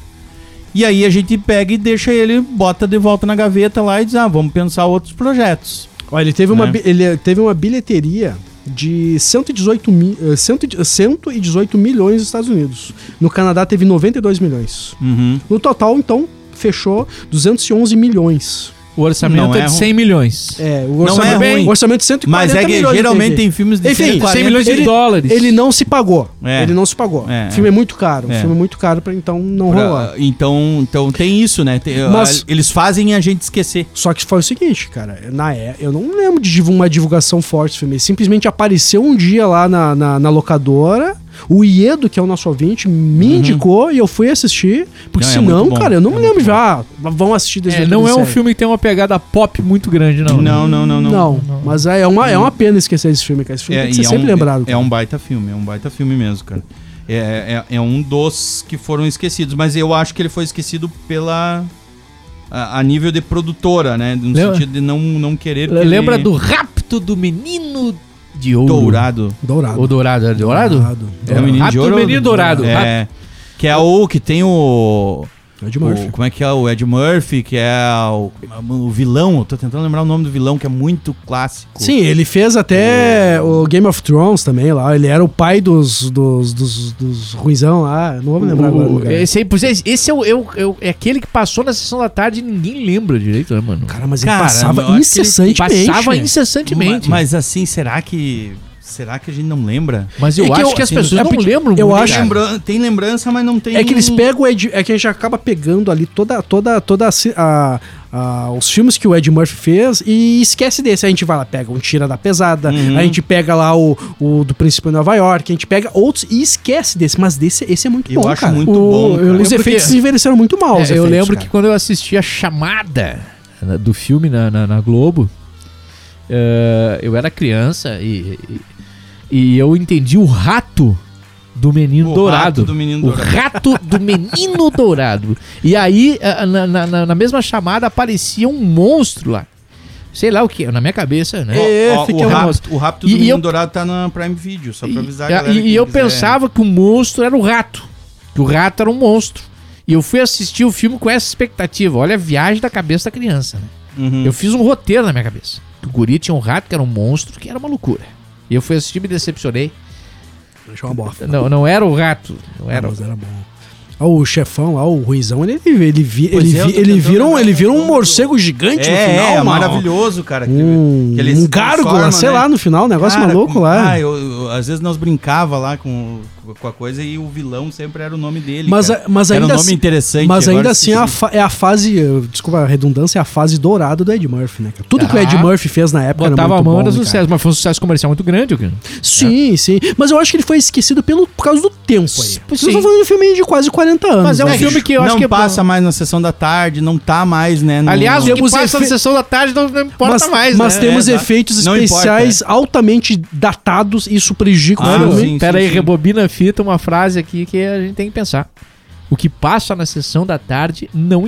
[SPEAKER 3] E aí a gente pega e deixa ele, bota de volta na gaveta lá e diz: ah, vamos pensar outros projetos.
[SPEAKER 2] Olha, ele teve, uma,
[SPEAKER 3] Né?
[SPEAKER 2] bi- ele teve uma bilheteria de 118, mi, eh, 100 118 milhões nos Estados Unidos. No Canadá teve 92 milhões.
[SPEAKER 3] Uhum.
[SPEAKER 2] No total, então, fechou 211 milhões.
[SPEAKER 1] O orçamento
[SPEAKER 3] Não
[SPEAKER 1] é
[SPEAKER 3] é
[SPEAKER 1] de
[SPEAKER 3] ruim.
[SPEAKER 1] 100 milhões.
[SPEAKER 2] É, o
[SPEAKER 3] Não
[SPEAKER 2] orçamento,
[SPEAKER 3] é ruim.
[SPEAKER 2] o orçamento de 140
[SPEAKER 3] Mas é que
[SPEAKER 2] milhões ele
[SPEAKER 3] geralmente
[SPEAKER 2] teve.
[SPEAKER 3] tem filmes de
[SPEAKER 2] Enfim,
[SPEAKER 1] 100
[SPEAKER 3] 140
[SPEAKER 1] milhões de
[SPEAKER 2] ele-
[SPEAKER 1] dólares.
[SPEAKER 2] Ele não se pagou.
[SPEAKER 3] É.
[SPEAKER 2] Ele não se pagou.
[SPEAKER 3] É,
[SPEAKER 2] o filme é muito caro.
[SPEAKER 3] É.
[SPEAKER 2] O filme é muito caro, pra, então não
[SPEAKER 3] pra-
[SPEAKER 2] rolar.
[SPEAKER 3] Então, então tem isso, né? Tem-
[SPEAKER 2] Mas-
[SPEAKER 3] a- eles fazem a gente esquecer.
[SPEAKER 2] Só que foi o seguinte, cara, na é, eu não lembro de divu- uma divulgação forte desse filme. Ele simplesmente apareceu um dia lá na, na, na locadora, o Iedo, que é o nosso ouvinte, me indicou e eu fui assistir. Porque
[SPEAKER 3] Uhum. Não, é
[SPEAKER 2] senão,
[SPEAKER 3] muito bom.
[SPEAKER 2] cara, eu não
[SPEAKER 3] É
[SPEAKER 2] me
[SPEAKER 3] muito
[SPEAKER 2] lembro
[SPEAKER 3] bom.
[SPEAKER 2] já. Vão assistir desse
[SPEAKER 1] É,
[SPEAKER 2] jeito
[SPEAKER 1] não é
[SPEAKER 2] desse
[SPEAKER 1] um
[SPEAKER 2] aí.
[SPEAKER 1] filme que tem uma pegada pop muito grande, não. né?
[SPEAKER 3] Não, não, não, não.
[SPEAKER 2] Não, mas é uma, é uma pena esquecer esse filme, cara. Esse filme
[SPEAKER 3] Hum. É,
[SPEAKER 2] tem
[SPEAKER 3] e
[SPEAKER 2] que ser
[SPEAKER 3] é
[SPEAKER 2] sempre
[SPEAKER 3] um,
[SPEAKER 2] lembrado.
[SPEAKER 3] É,
[SPEAKER 2] cara.
[SPEAKER 3] um baita filme, é um baita filme mesmo, cara. É, é, é um dos que foram esquecidos, mas eu acho que ele foi esquecido pela. A, a nível de produtora, né? No
[SPEAKER 1] Lembra-
[SPEAKER 3] sentido de não, não querer. que
[SPEAKER 1] Lembra
[SPEAKER 3] ele-
[SPEAKER 1] do rapto do menino de ouro?
[SPEAKER 3] Dourado.
[SPEAKER 2] Dourado.
[SPEAKER 1] Ou dourado, é dourado?
[SPEAKER 2] Dourado.
[SPEAKER 1] É, o menino
[SPEAKER 3] Rápido
[SPEAKER 1] de ouro.
[SPEAKER 3] Menino Dourado. É. Que é o que tem o.
[SPEAKER 2] Ed
[SPEAKER 3] o-
[SPEAKER 2] Murphy.
[SPEAKER 3] como é que é? O Ed Murphy, que é o, o vilão. Eu tô tentando lembrar o nome do vilão, que é muito clássico.
[SPEAKER 2] Sim, ele fez
[SPEAKER 3] É.
[SPEAKER 2] até o Game of Thrones também lá. Ele era o pai dos, dos, dos, dos ruizão lá. Não vou me lembrar agora.
[SPEAKER 1] O-
[SPEAKER 2] do
[SPEAKER 1] o-
[SPEAKER 2] cara.
[SPEAKER 1] Esse, aí, pois é, esse é, o, é, o- é o- é aquele que passou na sessão da tarde e ninguém lembra direito, né, mano?
[SPEAKER 2] Cara, mas
[SPEAKER 3] Cara,
[SPEAKER 2] ele passava
[SPEAKER 3] eu acho que ele
[SPEAKER 2] incessantemente.
[SPEAKER 1] Passava
[SPEAKER 2] né?
[SPEAKER 1] incessantemente.
[SPEAKER 3] Ma- Mas assim, será que. Será que a gente não lembra?
[SPEAKER 1] Mas eu
[SPEAKER 2] É que
[SPEAKER 1] acho
[SPEAKER 2] eu-
[SPEAKER 1] que as
[SPEAKER 2] assim,
[SPEAKER 1] pessoas
[SPEAKER 2] é
[SPEAKER 1] não
[SPEAKER 2] porque
[SPEAKER 1] lembram
[SPEAKER 2] eu
[SPEAKER 1] muito,
[SPEAKER 2] acho-
[SPEAKER 1] cara.
[SPEAKER 3] Lembra- tem lembrança, mas não tem.
[SPEAKER 2] É que eles pegam o Ed, é que a gente acaba pegando ali toda toda toda a ci- a- a- os filmes que o Ed Murphy fez e esquece desse. A gente vai lá pega um tira da pesada,
[SPEAKER 3] Uhum.
[SPEAKER 2] a gente pega lá o, o do Príncipe de Nova York, a gente pega outros e esquece desse, mas desse esse é muito
[SPEAKER 3] Eu
[SPEAKER 2] bom,
[SPEAKER 3] acho
[SPEAKER 2] cara.
[SPEAKER 3] muito
[SPEAKER 2] O-
[SPEAKER 3] bom. cara. É
[SPEAKER 1] lembro
[SPEAKER 2] os efeitos
[SPEAKER 1] que-
[SPEAKER 2] envelheceram muito mal.
[SPEAKER 1] É,
[SPEAKER 2] os
[SPEAKER 1] eu
[SPEAKER 2] efeitos,
[SPEAKER 1] lembro
[SPEAKER 2] cara.
[SPEAKER 1] que quando eu assisti a chamada né, do filme na, na, na Globo, eh, eu era criança e, e, e eu entendi o rato do menino
[SPEAKER 3] O
[SPEAKER 1] dourado.
[SPEAKER 3] rato do menino
[SPEAKER 1] o
[SPEAKER 3] dourado.
[SPEAKER 1] rato do menino dourado. E aí, eh, na, na, na- na mesma chamada, aparecia um monstro lá. Sei lá o que, na minha cabeça, né?
[SPEAKER 2] É,
[SPEAKER 3] Ó,
[SPEAKER 2] fica
[SPEAKER 3] o,
[SPEAKER 2] um-
[SPEAKER 3] rápido, o Rápido
[SPEAKER 1] E-
[SPEAKER 3] do
[SPEAKER 1] e
[SPEAKER 3] Menino
[SPEAKER 1] eu-
[SPEAKER 3] Dourado tá na Prime Video, só pra avisar a
[SPEAKER 1] E-
[SPEAKER 2] é,
[SPEAKER 3] galera
[SPEAKER 1] e
[SPEAKER 3] quem
[SPEAKER 1] eu
[SPEAKER 3] quiser.
[SPEAKER 1] pensava que o monstro era o rato. Que o rato era um monstro. E eu fui assistir o filme com essa expectativa. Olha a viagem da cabeça da criança, né?
[SPEAKER 3] Uhum.
[SPEAKER 1] Eu fiz um roteiro na minha cabeça. Que o guri tinha um rato que era um monstro, que era uma loucura. E eu fui assistir e me decepcionei.
[SPEAKER 2] Deixa uma bosta.
[SPEAKER 1] Não, não era o rato. Não era.
[SPEAKER 2] Mas era bom. Ó, o chefão lá, o Ruizão, ele, ele, vi- ele,
[SPEAKER 3] Pois
[SPEAKER 2] vi-
[SPEAKER 3] é, eu tô
[SPEAKER 2] ele,
[SPEAKER 3] tentando
[SPEAKER 2] vira um,
[SPEAKER 3] lembrar
[SPEAKER 2] ele vira
[SPEAKER 3] o
[SPEAKER 2] um
[SPEAKER 3] nome do- É,
[SPEAKER 2] morcego gigante no final, mano.
[SPEAKER 3] maravilhoso, cara. aquele-
[SPEAKER 2] Um,
[SPEAKER 3] que eles
[SPEAKER 2] um gárgula,
[SPEAKER 3] transformam,
[SPEAKER 2] sei
[SPEAKER 3] né?
[SPEAKER 2] lá, no final, um negócio
[SPEAKER 3] Cara,
[SPEAKER 2] maluco
[SPEAKER 3] com-
[SPEAKER 2] lá.
[SPEAKER 3] Ah, eu, eu- às vezes nós brincava lá com, com a coisa e o vilão sempre era o nome dele.
[SPEAKER 2] Mas,
[SPEAKER 3] cara.
[SPEAKER 2] a- mas
[SPEAKER 3] era
[SPEAKER 2] ainda assim-
[SPEAKER 3] um nome interessante.
[SPEAKER 2] Mas
[SPEAKER 3] agora
[SPEAKER 2] ainda assim
[SPEAKER 3] esqueci.
[SPEAKER 2] é a, fa- é a fase, eh, desculpa a redundância, é a fase dourada do Ed Murphy, né? cara? Tudo que o Ed
[SPEAKER 1] Ah.
[SPEAKER 2] Murphy fez na época era
[SPEAKER 1] Botava a
[SPEAKER 2] muito
[SPEAKER 1] mão
[SPEAKER 2] bom,
[SPEAKER 1] era
[SPEAKER 2] né, cara?
[SPEAKER 1] sucesso, mas foi um sucesso comercial muito grande, o
[SPEAKER 2] Sim,
[SPEAKER 3] É.
[SPEAKER 2] sim. Mas eu acho que ele foi esquecido pelo, por causa do tempo aí. Nós
[SPEAKER 1] sim.
[SPEAKER 2] estamos falando de um filme de quase 40 anos.
[SPEAKER 1] Mas é um
[SPEAKER 2] né?
[SPEAKER 1] filme que eu
[SPEAKER 3] não
[SPEAKER 1] acho que é
[SPEAKER 3] passa mais na sessão da tarde, não tá mais, né? no-
[SPEAKER 1] Aliás, o
[SPEAKER 3] no-
[SPEAKER 1] que
[SPEAKER 2] Temos
[SPEAKER 1] passa na
[SPEAKER 2] efe-
[SPEAKER 1] sessão da tarde não, não importa
[SPEAKER 2] mas,
[SPEAKER 1] mais,
[SPEAKER 2] mas
[SPEAKER 1] né?
[SPEAKER 2] temos
[SPEAKER 3] É, exato.
[SPEAKER 2] especiais
[SPEAKER 3] Não importa, é.
[SPEAKER 2] especiais altamente datados, isso prejudica o
[SPEAKER 3] Ah,
[SPEAKER 2] filme.
[SPEAKER 3] sim,
[SPEAKER 1] Pera aí,
[SPEAKER 3] sim.
[SPEAKER 1] rebobina a fita, uma frase aqui que a gente tem que pensar. O que passa na sessão da tarde não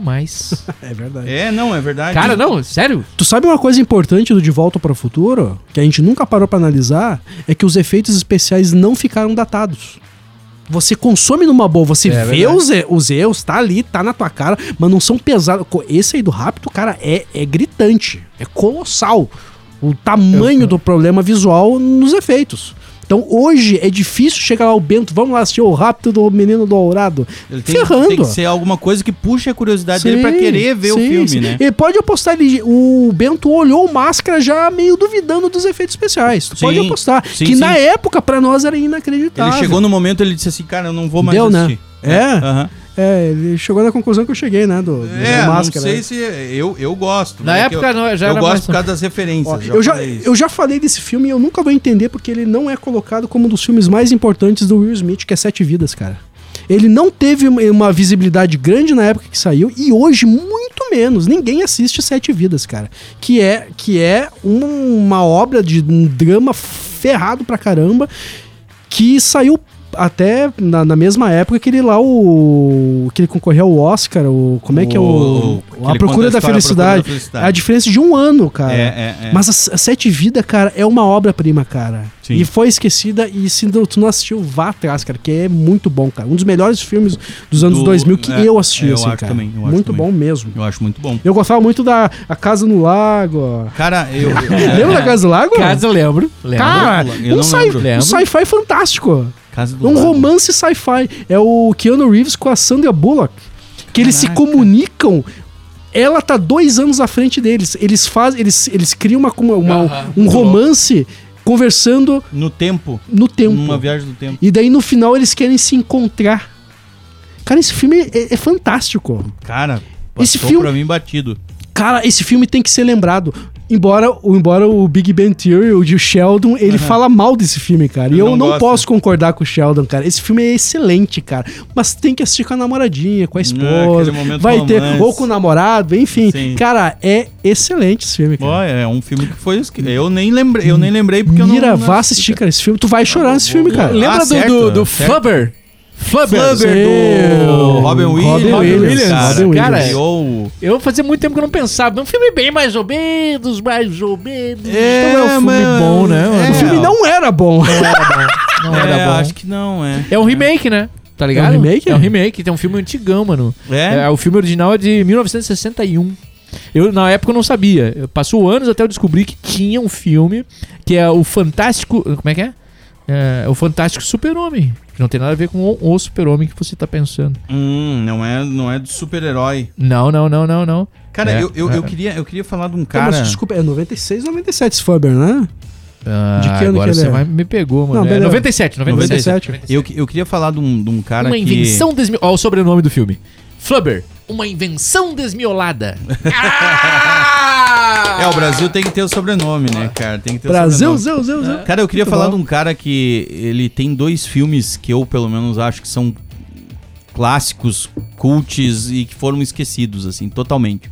[SPEAKER 1] mais.
[SPEAKER 2] É verdade.
[SPEAKER 3] É, não, é verdade.
[SPEAKER 1] Cara, não, sério.
[SPEAKER 2] Tu sabe uma coisa importante do De Volta para o Futuro, que a gente nunca parou pra analisar, é que os efeitos especiais não ficaram datados. Você consome numa boa, você
[SPEAKER 3] É
[SPEAKER 2] vê os, e- os erros, tá ali, tá na tua cara, mas não são pesados. Co- Esse aí do rápido, cara, é, é gritante, é colossal. O tamanho do problema visual nos efeitos. Então hoje é difícil chegar lá o Bento, vamos lá assistir o rápido do Menino Dourado.
[SPEAKER 3] Ele tem,
[SPEAKER 2] Ferrando.
[SPEAKER 3] tem que ser alguma coisa que puxe a curiosidade dele pra
[SPEAKER 2] Sim,
[SPEAKER 3] querer ver
[SPEAKER 2] sim,
[SPEAKER 3] o filme,
[SPEAKER 2] sim.
[SPEAKER 3] né?
[SPEAKER 2] Ele pode apostar, ele, o Bento olhou o Máscara já meio duvidando dos efeitos especiais. Tu
[SPEAKER 3] Sim,
[SPEAKER 2] pode apostar.
[SPEAKER 3] sim,
[SPEAKER 2] que
[SPEAKER 3] sim.
[SPEAKER 2] na época, pra nós, era
[SPEAKER 3] Ele
[SPEAKER 2] inacreditável.
[SPEAKER 3] chegou no momento ele disse assim, cara, eu não vou mais
[SPEAKER 2] Deu, né?
[SPEAKER 3] assistir.
[SPEAKER 2] É?
[SPEAKER 3] Aham.
[SPEAKER 2] É, ele chegou na conclusão que eu cheguei, né? Do, do
[SPEAKER 3] É, não
[SPEAKER 2] Máscara. né?
[SPEAKER 3] sei se... é, Eu, eu gosto.
[SPEAKER 1] Na
[SPEAKER 3] mas é que
[SPEAKER 1] época
[SPEAKER 3] eu,
[SPEAKER 1] não, já
[SPEAKER 3] Eu
[SPEAKER 1] era
[SPEAKER 3] gosto
[SPEAKER 1] mais-
[SPEAKER 3] por causa das referências.
[SPEAKER 2] Ó, eu, já,
[SPEAKER 3] falei isso. é
[SPEAKER 2] eu já falei desse filme e eu nunca vou entender porque ele não é colocado como um dos filmes mais importantes do Will Smith, que é Sete Vidas, cara. Ele não teve uma- uma visibilidade grande na época que saiu e hoje muito menos. Ninguém assiste Sete Vidas, cara. Que é, que é um- uma obra de um drama ferrado pra caramba que saiu até na, na mesma época que ele lá o que ele concorreu ao Oscar, o como é que é o,
[SPEAKER 3] O- que
[SPEAKER 2] a
[SPEAKER 3] ele conta a história, A
[SPEAKER 2] procura da
[SPEAKER 3] Procura da
[SPEAKER 2] felicidade.
[SPEAKER 3] Felicidade.
[SPEAKER 2] A diferença de um ano, cara.
[SPEAKER 3] É, é, é.
[SPEAKER 2] Mas a, a Sete Vida, cara, é uma obra-prima, cara.
[SPEAKER 3] Sim.
[SPEAKER 2] E foi esquecida e se não- tu não assistiu, vá atrás, cara, que é muito bom, cara. Um dos melhores filmes dos anos
[SPEAKER 3] Do-
[SPEAKER 2] 2000 que
[SPEAKER 3] é,
[SPEAKER 2] eu assisti,
[SPEAKER 3] eu
[SPEAKER 2] assim,
[SPEAKER 3] acho
[SPEAKER 2] cara.
[SPEAKER 3] também, eu acho
[SPEAKER 2] muito
[SPEAKER 3] também.
[SPEAKER 2] bom mesmo.
[SPEAKER 3] Eu acho muito bom.
[SPEAKER 2] Eu gostava muito da A Casa no Lago. ó.
[SPEAKER 3] Cara, eu...
[SPEAKER 2] Lembra da Casa no Lago?
[SPEAKER 1] Caso eu lembro. lembro.
[SPEAKER 2] Cara,
[SPEAKER 3] É. Eu
[SPEAKER 2] um
[SPEAKER 3] não
[SPEAKER 2] sci-
[SPEAKER 3] lembro.
[SPEAKER 2] um sci-fi fantástico.
[SPEAKER 3] Casa do
[SPEAKER 2] É um
[SPEAKER 3] Lago.
[SPEAKER 2] romance sci-fi. É o Keanu Reeves com a Sandra Bullock. Que eles se
[SPEAKER 3] Caraca.
[SPEAKER 2] comunicam. Ela tá dois anos à frente deles. Eles fazem. Eles, eles criam uma, uma- uma- um romance conversando
[SPEAKER 3] No tempo.
[SPEAKER 2] no tempo.
[SPEAKER 3] Numa viagem do tempo.
[SPEAKER 2] E daí no final eles querem se encontrar. Cara, esse filme é, é fantástico.
[SPEAKER 3] Cara, passou
[SPEAKER 2] Esse filme-
[SPEAKER 3] pra mim batido.
[SPEAKER 2] Cara, esse filme tem que ser lembrado. Embora, o- embora o Big Ben Theory, o de Sheldon, ele fala mal desse filme, cara. E
[SPEAKER 3] Ele
[SPEAKER 2] eu
[SPEAKER 3] não
[SPEAKER 2] não
[SPEAKER 3] gosta.
[SPEAKER 2] posso concordar com o Sheldon, cara. Esse filme é excelente, cara. Mas tem que assistir com a namoradinha, com a esposa.
[SPEAKER 3] aquele momento
[SPEAKER 2] vai ter.
[SPEAKER 3] romance.
[SPEAKER 2] Ou com o namorado, enfim.
[SPEAKER 3] Sim.
[SPEAKER 2] Cara, é excelente esse filme, cara.
[SPEAKER 3] Ó, é um filme que foi... esque- Eu nem lembrei, eu nem lembrei porque eu não...
[SPEAKER 2] Mira,
[SPEAKER 3] não assisti, Tá
[SPEAKER 2] vá assistir, cara, esse filme. Tu vai chorar nesse filme, cara.
[SPEAKER 3] Lembra
[SPEAKER 1] Lembra
[SPEAKER 3] do- do-
[SPEAKER 1] do,
[SPEAKER 3] do
[SPEAKER 1] Flubber? Flubber.
[SPEAKER 3] Ah, Flubber do
[SPEAKER 2] Meu,
[SPEAKER 3] Robin Williams.
[SPEAKER 2] Robin Williams,
[SPEAKER 3] Cara,
[SPEAKER 2] Robin
[SPEAKER 3] cara,
[SPEAKER 2] Williams.
[SPEAKER 3] criou-
[SPEAKER 1] Eu fazia muito tempo que eu não pensava. É um filme bem mais ou menos, mais ou menos.
[SPEAKER 3] É,
[SPEAKER 1] não é um filme
[SPEAKER 3] mas-
[SPEAKER 1] bom, né?
[SPEAKER 3] é.
[SPEAKER 2] O filme não era bom.
[SPEAKER 1] Não era
[SPEAKER 3] é,
[SPEAKER 1] bom.
[SPEAKER 3] acho que não, é.
[SPEAKER 1] É um remake, né? Tá ligado?
[SPEAKER 2] remake?
[SPEAKER 1] É um remake. Tem um filme antigão, mano.
[SPEAKER 3] É?
[SPEAKER 1] É, o filme original é de 1961. Eu, na época, eu não sabia. Eu- Passou anos até eu descobrir que tinha um filme que é o Fantástico. Como é que é? É, o Fantástico Super-Homem. Que não tem nada a ver com o, o Super-Homem que você tá pensando.
[SPEAKER 3] Hum, não é, não é do super-herói.
[SPEAKER 1] Não, não, não, não, não.
[SPEAKER 3] Cara,
[SPEAKER 1] É,
[SPEAKER 3] eu, eu, eu
[SPEAKER 1] é.
[SPEAKER 3] queria, eu queria falar de um
[SPEAKER 2] Tá,
[SPEAKER 3] cara...
[SPEAKER 2] mas desculpa, é 96, 97 esse Faber, né?
[SPEAKER 1] Ah,
[SPEAKER 2] De que ano
[SPEAKER 1] agora
[SPEAKER 2] que ele
[SPEAKER 1] você
[SPEAKER 2] é?
[SPEAKER 1] vai- me pegou, mano.
[SPEAKER 2] Não,
[SPEAKER 1] é
[SPEAKER 2] beleza.
[SPEAKER 1] 97, 97.
[SPEAKER 2] 97.
[SPEAKER 3] Eu, eu queria falar de um, de um cara
[SPEAKER 1] Uma
[SPEAKER 3] que...
[SPEAKER 1] invenção desmiolada. Olha o sobrenome do filme. Flubber. Uma invenção desmiolada. Ah!
[SPEAKER 3] É, o Brasil tem que ter o sobrenome, né, cara? Tem que ter
[SPEAKER 2] Brasil,
[SPEAKER 3] o sobrenome.
[SPEAKER 2] Zeu, Zeu, Zeu.
[SPEAKER 3] Cara, eu queria
[SPEAKER 2] Muito
[SPEAKER 3] falar
[SPEAKER 2] bom.
[SPEAKER 3] de um cara que ele tem dois filmes que eu, pelo menos, acho que são clássicos, cults e que foram esquecidos, assim, totalmente.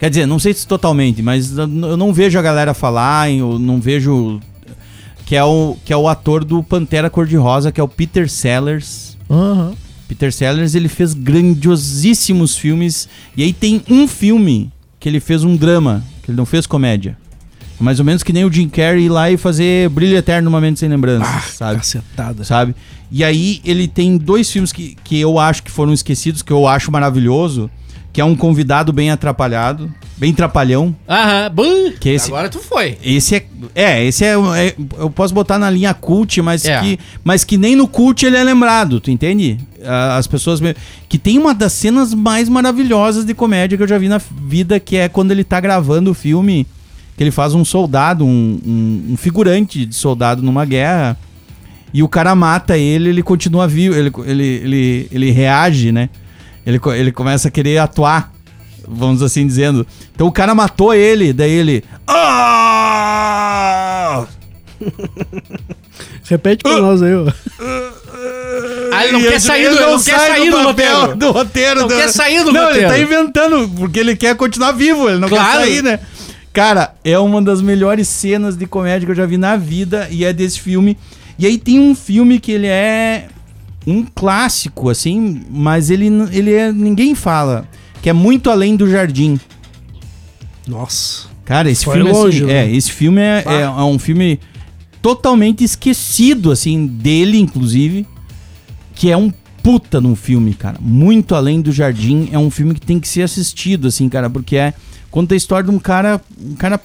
[SPEAKER 3] Quer dizer, não sei se totalmente, mas eu não vejo a galera falar, eu não vejo. Que é o, que é o ator do Pantera Cor-de-Rosa, que é o Peter Sellers.
[SPEAKER 1] Aham.
[SPEAKER 3] Peter Sellers, ele fez grandiosíssimos filmes. E aí tem um filme que ele fez um drama, que ele não fez comédia. Mais ou menos que nem o Jim Carrey ir lá e fazer Brilho Eterno Uma Mente Sem Lembrança, sabe?
[SPEAKER 2] Cacetada.
[SPEAKER 3] Sabe? E aí ele tem dois filmes que, que eu acho que foram esquecidos, que eu acho maravilhoso, que é Um Convidado Bem Atrapalhado, bem trapalhão.
[SPEAKER 1] Aham, bum,
[SPEAKER 3] Que esse-
[SPEAKER 1] agora tu foi.
[SPEAKER 3] Esse é. É, esse é, é- Eu posso botar na linha cult, mas,
[SPEAKER 1] É.
[SPEAKER 3] que, mas que nem no cult ele é lembrado, tu entende? A- As pessoas. me- Que tem uma das cenas mais maravilhosas de comédia que eu já vi na vida, que é quando ele tá gravando o filme. Que ele faz um soldado, um, um- um figurante de soldado numa guerra. E o cara mata ele, ele continua vivo, ele, ele, ele, ele reage, né? Ele, co- ele começa a querer atuar, vamos assim dizendo. Então o cara matou ele, daí ele. "Ah!"
[SPEAKER 2] Repete pra nós aí, ó.
[SPEAKER 1] Ah, ele não
[SPEAKER 3] E
[SPEAKER 1] quer sair do, ele não quer
[SPEAKER 3] sai
[SPEAKER 1] sair do
[SPEAKER 3] papel-
[SPEAKER 1] roteiro.
[SPEAKER 3] do roteiro.
[SPEAKER 1] Não
[SPEAKER 3] do-
[SPEAKER 1] quer sair do
[SPEAKER 3] Não, ele
[SPEAKER 1] roteiro.
[SPEAKER 3] tá inventando, porque ele quer continuar vivo, ele não quer
[SPEAKER 1] Claro.
[SPEAKER 3] sair, né? Cara, é uma das melhores cenas de comédia que eu já vi na vida e é desse filme. E aí tem um filme que ele é um clássico, assim, mas ele, n- ele é. ninguém fala. Que é muito além do jardim.
[SPEAKER 2] Nossa.
[SPEAKER 3] Cara, esse
[SPEAKER 2] Foi
[SPEAKER 3] filme
[SPEAKER 2] longe,
[SPEAKER 3] assim,
[SPEAKER 2] né?
[SPEAKER 3] é, esse filme é, é- é um filme totalmente esquecido assim dele inclusive, que é um puta num filme, cara. Muito além do jardim, é um filme que tem que ser assistido assim, cara, porque é conta a história de um cara, um cara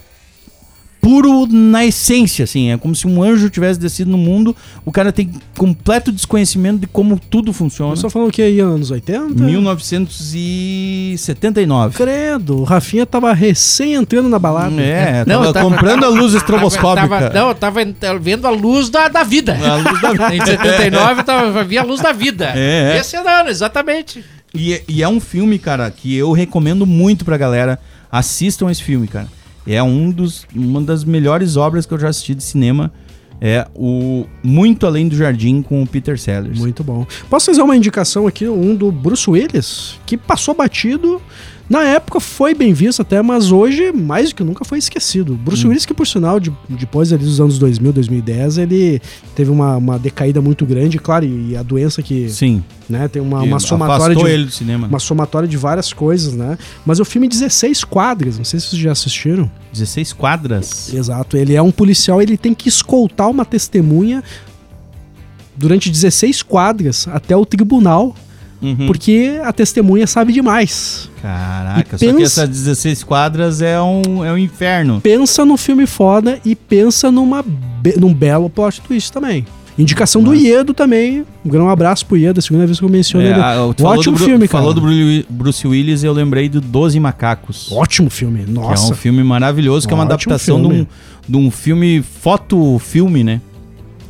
[SPEAKER 3] puro na essência, assim, é como se um anjo tivesse descido no mundo. O cara tem completo desconhecimento de como tudo funciona.
[SPEAKER 2] Eu só falando que aí, anos 80?
[SPEAKER 3] 1979.
[SPEAKER 2] Credo, o Rafinha tava recém entrando na balada.
[SPEAKER 3] É,
[SPEAKER 1] Não,
[SPEAKER 3] tava
[SPEAKER 1] eu tava-
[SPEAKER 3] comprando a luz estroboscópica.
[SPEAKER 1] Tava- tava- não, eu tava ent- vendo a luz da, da vida.
[SPEAKER 3] A luz da-
[SPEAKER 1] Em 79 eu tava, vi a luz da vida.
[SPEAKER 3] É, é.
[SPEAKER 1] Esse ano, exatamente.
[SPEAKER 3] E, é- e é um filme, cara, que eu recomendo muito pra galera. Assistam esse filme, cara. É um dos, uma das melhores obras que eu já assisti de cinema. É o Muito Além do Jardim com o Peter Sellers.
[SPEAKER 2] Muito bom. Posso fazer uma indicação aqui, um do Bruce Willis, que passou batido. Na época foi bem visto até, mas hoje, mais do que nunca, foi esquecido.
[SPEAKER 3] Hum.
[SPEAKER 2] Bruce Willis, que por sinal, de- depois ali dos anos 2000, 2010, ele teve uma, uma decaída muito grande, claro, e a doença que
[SPEAKER 3] Sim.
[SPEAKER 2] né, tem uma,
[SPEAKER 3] E
[SPEAKER 2] uma somatória
[SPEAKER 3] afastou
[SPEAKER 2] de,
[SPEAKER 3] ele do cinema.
[SPEAKER 2] uma somatória de várias coisas, né? Mas o filme é 16 quadras, não sei se vocês já assistiram.
[SPEAKER 3] 16 quadras.
[SPEAKER 2] Exato, ele é um policial, ele tem que escoltar uma testemunha durante 16 quadras até o tribunal,
[SPEAKER 3] Uhum.
[SPEAKER 2] porque a testemunha sabe demais.
[SPEAKER 3] Caraca,
[SPEAKER 2] E
[SPEAKER 3] só que
[SPEAKER 2] pensa-
[SPEAKER 3] essas 16 quadras é um, é um inferno.
[SPEAKER 2] Pensa num filme foda e pensa numa be- num belo plot twist também. Indicação do
[SPEAKER 3] Nossa.
[SPEAKER 2] Iedo também. Um grande abraço pro Iedo, a segunda vez que eu menciono
[SPEAKER 3] É,
[SPEAKER 2] ele.
[SPEAKER 3] a- tu falou
[SPEAKER 2] Ótimo
[SPEAKER 3] do Bru-
[SPEAKER 2] filme, cara.
[SPEAKER 3] Falou do Bru- Bruce Willis, eu lembrei do 12 Macacos.
[SPEAKER 2] Ótimo filme,
[SPEAKER 3] Que
[SPEAKER 2] nossa.
[SPEAKER 3] é um filme maravilhoso, que é uma
[SPEAKER 2] Ótimo
[SPEAKER 3] adaptação de um,
[SPEAKER 2] filme.
[SPEAKER 3] de um filme foto-filme, né?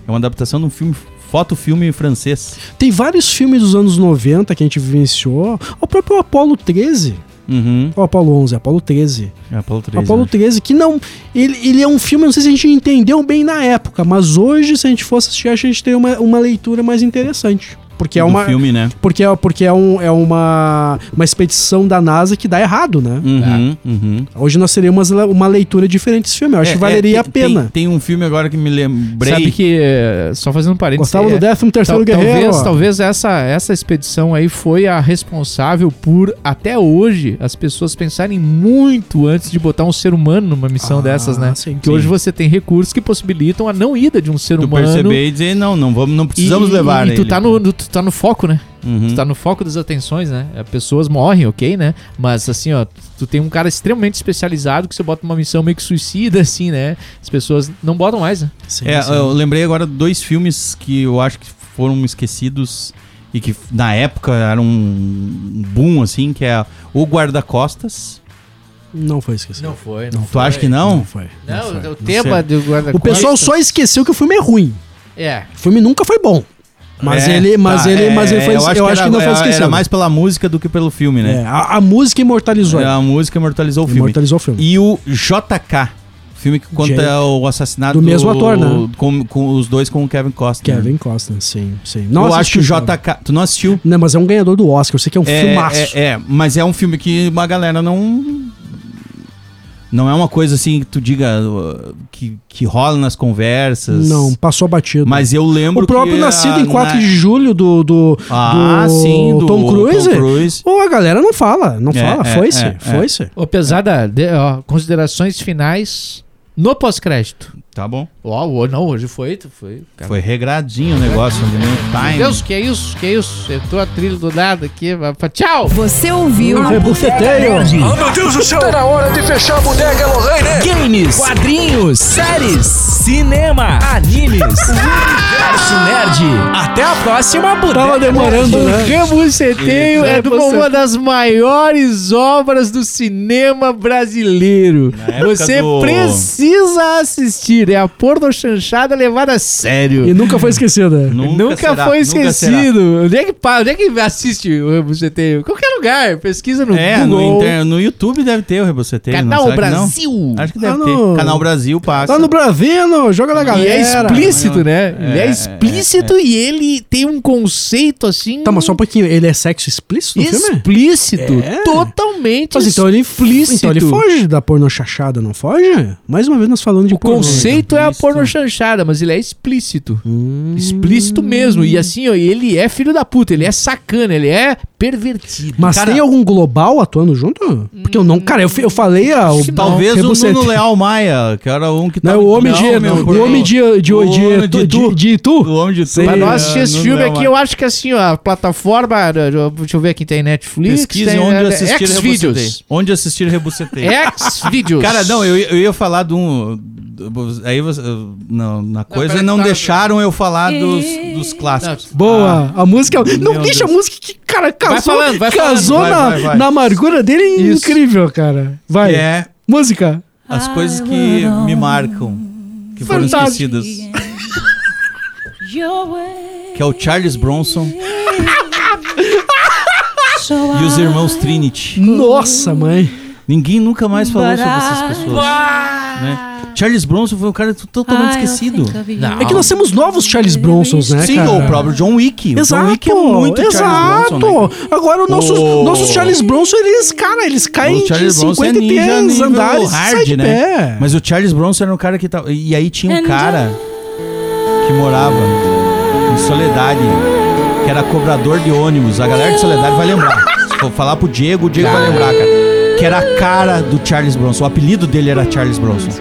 [SPEAKER 3] É uma adaptação de um filme foto-filme francês.
[SPEAKER 2] Tem vários filmes dos anos 90 que a gente vivenciou. O próprio Apolo 13.
[SPEAKER 3] Uhum.
[SPEAKER 2] Ou Apolo 11, Apolo 13.
[SPEAKER 3] É Apolo 13.
[SPEAKER 2] Apolo
[SPEAKER 3] né?
[SPEAKER 2] 13, que não. Ele, ele é um filme, não sei se a gente entendeu bem na época, mas hoje, se a gente fosse assistir, acho que a gente teria uma, uma leitura mais interessante. Porque é
[SPEAKER 3] Do
[SPEAKER 2] uma.
[SPEAKER 3] filme, né?
[SPEAKER 2] Porque é, porque é, um, é uma, uma expedição da NASA que dá errado, né?
[SPEAKER 3] Uhum, uhum.
[SPEAKER 2] Hoje nós teríamos le- uma leitura diferente desse filme. Eu acho
[SPEAKER 3] É,
[SPEAKER 2] que valeria
[SPEAKER 3] é,
[SPEAKER 2] a
[SPEAKER 3] tem-
[SPEAKER 2] pena.
[SPEAKER 3] Tem, tem um filme agora que me lembrei.
[SPEAKER 1] Sabe que, eh, só fazendo um parênteses...
[SPEAKER 3] é.
[SPEAKER 2] Gostava
[SPEAKER 1] eh,
[SPEAKER 2] do décimo terceiro
[SPEAKER 1] tal-
[SPEAKER 2] guerreiro.
[SPEAKER 1] talvez
[SPEAKER 2] ó.
[SPEAKER 1] talvez essa, essa expedição aí foi a responsável por, até hoje, as pessoas pensarem muito antes de botar um ser humano numa missão
[SPEAKER 2] Ah,
[SPEAKER 1] dessas, né?
[SPEAKER 2] sim,
[SPEAKER 1] que hoje você tem recursos que possibilitam a não ida de um ser
[SPEAKER 2] é
[SPEAKER 3] Tu
[SPEAKER 1] humano.
[SPEAKER 3] perceber e dizer, não, não, vamos, não precisamos
[SPEAKER 1] e,
[SPEAKER 3] levar
[SPEAKER 1] E tu
[SPEAKER 3] ele. então.
[SPEAKER 1] tá, no, no- tu tá no foco, né?
[SPEAKER 3] Uhum.
[SPEAKER 1] Tu tá no foco das atenções, né? As pessoas morrem, ok, né? Mas assim, ó, tu tem um cara extremamente especializado que você bota uma missão meio que suicida, assim, né? As pessoas não botam mais, né?
[SPEAKER 2] Sim,
[SPEAKER 3] É,
[SPEAKER 2] sim.
[SPEAKER 3] eu lembrei agora de dois filmes que eu acho que foram esquecidos e que na época eram um boom, assim, que é O Guarda-Costas.
[SPEAKER 2] Não foi esquecido.
[SPEAKER 1] foi,
[SPEAKER 2] não
[SPEAKER 3] Tu acha que não?
[SPEAKER 2] foi.
[SPEAKER 1] Não,
[SPEAKER 2] foi.
[SPEAKER 1] o tema
[SPEAKER 3] sei.
[SPEAKER 1] do guarda
[SPEAKER 2] O pessoal só esqueceu que o filme é ruim.
[SPEAKER 1] É.
[SPEAKER 2] O filme nunca foi bom. Mas
[SPEAKER 3] É,
[SPEAKER 2] ele, mas
[SPEAKER 3] tá,
[SPEAKER 2] ele,
[SPEAKER 3] é,
[SPEAKER 2] mas ele foi, eu acho que,
[SPEAKER 3] era-
[SPEAKER 2] não foi
[SPEAKER 3] era-
[SPEAKER 2] esquecido.
[SPEAKER 3] Era mais pela música do que pelo filme, né?
[SPEAKER 2] É, a, a música imortalizou. ele.
[SPEAKER 3] A música imortalizou o filme.
[SPEAKER 2] É, Imortalizou o filme.
[SPEAKER 3] E o JK, filme que conta
[SPEAKER 2] Jake.
[SPEAKER 3] o assassinato
[SPEAKER 2] Do mesmo ator, né?
[SPEAKER 3] Com, com os dois com o Kevin Costner. né?
[SPEAKER 2] Kevin Costner, sim, sim.
[SPEAKER 3] Eu
[SPEAKER 2] Não
[SPEAKER 3] acho que o
[SPEAKER 2] assisti, cara.
[SPEAKER 3] JK. Tu não assistiu?
[SPEAKER 2] Não, mas é um ganhador do Oscar. Eu sei que é um
[SPEAKER 3] É,
[SPEAKER 2] filmaço.
[SPEAKER 3] é, é, mas é um filme que uma galera não. Não é uma coisa assim que tu diga uh, que, que rola nas conversas.
[SPEAKER 2] Não, passou batido.
[SPEAKER 3] Mas eu lembro
[SPEAKER 2] o próprio
[SPEAKER 3] que
[SPEAKER 2] Nascido
[SPEAKER 3] a-
[SPEAKER 2] em 4
[SPEAKER 3] na-
[SPEAKER 2] de Julho do, do,
[SPEAKER 3] Ah,
[SPEAKER 2] do
[SPEAKER 3] sim, do
[SPEAKER 2] Tom Cruise.
[SPEAKER 3] Tom Cruise.
[SPEAKER 2] Ou a galera não fala, não
[SPEAKER 3] É,
[SPEAKER 2] fala.
[SPEAKER 3] é,
[SPEAKER 2] Foi-se,
[SPEAKER 3] é, é.
[SPEAKER 2] foi-se.
[SPEAKER 1] Ô, pesada, de- ó, considerações finais no pós-crédito.
[SPEAKER 3] Tá bom.
[SPEAKER 1] Ó, ó, não, hoje foi. foi cara.
[SPEAKER 3] Foi regradinho o negócio ali, né? Time.
[SPEAKER 1] Meu Deus, que é isso? Que é isso? Entrou a trilha do nada aqui. vai pra- Tchau!
[SPEAKER 5] Você ouviu?
[SPEAKER 2] é
[SPEAKER 4] Ah, meu Deus do céu! Tá na hora de fechar a bodega, Lorraine!
[SPEAKER 6] Games, quadrinhos, séries, cinema, animes, o universo nerd. Até a próxima, Buda.
[SPEAKER 2] Tava demorando,
[SPEAKER 1] O
[SPEAKER 2] né?
[SPEAKER 1] Rebuceteio é do-
[SPEAKER 2] Rebuceteio.
[SPEAKER 1] uma das maiores obras do cinema brasileiro.
[SPEAKER 3] época
[SPEAKER 1] Você
[SPEAKER 3] do-
[SPEAKER 1] precisa assistir. É a porno chanchada levada a sério.
[SPEAKER 2] E nunca foi né? esquecida.
[SPEAKER 1] Nunca
[SPEAKER 3] será,
[SPEAKER 1] foi
[SPEAKER 3] nunca será.
[SPEAKER 1] esquecido. onde, é que, pa- onde é que assiste o Rebuceteio? Qualquer lugar. Pesquisa no
[SPEAKER 3] É, no,
[SPEAKER 1] Google.
[SPEAKER 3] inter- no YouTube deve ter o Reboceteio.
[SPEAKER 1] Canal
[SPEAKER 3] não, será que não?
[SPEAKER 1] Brasil.
[SPEAKER 3] Acho que deve
[SPEAKER 2] Ah, no-
[SPEAKER 3] ter. Canal Brasil passa.
[SPEAKER 2] Tá no Bravino, joga na
[SPEAKER 1] E
[SPEAKER 2] galera.
[SPEAKER 1] é explícito, né? Ele
[SPEAKER 3] É,
[SPEAKER 1] é
[SPEAKER 3] é,
[SPEAKER 1] explícito e ele tem um conceito assim.
[SPEAKER 2] Tá, mas só um pouquinho. Ele é sexo explícito no filme?
[SPEAKER 1] explícito.
[SPEAKER 2] É?
[SPEAKER 1] Totalmente
[SPEAKER 2] Mas então ele,
[SPEAKER 1] explícito.
[SPEAKER 2] então ele foge da porno chachada, não foge? Mais uma vez nós falando de
[SPEAKER 1] O
[SPEAKER 2] pornô.
[SPEAKER 3] então.
[SPEAKER 1] conceito é a porno chanchada, mas ele é explícito.
[SPEAKER 3] Hum.
[SPEAKER 1] Explícito mesmo. E assim, ó, ele é filho da puta, ele é sacana, ele é pervertido.
[SPEAKER 2] Mas
[SPEAKER 3] Cara-
[SPEAKER 2] tem algum global atuando junto? Porque eu não. Cara, eu, fi- eu falei. Ah, Hum. o,
[SPEAKER 3] Talvez
[SPEAKER 2] que
[SPEAKER 3] o
[SPEAKER 2] você-
[SPEAKER 3] Nuno Leal Maia, que era um que
[SPEAKER 2] Não, é
[SPEAKER 3] tava-
[SPEAKER 2] o homem
[SPEAKER 3] Não,
[SPEAKER 2] de.
[SPEAKER 3] meu,
[SPEAKER 2] o homem de. De,
[SPEAKER 3] o
[SPEAKER 2] de,
[SPEAKER 3] homem
[SPEAKER 2] de,
[SPEAKER 3] de
[SPEAKER 2] de,
[SPEAKER 3] Tu.
[SPEAKER 2] de Itu?
[SPEAKER 3] O homem de tudo.
[SPEAKER 1] Pra nós
[SPEAKER 3] é,
[SPEAKER 1] assistir esse
[SPEAKER 3] Nuno
[SPEAKER 1] filme
[SPEAKER 3] Leal
[SPEAKER 1] aqui, eu acho que assim, ó, a plataforma. Deixa eu ver aqui, tem Netflix.
[SPEAKER 3] Pesquise
[SPEAKER 1] tem,
[SPEAKER 3] onde
[SPEAKER 1] é,
[SPEAKER 3] assistir
[SPEAKER 1] Xvideos.
[SPEAKER 3] Rebucetei. Onde assistir Rebucetei.
[SPEAKER 1] Xvideos.
[SPEAKER 3] Cara, não, eu, eu ia falar de um. do- Aí você. Não, na coisa
[SPEAKER 1] peraí,
[SPEAKER 3] não
[SPEAKER 1] tá-
[SPEAKER 3] deixaram eu falar dos, dos clássicos.
[SPEAKER 2] Boa. a música. Não
[SPEAKER 3] meu
[SPEAKER 2] deixa
[SPEAKER 3] Deus.
[SPEAKER 2] a música que, cara, casou.
[SPEAKER 1] falando, vai falando.
[SPEAKER 2] casou
[SPEAKER 3] Vai,
[SPEAKER 2] na,
[SPEAKER 3] vai, vai.
[SPEAKER 2] na amargura dele é
[SPEAKER 3] Isso.
[SPEAKER 2] incrível, cara.
[SPEAKER 3] Ah,
[SPEAKER 2] Vai.
[SPEAKER 3] que é
[SPEAKER 2] Música.
[SPEAKER 3] as coisas que me marcam, que foram esquecidas. Que é o Charles Bronson. e os irmãos Trinity.
[SPEAKER 2] Nossa, mãe.
[SPEAKER 3] Ninguém nunca mais falou sobre essas pessoas. né? Charles Bronson foi um cara t- totalmente esquecido.
[SPEAKER 2] É que nós temos novos Charles Bronsons, né?
[SPEAKER 3] Sim,
[SPEAKER 2] cara?
[SPEAKER 3] o próprio John Wick. O
[SPEAKER 2] Exato,
[SPEAKER 3] John Wick é muito
[SPEAKER 2] exato.
[SPEAKER 3] Charles Bronson. né?
[SPEAKER 2] Agora, os nossos,
[SPEAKER 3] O-
[SPEAKER 2] nossos Charles Bronson, eles, cara, eles caem
[SPEAKER 3] O
[SPEAKER 2] de
[SPEAKER 3] Charles Bronson é
[SPEAKER 2] 50 e
[SPEAKER 3] ninja
[SPEAKER 2] 10
[SPEAKER 3] nível
[SPEAKER 2] andares e sai
[SPEAKER 3] hard,
[SPEAKER 2] de
[SPEAKER 3] né?
[SPEAKER 2] pé.
[SPEAKER 3] Mas o Charles Bronson era um cara que tava... E aí tinha um cara que morava em Soledade, que era cobrador de ônibus. A galera de Soledade vai lembrar. Se for falar pro Diego, o Diego vai lembrar, cara. Que era a cara do Charles Bronson. O apelido dele era Charles Bronson.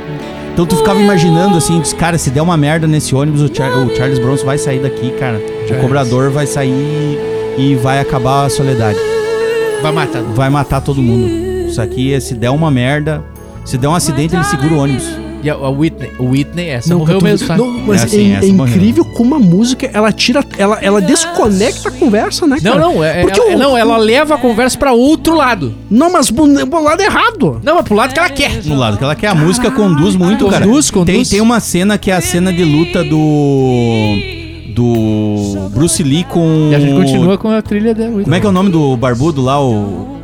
[SPEAKER 3] Então tu ficava imaginando assim, diz, cara, se der uma merda nesse ônibus, o, Char- o Charles Bronson vai sair daqui, cara. O cobrador vai sair e vai acabar a Soledade
[SPEAKER 1] Vai matar.
[SPEAKER 3] vai matar todo mundo. Isso aqui, é, se der uma merda, se der um acidente, ele segura o ônibus.
[SPEAKER 1] E a, a Whitney, o Whitney, essa
[SPEAKER 2] Não,
[SPEAKER 1] morreu
[SPEAKER 2] tu-
[SPEAKER 1] mesmo, tá?
[SPEAKER 2] não, mas
[SPEAKER 3] É
[SPEAKER 2] é,
[SPEAKER 3] assim,
[SPEAKER 2] é
[SPEAKER 3] essa morreu.
[SPEAKER 2] incrível como a música, ela tira, ela, ela desconecta a conversa, né,
[SPEAKER 1] Não,
[SPEAKER 2] cara?
[SPEAKER 1] não, é-
[SPEAKER 2] Porque
[SPEAKER 1] ela,
[SPEAKER 2] o-
[SPEAKER 1] não, ela leva a conversa pra outro lado.
[SPEAKER 2] Não, mas bu- né, bolado errado.
[SPEAKER 1] Não, mas pro lado que ela quer.
[SPEAKER 3] No lado que ela quer. A música conduz muito, cara.
[SPEAKER 1] Conduz, conduz.
[SPEAKER 3] Tem, tem uma cena que é a cena de luta do. Do Bruce Lee com.
[SPEAKER 1] E a gente continua com a trilha dela.
[SPEAKER 3] Como é que é o nome do barbudo lá? O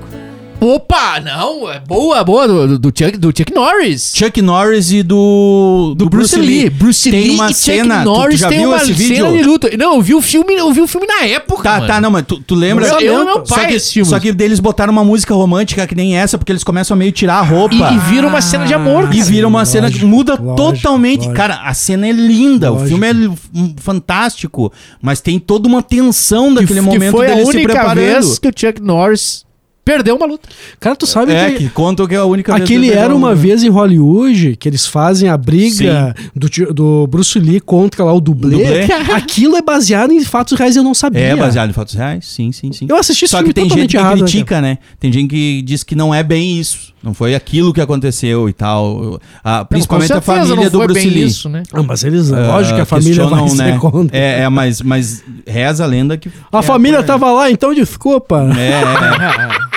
[SPEAKER 1] Opa, não, é boa, boa, do, do, Chuck, do Chuck Norris.
[SPEAKER 3] Chuck Norris e do.
[SPEAKER 1] do Bruce, Lee. Bruce
[SPEAKER 3] tem
[SPEAKER 1] Lee
[SPEAKER 3] uma
[SPEAKER 1] e
[SPEAKER 3] cena,
[SPEAKER 1] Chuck
[SPEAKER 3] tu- tu
[SPEAKER 1] Norris
[SPEAKER 3] já
[SPEAKER 1] tem
[SPEAKER 3] viu
[SPEAKER 1] uma
[SPEAKER 3] esse vídeo?
[SPEAKER 1] cena de luta. Não, eu vi o filme, eu vi o filme na época,
[SPEAKER 3] Tá,
[SPEAKER 1] mano.
[SPEAKER 3] tá, não, mas tu, tu lembra?
[SPEAKER 1] Eu- eu e meu pai
[SPEAKER 3] só, que,
[SPEAKER 1] assistimos.
[SPEAKER 3] só que eles botaram uma música romântica que nem essa, porque eles começam a meio tirar a roupa.
[SPEAKER 1] E, e vira uma cena de amor,
[SPEAKER 3] E
[SPEAKER 1] cara.
[SPEAKER 3] vira uma cena que muda
[SPEAKER 2] lógico,
[SPEAKER 3] totalmente.
[SPEAKER 2] lógico.
[SPEAKER 3] Cara, a cena é linda, o
[SPEAKER 2] Lógico.
[SPEAKER 3] filme é li- um, fantástico, mas tem toda uma tensão daquele momento
[SPEAKER 1] foi a
[SPEAKER 3] dele se
[SPEAKER 1] única
[SPEAKER 3] preparando.
[SPEAKER 1] vez que o Chuck Norris perdeu uma luta.
[SPEAKER 2] Cara, tu sabe
[SPEAKER 3] É,
[SPEAKER 2] que...
[SPEAKER 3] que conta que é a única vez
[SPEAKER 2] Aquele
[SPEAKER 3] que ele
[SPEAKER 2] era
[SPEAKER 3] pegou
[SPEAKER 1] né?
[SPEAKER 2] uma
[SPEAKER 3] um-
[SPEAKER 2] vez em Hollywood que eles fazem a briga do, ti- do Bruce Lee contra lá o dublê.
[SPEAKER 3] Dublê.
[SPEAKER 2] Aquilo é baseado em fatos reais, eu não sabia.
[SPEAKER 3] É, baseado em fatos reais? Sim, sim, sim.
[SPEAKER 2] Eu assisti esse
[SPEAKER 3] Só
[SPEAKER 2] filme
[SPEAKER 3] que tem gente
[SPEAKER 2] totalmente
[SPEAKER 3] que
[SPEAKER 2] errado, né,
[SPEAKER 3] critica, né? Tem gente que diz que não é bem isso. Não foi aquilo que aconteceu e tal. Ah, principalmente
[SPEAKER 1] Com
[SPEAKER 3] a
[SPEAKER 1] certeza
[SPEAKER 3] família
[SPEAKER 1] não
[SPEAKER 3] do
[SPEAKER 1] foi
[SPEAKER 3] Bruce
[SPEAKER 1] bem
[SPEAKER 3] Lee.
[SPEAKER 1] Isso, né?
[SPEAKER 2] Ah, mas eles,
[SPEAKER 3] Ah,
[SPEAKER 2] lógico que a família vai
[SPEAKER 3] questionam,
[SPEAKER 2] ser contra.
[SPEAKER 3] É, é, mas, mas reza a lenda que.
[SPEAKER 2] A
[SPEAKER 3] é,
[SPEAKER 2] família
[SPEAKER 3] foi-
[SPEAKER 2] tava lá, então desculpa.
[SPEAKER 3] É, é.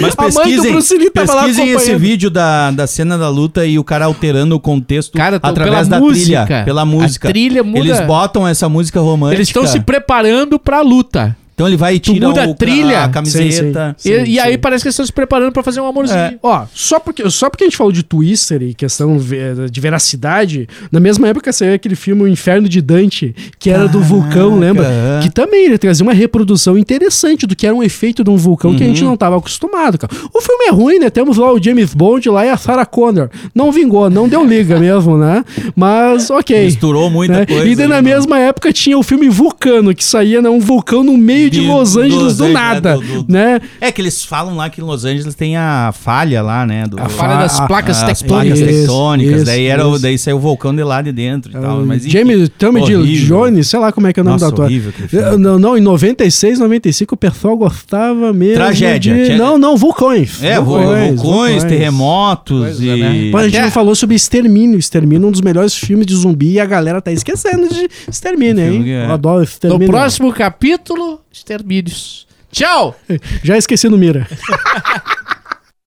[SPEAKER 3] Mas
[SPEAKER 2] A mãe do
[SPEAKER 3] pesquisem,
[SPEAKER 2] Bruce Lee tava lá
[SPEAKER 3] pesquisem esse
[SPEAKER 2] acompanhando.
[SPEAKER 3] vídeo da, da cena da luta e o cara alterando o contexto
[SPEAKER 1] Cara, tô-
[SPEAKER 3] através
[SPEAKER 1] pela
[SPEAKER 3] da
[SPEAKER 1] música.
[SPEAKER 3] trilha, pela
[SPEAKER 1] A
[SPEAKER 3] música.
[SPEAKER 1] trilha muda.
[SPEAKER 3] Eles botam essa música romântica.
[SPEAKER 1] Eles estão se preparando pra luta.
[SPEAKER 3] Então ele vai e
[SPEAKER 1] Tu
[SPEAKER 3] tira
[SPEAKER 1] muda
[SPEAKER 3] o-
[SPEAKER 1] a trilha.
[SPEAKER 3] a camiseta.
[SPEAKER 1] E- e aí parece que eles estão se preparando pra fazer um amorzinho.
[SPEAKER 3] É.
[SPEAKER 2] Ó, só porque, só porque a gente falou de Twister e questão ve- de veracidade, na mesma época saiu aquele filme O Inferno de Dante, que era do vulcão, lembra?
[SPEAKER 3] é.
[SPEAKER 2] Que também ele trazia uma reprodução interessante do que era um efeito de um vulcão que a
[SPEAKER 3] Uhum.
[SPEAKER 2] gente não tava acostumado, cara. O filme é ruim, né? Temos lá o James Bond lá e a Sarah Connor. Não vingou, não deu liga mesmo, né? Mas ok.
[SPEAKER 3] É, Misturou muita
[SPEAKER 1] É,
[SPEAKER 2] né?
[SPEAKER 3] coisa.
[SPEAKER 2] E daí na
[SPEAKER 3] né?
[SPEAKER 2] mesma época tinha o filme Vulcano, que saía né, um vulcão no meio de, de Los Angeles do
[SPEAKER 3] Angeles,
[SPEAKER 2] nada,
[SPEAKER 3] é, do- do-
[SPEAKER 2] né?
[SPEAKER 3] É que eles falam lá que em Los Angeles tem a falha lá, né? do-
[SPEAKER 1] A falha das
[SPEAKER 2] a-
[SPEAKER 1] placas
[SPEAKER 3] as
[SPEAKER 1] tectônicas.
[SPEAKER 3] placas
[SPEAKER 2] Isso,
[SPEAKER 3] tectônicas.
[SPEAKER 2] isso,
[SPEAKER 3] daí, era, o-
[SPEAKER 2] isso.
[SPEAKER 3] daí saiu o vulcão de lá de dentro e
[SPEAKER 1] É
[SPEAKER 3] tal. Mas, enfim,
[SPEAKER 2] James Tommy
[SPEAKER 3] horrível.
[SPEAKER 2] de Jones, sei lá como é que é o nome
[SPEAKER 3] Nossa,
[SPEAKER 2] da tua.
[SPEAKER 3] horrível aquele filme.
[SPEAKER 2] Eu- Não, não, em 96, 95 o pessoal gostava mesmo.
[SPEAKER 3] Tragédia,
[SPEAKER 2] de-
[SPEAKER 3] tinha-
[SPEAKER 2] Não, não, vulcões.
[SPEAKER 3] É, vul- vulcões, terremotos É. e.
[SPEAKER 2] Pô, a gente
[SPEAKER 1] Até-
[SPEAKER 2] não falou sobre Extermínio. Extermínio é um dos melhores filmes de zumbi e a galera tá esquecendo de Extermínio,
[SPEAKER 3] Filme
[SPEAKER 2] hein?
[SPEAKER 3] que é.
[SPEAKER 2] Eu adoro
[SPEAKER 1] No
[SPEAKER 2] Extermínio.
[SPEAKER 1] próximo capítulo, extermínios. Tchau!
[SPEAKER 2] Já esqueci no Mira.